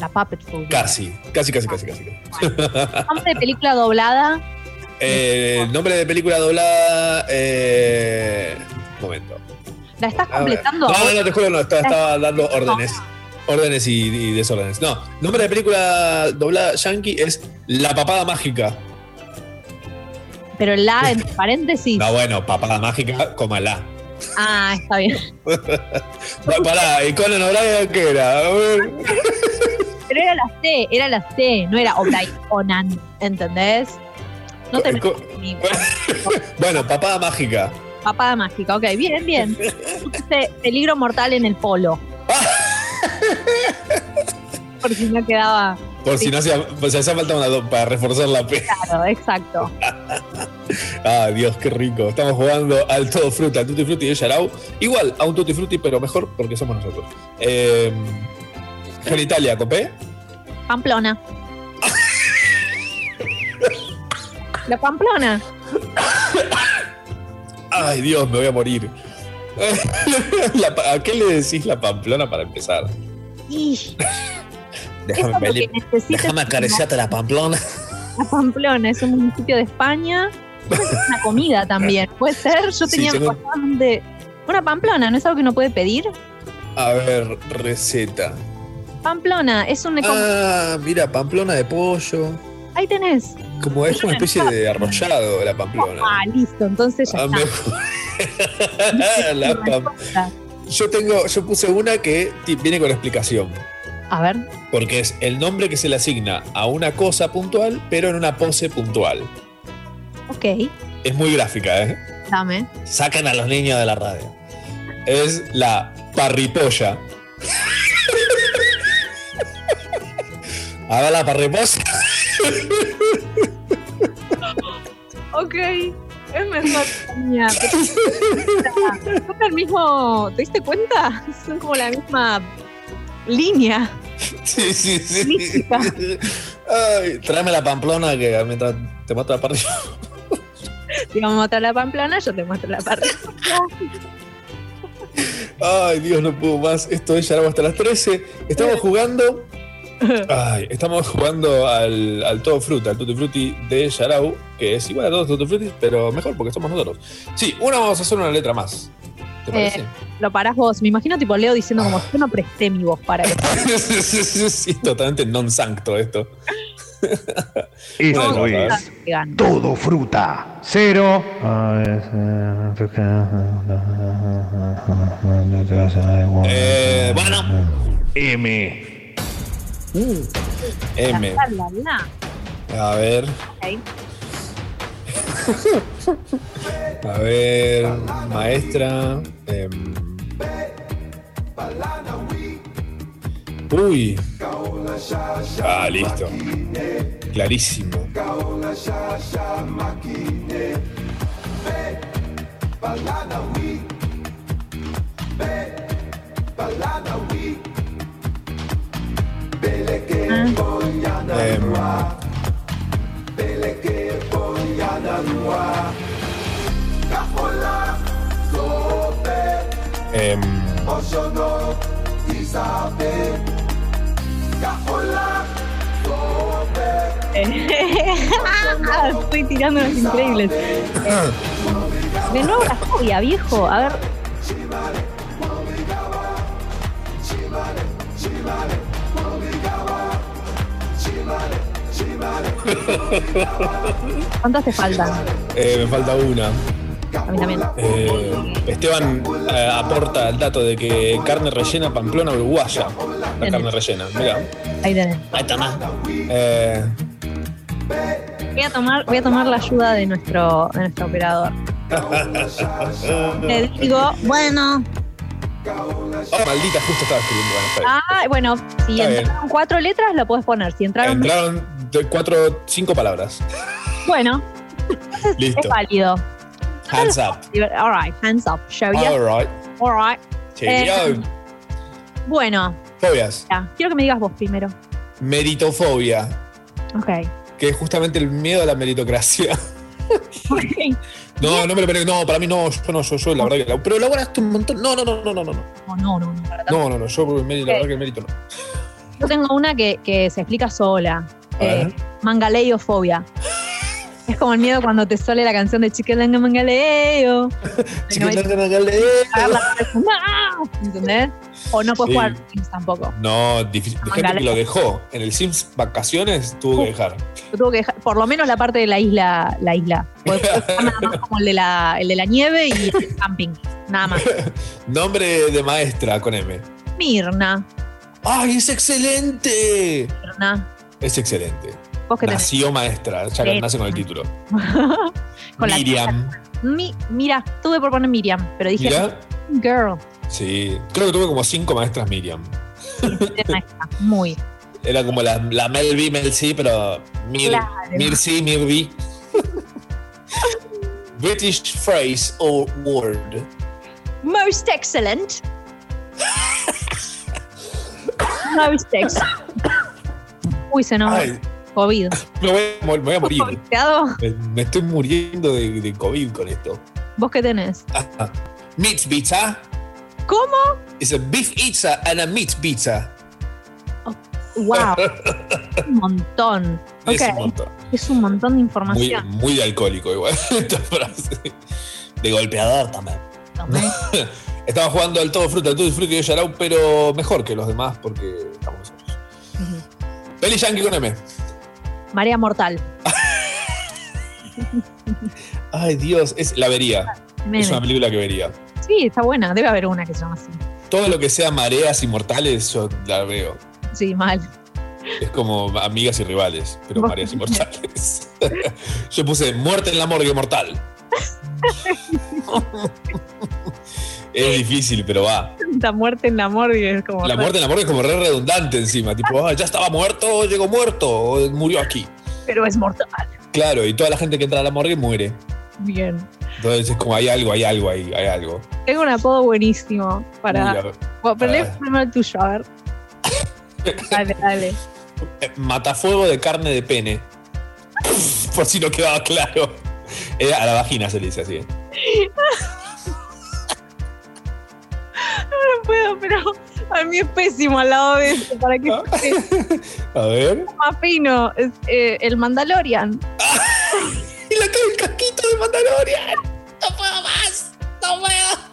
la puppet food.
Casi, casi, casi, casi, casi.
Nombre de película doblada.
Eh, nombre de película doblada. Eh, momento.
La estás
A ver.
completando.
No, no, te juro, no. Estaba,
La-
estaba dando órdenes. Órdenes y, y desórdenes. No, nombre de película doblada yankee es La Papada Mágica.
Pero la en paréntesis.
No, bueno, Papada Mágica, coma la.
Ah, está bien.
No, pará, ¿y Conan O'Brien qué era? A ver.
Pero era la C, era la C, no era O'Brien Onan, ¿entendés? No te
Co-
metas conmigo.
Bueno, Papada Mágica.
Papada mágica, ok, bien, bien. Puse peligro mortal en el polo. Por si no quedaba.
Por si no hacía, por si hacía falta una do- para reforzar la P.
Claro, exacto.
Ah, Dios, qué rico. Estamos jugando al todo fruta, al tutti frutti de Yarau. Igual a un tutti frutti, pero mejor porque somos nosotros. Eh, Genitalia, ¿con P?
Pamplona. La Pamplona.
Ay, Dios, me voy a morir. La pa- ¿A qué le decís la pamplona para empezar?
Y
Déjame,
Eso
Beli-
porque necesitas-
déjame acariciarte la pamplona.
la Pamplona es un municipio de España. Es una comida también. Puede ser. Yo
Sí,
tenía
tengo-
bastante. Una Pamplona, ¿no es algo que uno puede pedir?
A ver, receta.
Pamplona es un.
Ah, mira, pamplona de pollo.
Ahí tenés.
Como es una especie de arrollado la pamplona.
Ah, listo, entonces ya
Ah,
está.
me- La pam- Yo tengo, yo puse una que ti- viene con explicación.
A ver.
Porque es el nombre que se le asigna a una cosa puntual, pero en una pose puntual.
Ok,
Es muy gráfica, ¿eh?
dame.
Sacan a los niños de la radio. Es la parripolla. Haga la parripolla.
Ok, es mejor que la mía. pero- Son el mismo. ¿Te diste cuenta? Son como la misma línea.
Sí, sí, sí. Ay, tráeme la pamplona que mientras te mato la parripolla.
Te vamos a mostrar la pamplona, yo te muestro la parte.
Ay, Dios, no puedo más. Esto es Yarabo hasta las 13. Estamos jugando. Ay, estamos jugando al, al todo fruta, al tutti frutti de Yarau, que es igual a todos los tutti frutti, pero mejor porque somos nosotros. Sí, una vamos a hacer una letra más. ¿Te parece?
Eh, lo parás vos. Me imagino tipo Leo diciendo como yo no presté mi voz para esto.
sí, totalmente non sancto esto.
Esto
Bueno,
es todo fruta. Cero.
Eh, bueno.
M.
M.
La, la, la.
A ver,
Ok.
a ver, maestra. em. Uy. Ah, listo. Clarísimo. Em.
lengua. Capola, sope,
Em,
oyono, isabe. Capola,
Eh, Estoy tirando los increíbles. De nuevo la fobia, viejo. A ver. ¿Cuántas te faltan?
eh, me falta una.
A mí también.
Eh, Esteban eh, aporta el dato de que carne rellena pamplona uruguaya. La carne rellena, mira.
Ahí tenés.
Ahí está más. Eh,
Voy a tomar, voy a tomar la ayuda de nuestro, de nuestro operador. Le digo, bueno.
Oh, maldita, justo estaba escribiendo. Bueno, está bien.
Ah, bueno, si
Está bien.
entraron cuatro letras, lo puedes poner. Si entraron.
Ah, Entraron de cuatro, cinco palabras.
Bueno. Entonces
Listo.
es válido.
Hands up.
All right, hands up, Xavier.
All right.
All right.
Chequeado.
Eh, bueno,
Fobias.
ya, quiero que me digas vos primero.
Meritofobia,
Ok.
que es justamente el miedo a la meritocracia.
Ok.
No, no me lo peleé. No, para mí no, yo no, yo, yo, la verdad que. la- pero laboraste un montón. No, no, no, no, no, no. No,
No, no, no. no.
no, no, no yo por el mérito,
Ok.
la verdad que el mérito no.
Yo tengo una que, que se explica sola.
A ver.
Mangaleiofobia. es como el miedo cuando te sale la canción de Chicken Langa Mangaleo.
Chicken
Tengo ahí-
Langa Mangaleo.
Agarra la cabeza, ¡ah! ¿Entendés? O no puedes
Sí.
jugar Sims tampoco.
No, difícil. Hay gente que lo dejó. En el Sims Vacaciones tuvo que dejar.
Yo tengo que dejar, por lo menos la parte de la isla, la isla. Podés jugar nada más como el de la, el de la nieve y el camping. Nada más.
Nombre de maestra con M.
Mirna.
¡Ay, es excelente!
Mirna.
Es excelente.
Vos que tenés.
Nació maestra, ya
Sí.
nace con el título.
Con la-
Miriam.
Mi- mira, tuve por poner Miriam, pero dije
Mirá.
girl,
Sí, creo que tuve como cinco maestras Miriam.
de maestra, muy.
Era como la, la Mel B, Mel C, pero Mir,
Claro.
Mir C, Mir B. British phrase or word.
Most excellent. Most excellent. Uy, se nos
Ay.
COVID.
Me voy a, mor- me voy a morir.
¿Te hago?
Me, me estoy muriendo de, de COVID con esto.
¿Vos qué tenés?
Meat pizza
¿Cómo?
is a beef pizza and a meat pizza.
¡Wow! Un montón.
Es un
Ok.
montón.
Es un montón de
Muy,
información.
muy de alcohólico igual esta frase. De golpeador también. Estaba jugando al todo fruta, al todo fruta y Yarau, pero mejor que los demás porque estamos nosotros. Peli Yankee con M.
Marea mortal.
Ay, Dios, es, la vería.
Meme.
Es una película que vería.
Sí, está buena. Debe haber una que se llama así.
Todo lo que sea mareas inmortales, yo la veo.
Sí, mal.
Es como amigas y rivales, pero
Vos-
mareas inmortales. yo puse muerte en la morgue mortal. Es difícil, pero va.
La muerte en la morgue es como.
La muerte en la morgue es como re redundante encima. Tipo, ah, ya estaba muerto, llegó muerto, o murió aquí.
Pero es mortal.
Claro, y toda la gente que entra a la morgue muere.
Bien.
Entonces es como hay algo, hay algo ahí, hay algo.
Tengo un apodo buenísimo para.
Uy, a ver.
Bueno, pero
para-
lee primero el tuyo, a ver. Dale, dale.
Eh, Matafuego de carne de pene. Por si no quedaba claro. Eh, a la vagina se le dice así. ¿eh?
No lo puedo, pero a mí es pésimo al lado de eso. ¿Para qué? Es
A ver.
más fino. Es, eh, el Mandalorian.
¡Y la cara el casquito de Mandalorian! ¡No puedo más! ¡No puedo!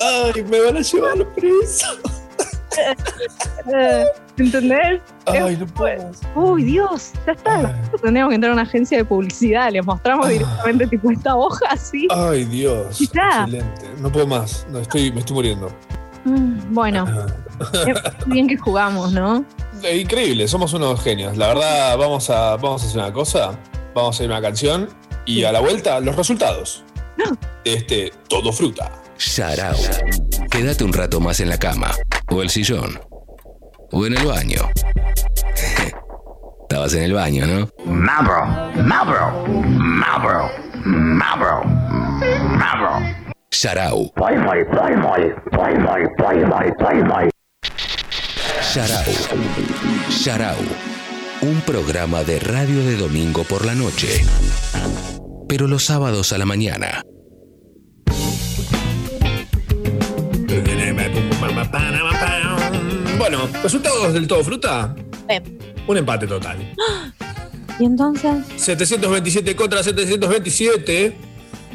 ¡Ay, me van a llevar preso!
Eh, ¿Entendés?
Ay, pues.
Es-
no puedo.
Uy, Dios, ya está.
Ah.
Tendríamos que entrar a una agencia de publicidad. Les mostramos directamente, tipo, esta hoja así.
Ay, Dios.
Y ya.
Excelente. No puedo más. No, estoy, me estoy muriendo.
Mm, Bueno,
Ah.
qué bien que jugamos, ¿no?
Eh, Increíble, somos unos genios. La verdad, vamos a, vamos a hacer una cosa. Vamos a ir a una canción y a la vuelta, los resultados. De este Todo Fruta.
Sharao. Quédate un rato más en la cama, o el sillón, o en el baño. Estabas en el baño, ¿no?
Marlboro, Marlboro, Marlboro, Marlboro, Marlboro.
Sharau.
Playboy, Playboy, Playboy, Playboy, Playboy.
Sharau. Sharau. Un programa de radio de domingo por la noche. Pero los sábados a la mañana.
Bueno, resultados del todo fruta. Un empate total.
Y entonces,
727 contra 727.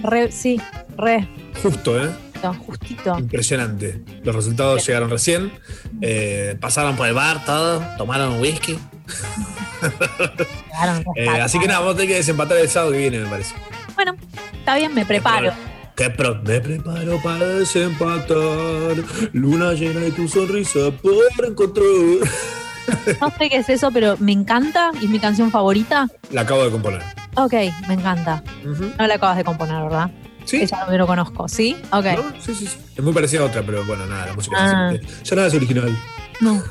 re, sí, re,
Justo, ¿eh?
no, justito.
Impresionante. Los resultados llegaron recién. Eh, pasaron por el bar, todo. Tomaron whisky. Eh, así que nada, vamos a tener que desempatar el sábado que viene, me parece.
Bueno, está bien, me preparo.
Que pro- me preparo para desempatar. Luna llena de tu sonrisa por encontrar.
No sé qué es eso, pero me encanta y es mi canción favorita.
La acabo de componer.
Ok, me encanta. No la acabas de componer, ¿verdad?
Sí.
Que ya no lo conozco, ¿sí? Ok.
Sí, sí, sí. Es muy parecida a otra, pero bueno, nada, la música es
Ah.
diferente. Ya nada es original.
No.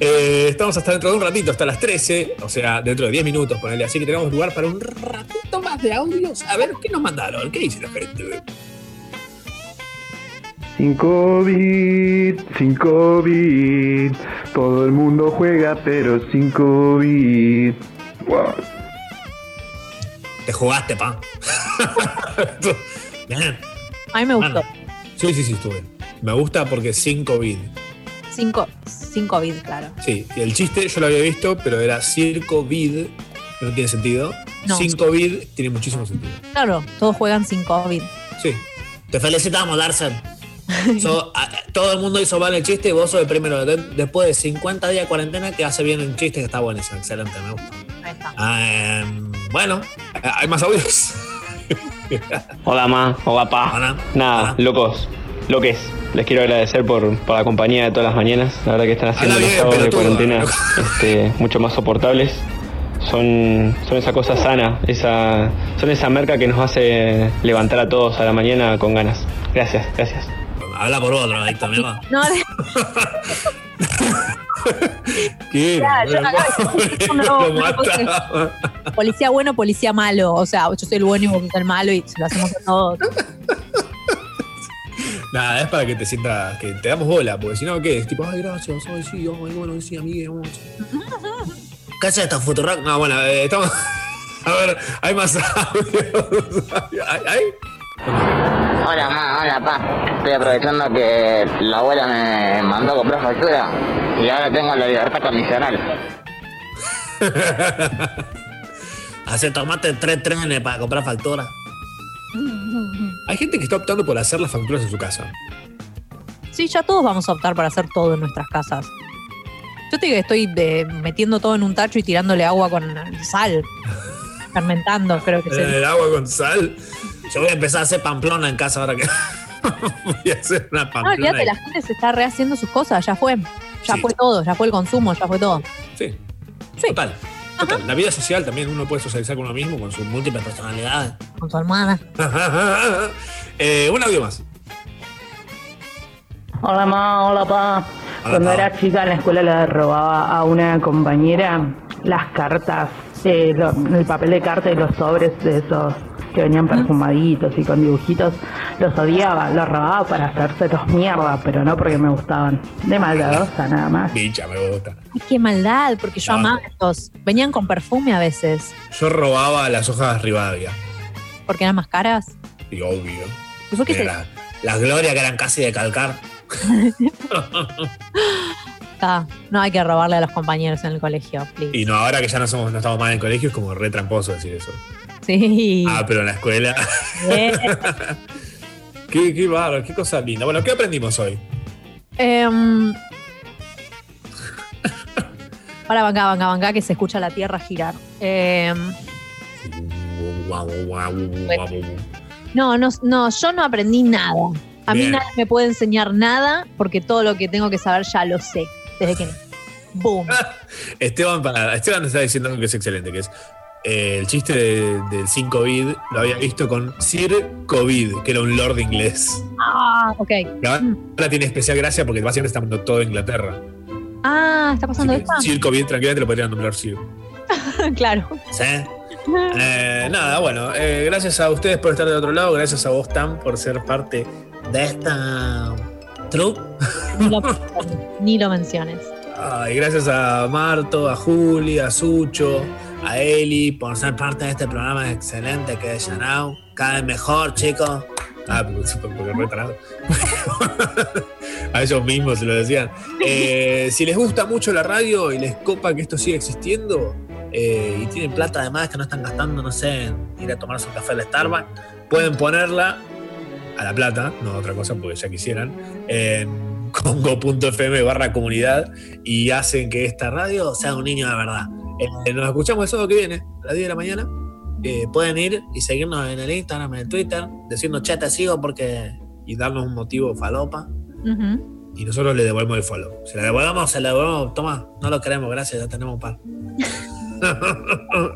Eh, estamos hasta dentro de un ratito, hasta las 13, o sea, dentro de 10 minutos, ponele. Así que tenemos lugar para un ratito más de audios. A ver, ¿qué nos mandaron? ¿Qué dice la gente?
Sin COVID, sin COVID. Todo el mundo juega, pero sin COVID. Guau.
Te jugaste, pa. Bien.
A mí me gustó.
Sí, sí, sí, estuve. Me gusta porque sin COVID.
Cinco, sin COVID, claro.
Sí, y el chiste yo lo había visto, pero era circo vid. No tiene sentido.
No.
Sin COVID tiene muchísimo sentido.
Claro, todos juegan sin COVID.
Sí. Te felicitamos, Larsen. So, a- a- todo el mundo hizo mal el chiste y vos sos el primero. De- después de 50 días de cuarentena que hace bien un chiste que está buenísimo. Excelente, me gusta. Ah, em, bueno, eh, hay más audios.
Hola ma, hola pa. Nada, locos, lo que es. Les quiero agradecer por, por la compañía de todas las mañanas. La verdad que están haciendo los sábados de cuarentena este, mucho más soportables. Son, son esa cosa sana, esa, son esa merca que nos hace levantar a todos a la mañana con ganas. Gracias, gracias.
Habla por otro, adicto, mi mamá.
No,
¿Qué?
Ya, yo acá estoy
Lo
una cosa que-
mataba.
policía bueno, policía malo. O sea, yo soy el bueno y vos sos el malo y se lo hacemos a todos.
Nada, es para que te sientas, que te damos bola, porque si no, ¿qué? Es tipo, ay, gracias, ay, sí, ay, bueno, sí, amigue, vamos. ¿Qué es esto, Futurock? No, bueno, eh, estamos. A ver, hay más audios. ¿Hay? hay?
Hola, ma, hola, pa. Estoy aprovechando que la abuela me mandó a comprar factura y ahora tengo la libertad condicional.
Hace tomate tres trenes para comprar factura. Hay gente que está optando por hacer las facturas en su casa.
Sí, ya todos vamos a optar para hacer todo en nuestras casas. Yo te digo que estoy de- metiendo todo en un tacho y tirándole agua con sal. Fermentando, creo que
En Eh, el
se
agua con sal. Yo voy a empezar a hacer pamplona en casa ahora que. voy a hacer una
No,
pamplona.
Ah, olvídate, la gente se está rehaciendo sus cosas, ya fue. Ya
Sí.
fue todo, ya fue el consumo, ya fue todo.
Sí. Total. Total. La vida social también uno puede socializar con uno mismo, con sus múltiples personalidades.
Con su hermana.
eh, un audio más.
Hola ma, hola pa. Cuando era chica en la escuela le robaba a una compañera las cartas, eh, lo- el papel de carta y los sobres de esos que venían perfumaditos y con dibujitos. Los odiaba, los robaba para hacérselos mierda, pero no porque me gustaban. De maldadosa nada más.
Bicha, me gusta.
Ay, qué maldad, porque
Ah.
yo amaba estos. Venían con perfume a veces,
Yo robaba las hojas Rivadavia.
porque eran más caras.
Y obvio.
¿Y por qué te-
Era- Las glorias que eran casi de calcar.
Ah, no hay que robarle a los compañeros en el colegio, please.
Y no, ahora que ya no somos, no estamos más en el colegio, es como re tramposo decir eso.
Sí.
Ah, pero en la escuela.
Bien.
qué, qué bárbaro, qué cosa linda. Bueno, ¿qué aprendimos hoy?
Em, Para banca, banca, banca, que se escucha la tierra girar. Em, no, no, no, yo no aprendí nada. A mí
Bien.
nadie me puede enseñar nada porque todo lo que tengo que saber ya lo sé. Desde que. Boom.
Esteban, para, Esteban está diciendo algo que es excelente, que es eh, el chiste de- del sin COVID lo había visto con Sir COVID, que era un lord inglés.
Ah, ok.
Y Ahora tiene especial gracia porque básicamente está mandando todo Inglaterra.
Ah, ¿está pasando esta?
Sir COVID tranquilamente lo podrían nombrar Sir.
claro.
¿Sí? Eh, nada, bueno, eh, gracias a ustedes por estar de otro lado, gracias a vos, Tam, por ser parte de esta troupe.
Ni lo menciones.
Ay, gracias a Marto, a Juli, a Sucho, a Eli por ser parte de este programa excelente que es Yanao. Cada vez mejor, chicos. Ah, porque, porque retarado. a ellos mismos se lo decían. Eh, si les gusta mucho la radio y les copa que esto siga existiendo eh, y tienen plata además que no están gastando, no sé, en ir a tomarse un café al Starbucks, pueden ponerla a la plata, no a otra cosa porque ya quisieran, en congo.fm barra comunidad y hacen que esta radio sea un niño de verdad. Eh, nos escuchamos el sábado que viene, a las 10 de la mañana. Eh, pueden ir y seguirnos en el Instagram, en el Twitter, decirnos che, te sigo porque. y darnos un motivo falopa.
Ujú.
Y nosotros le devolvemos el follow. Se la devolvemos, se la devolvemos. Toma, no lo queremos, gracias, ya tenemos par.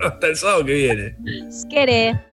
Hasta el sábado que viene.
Quere.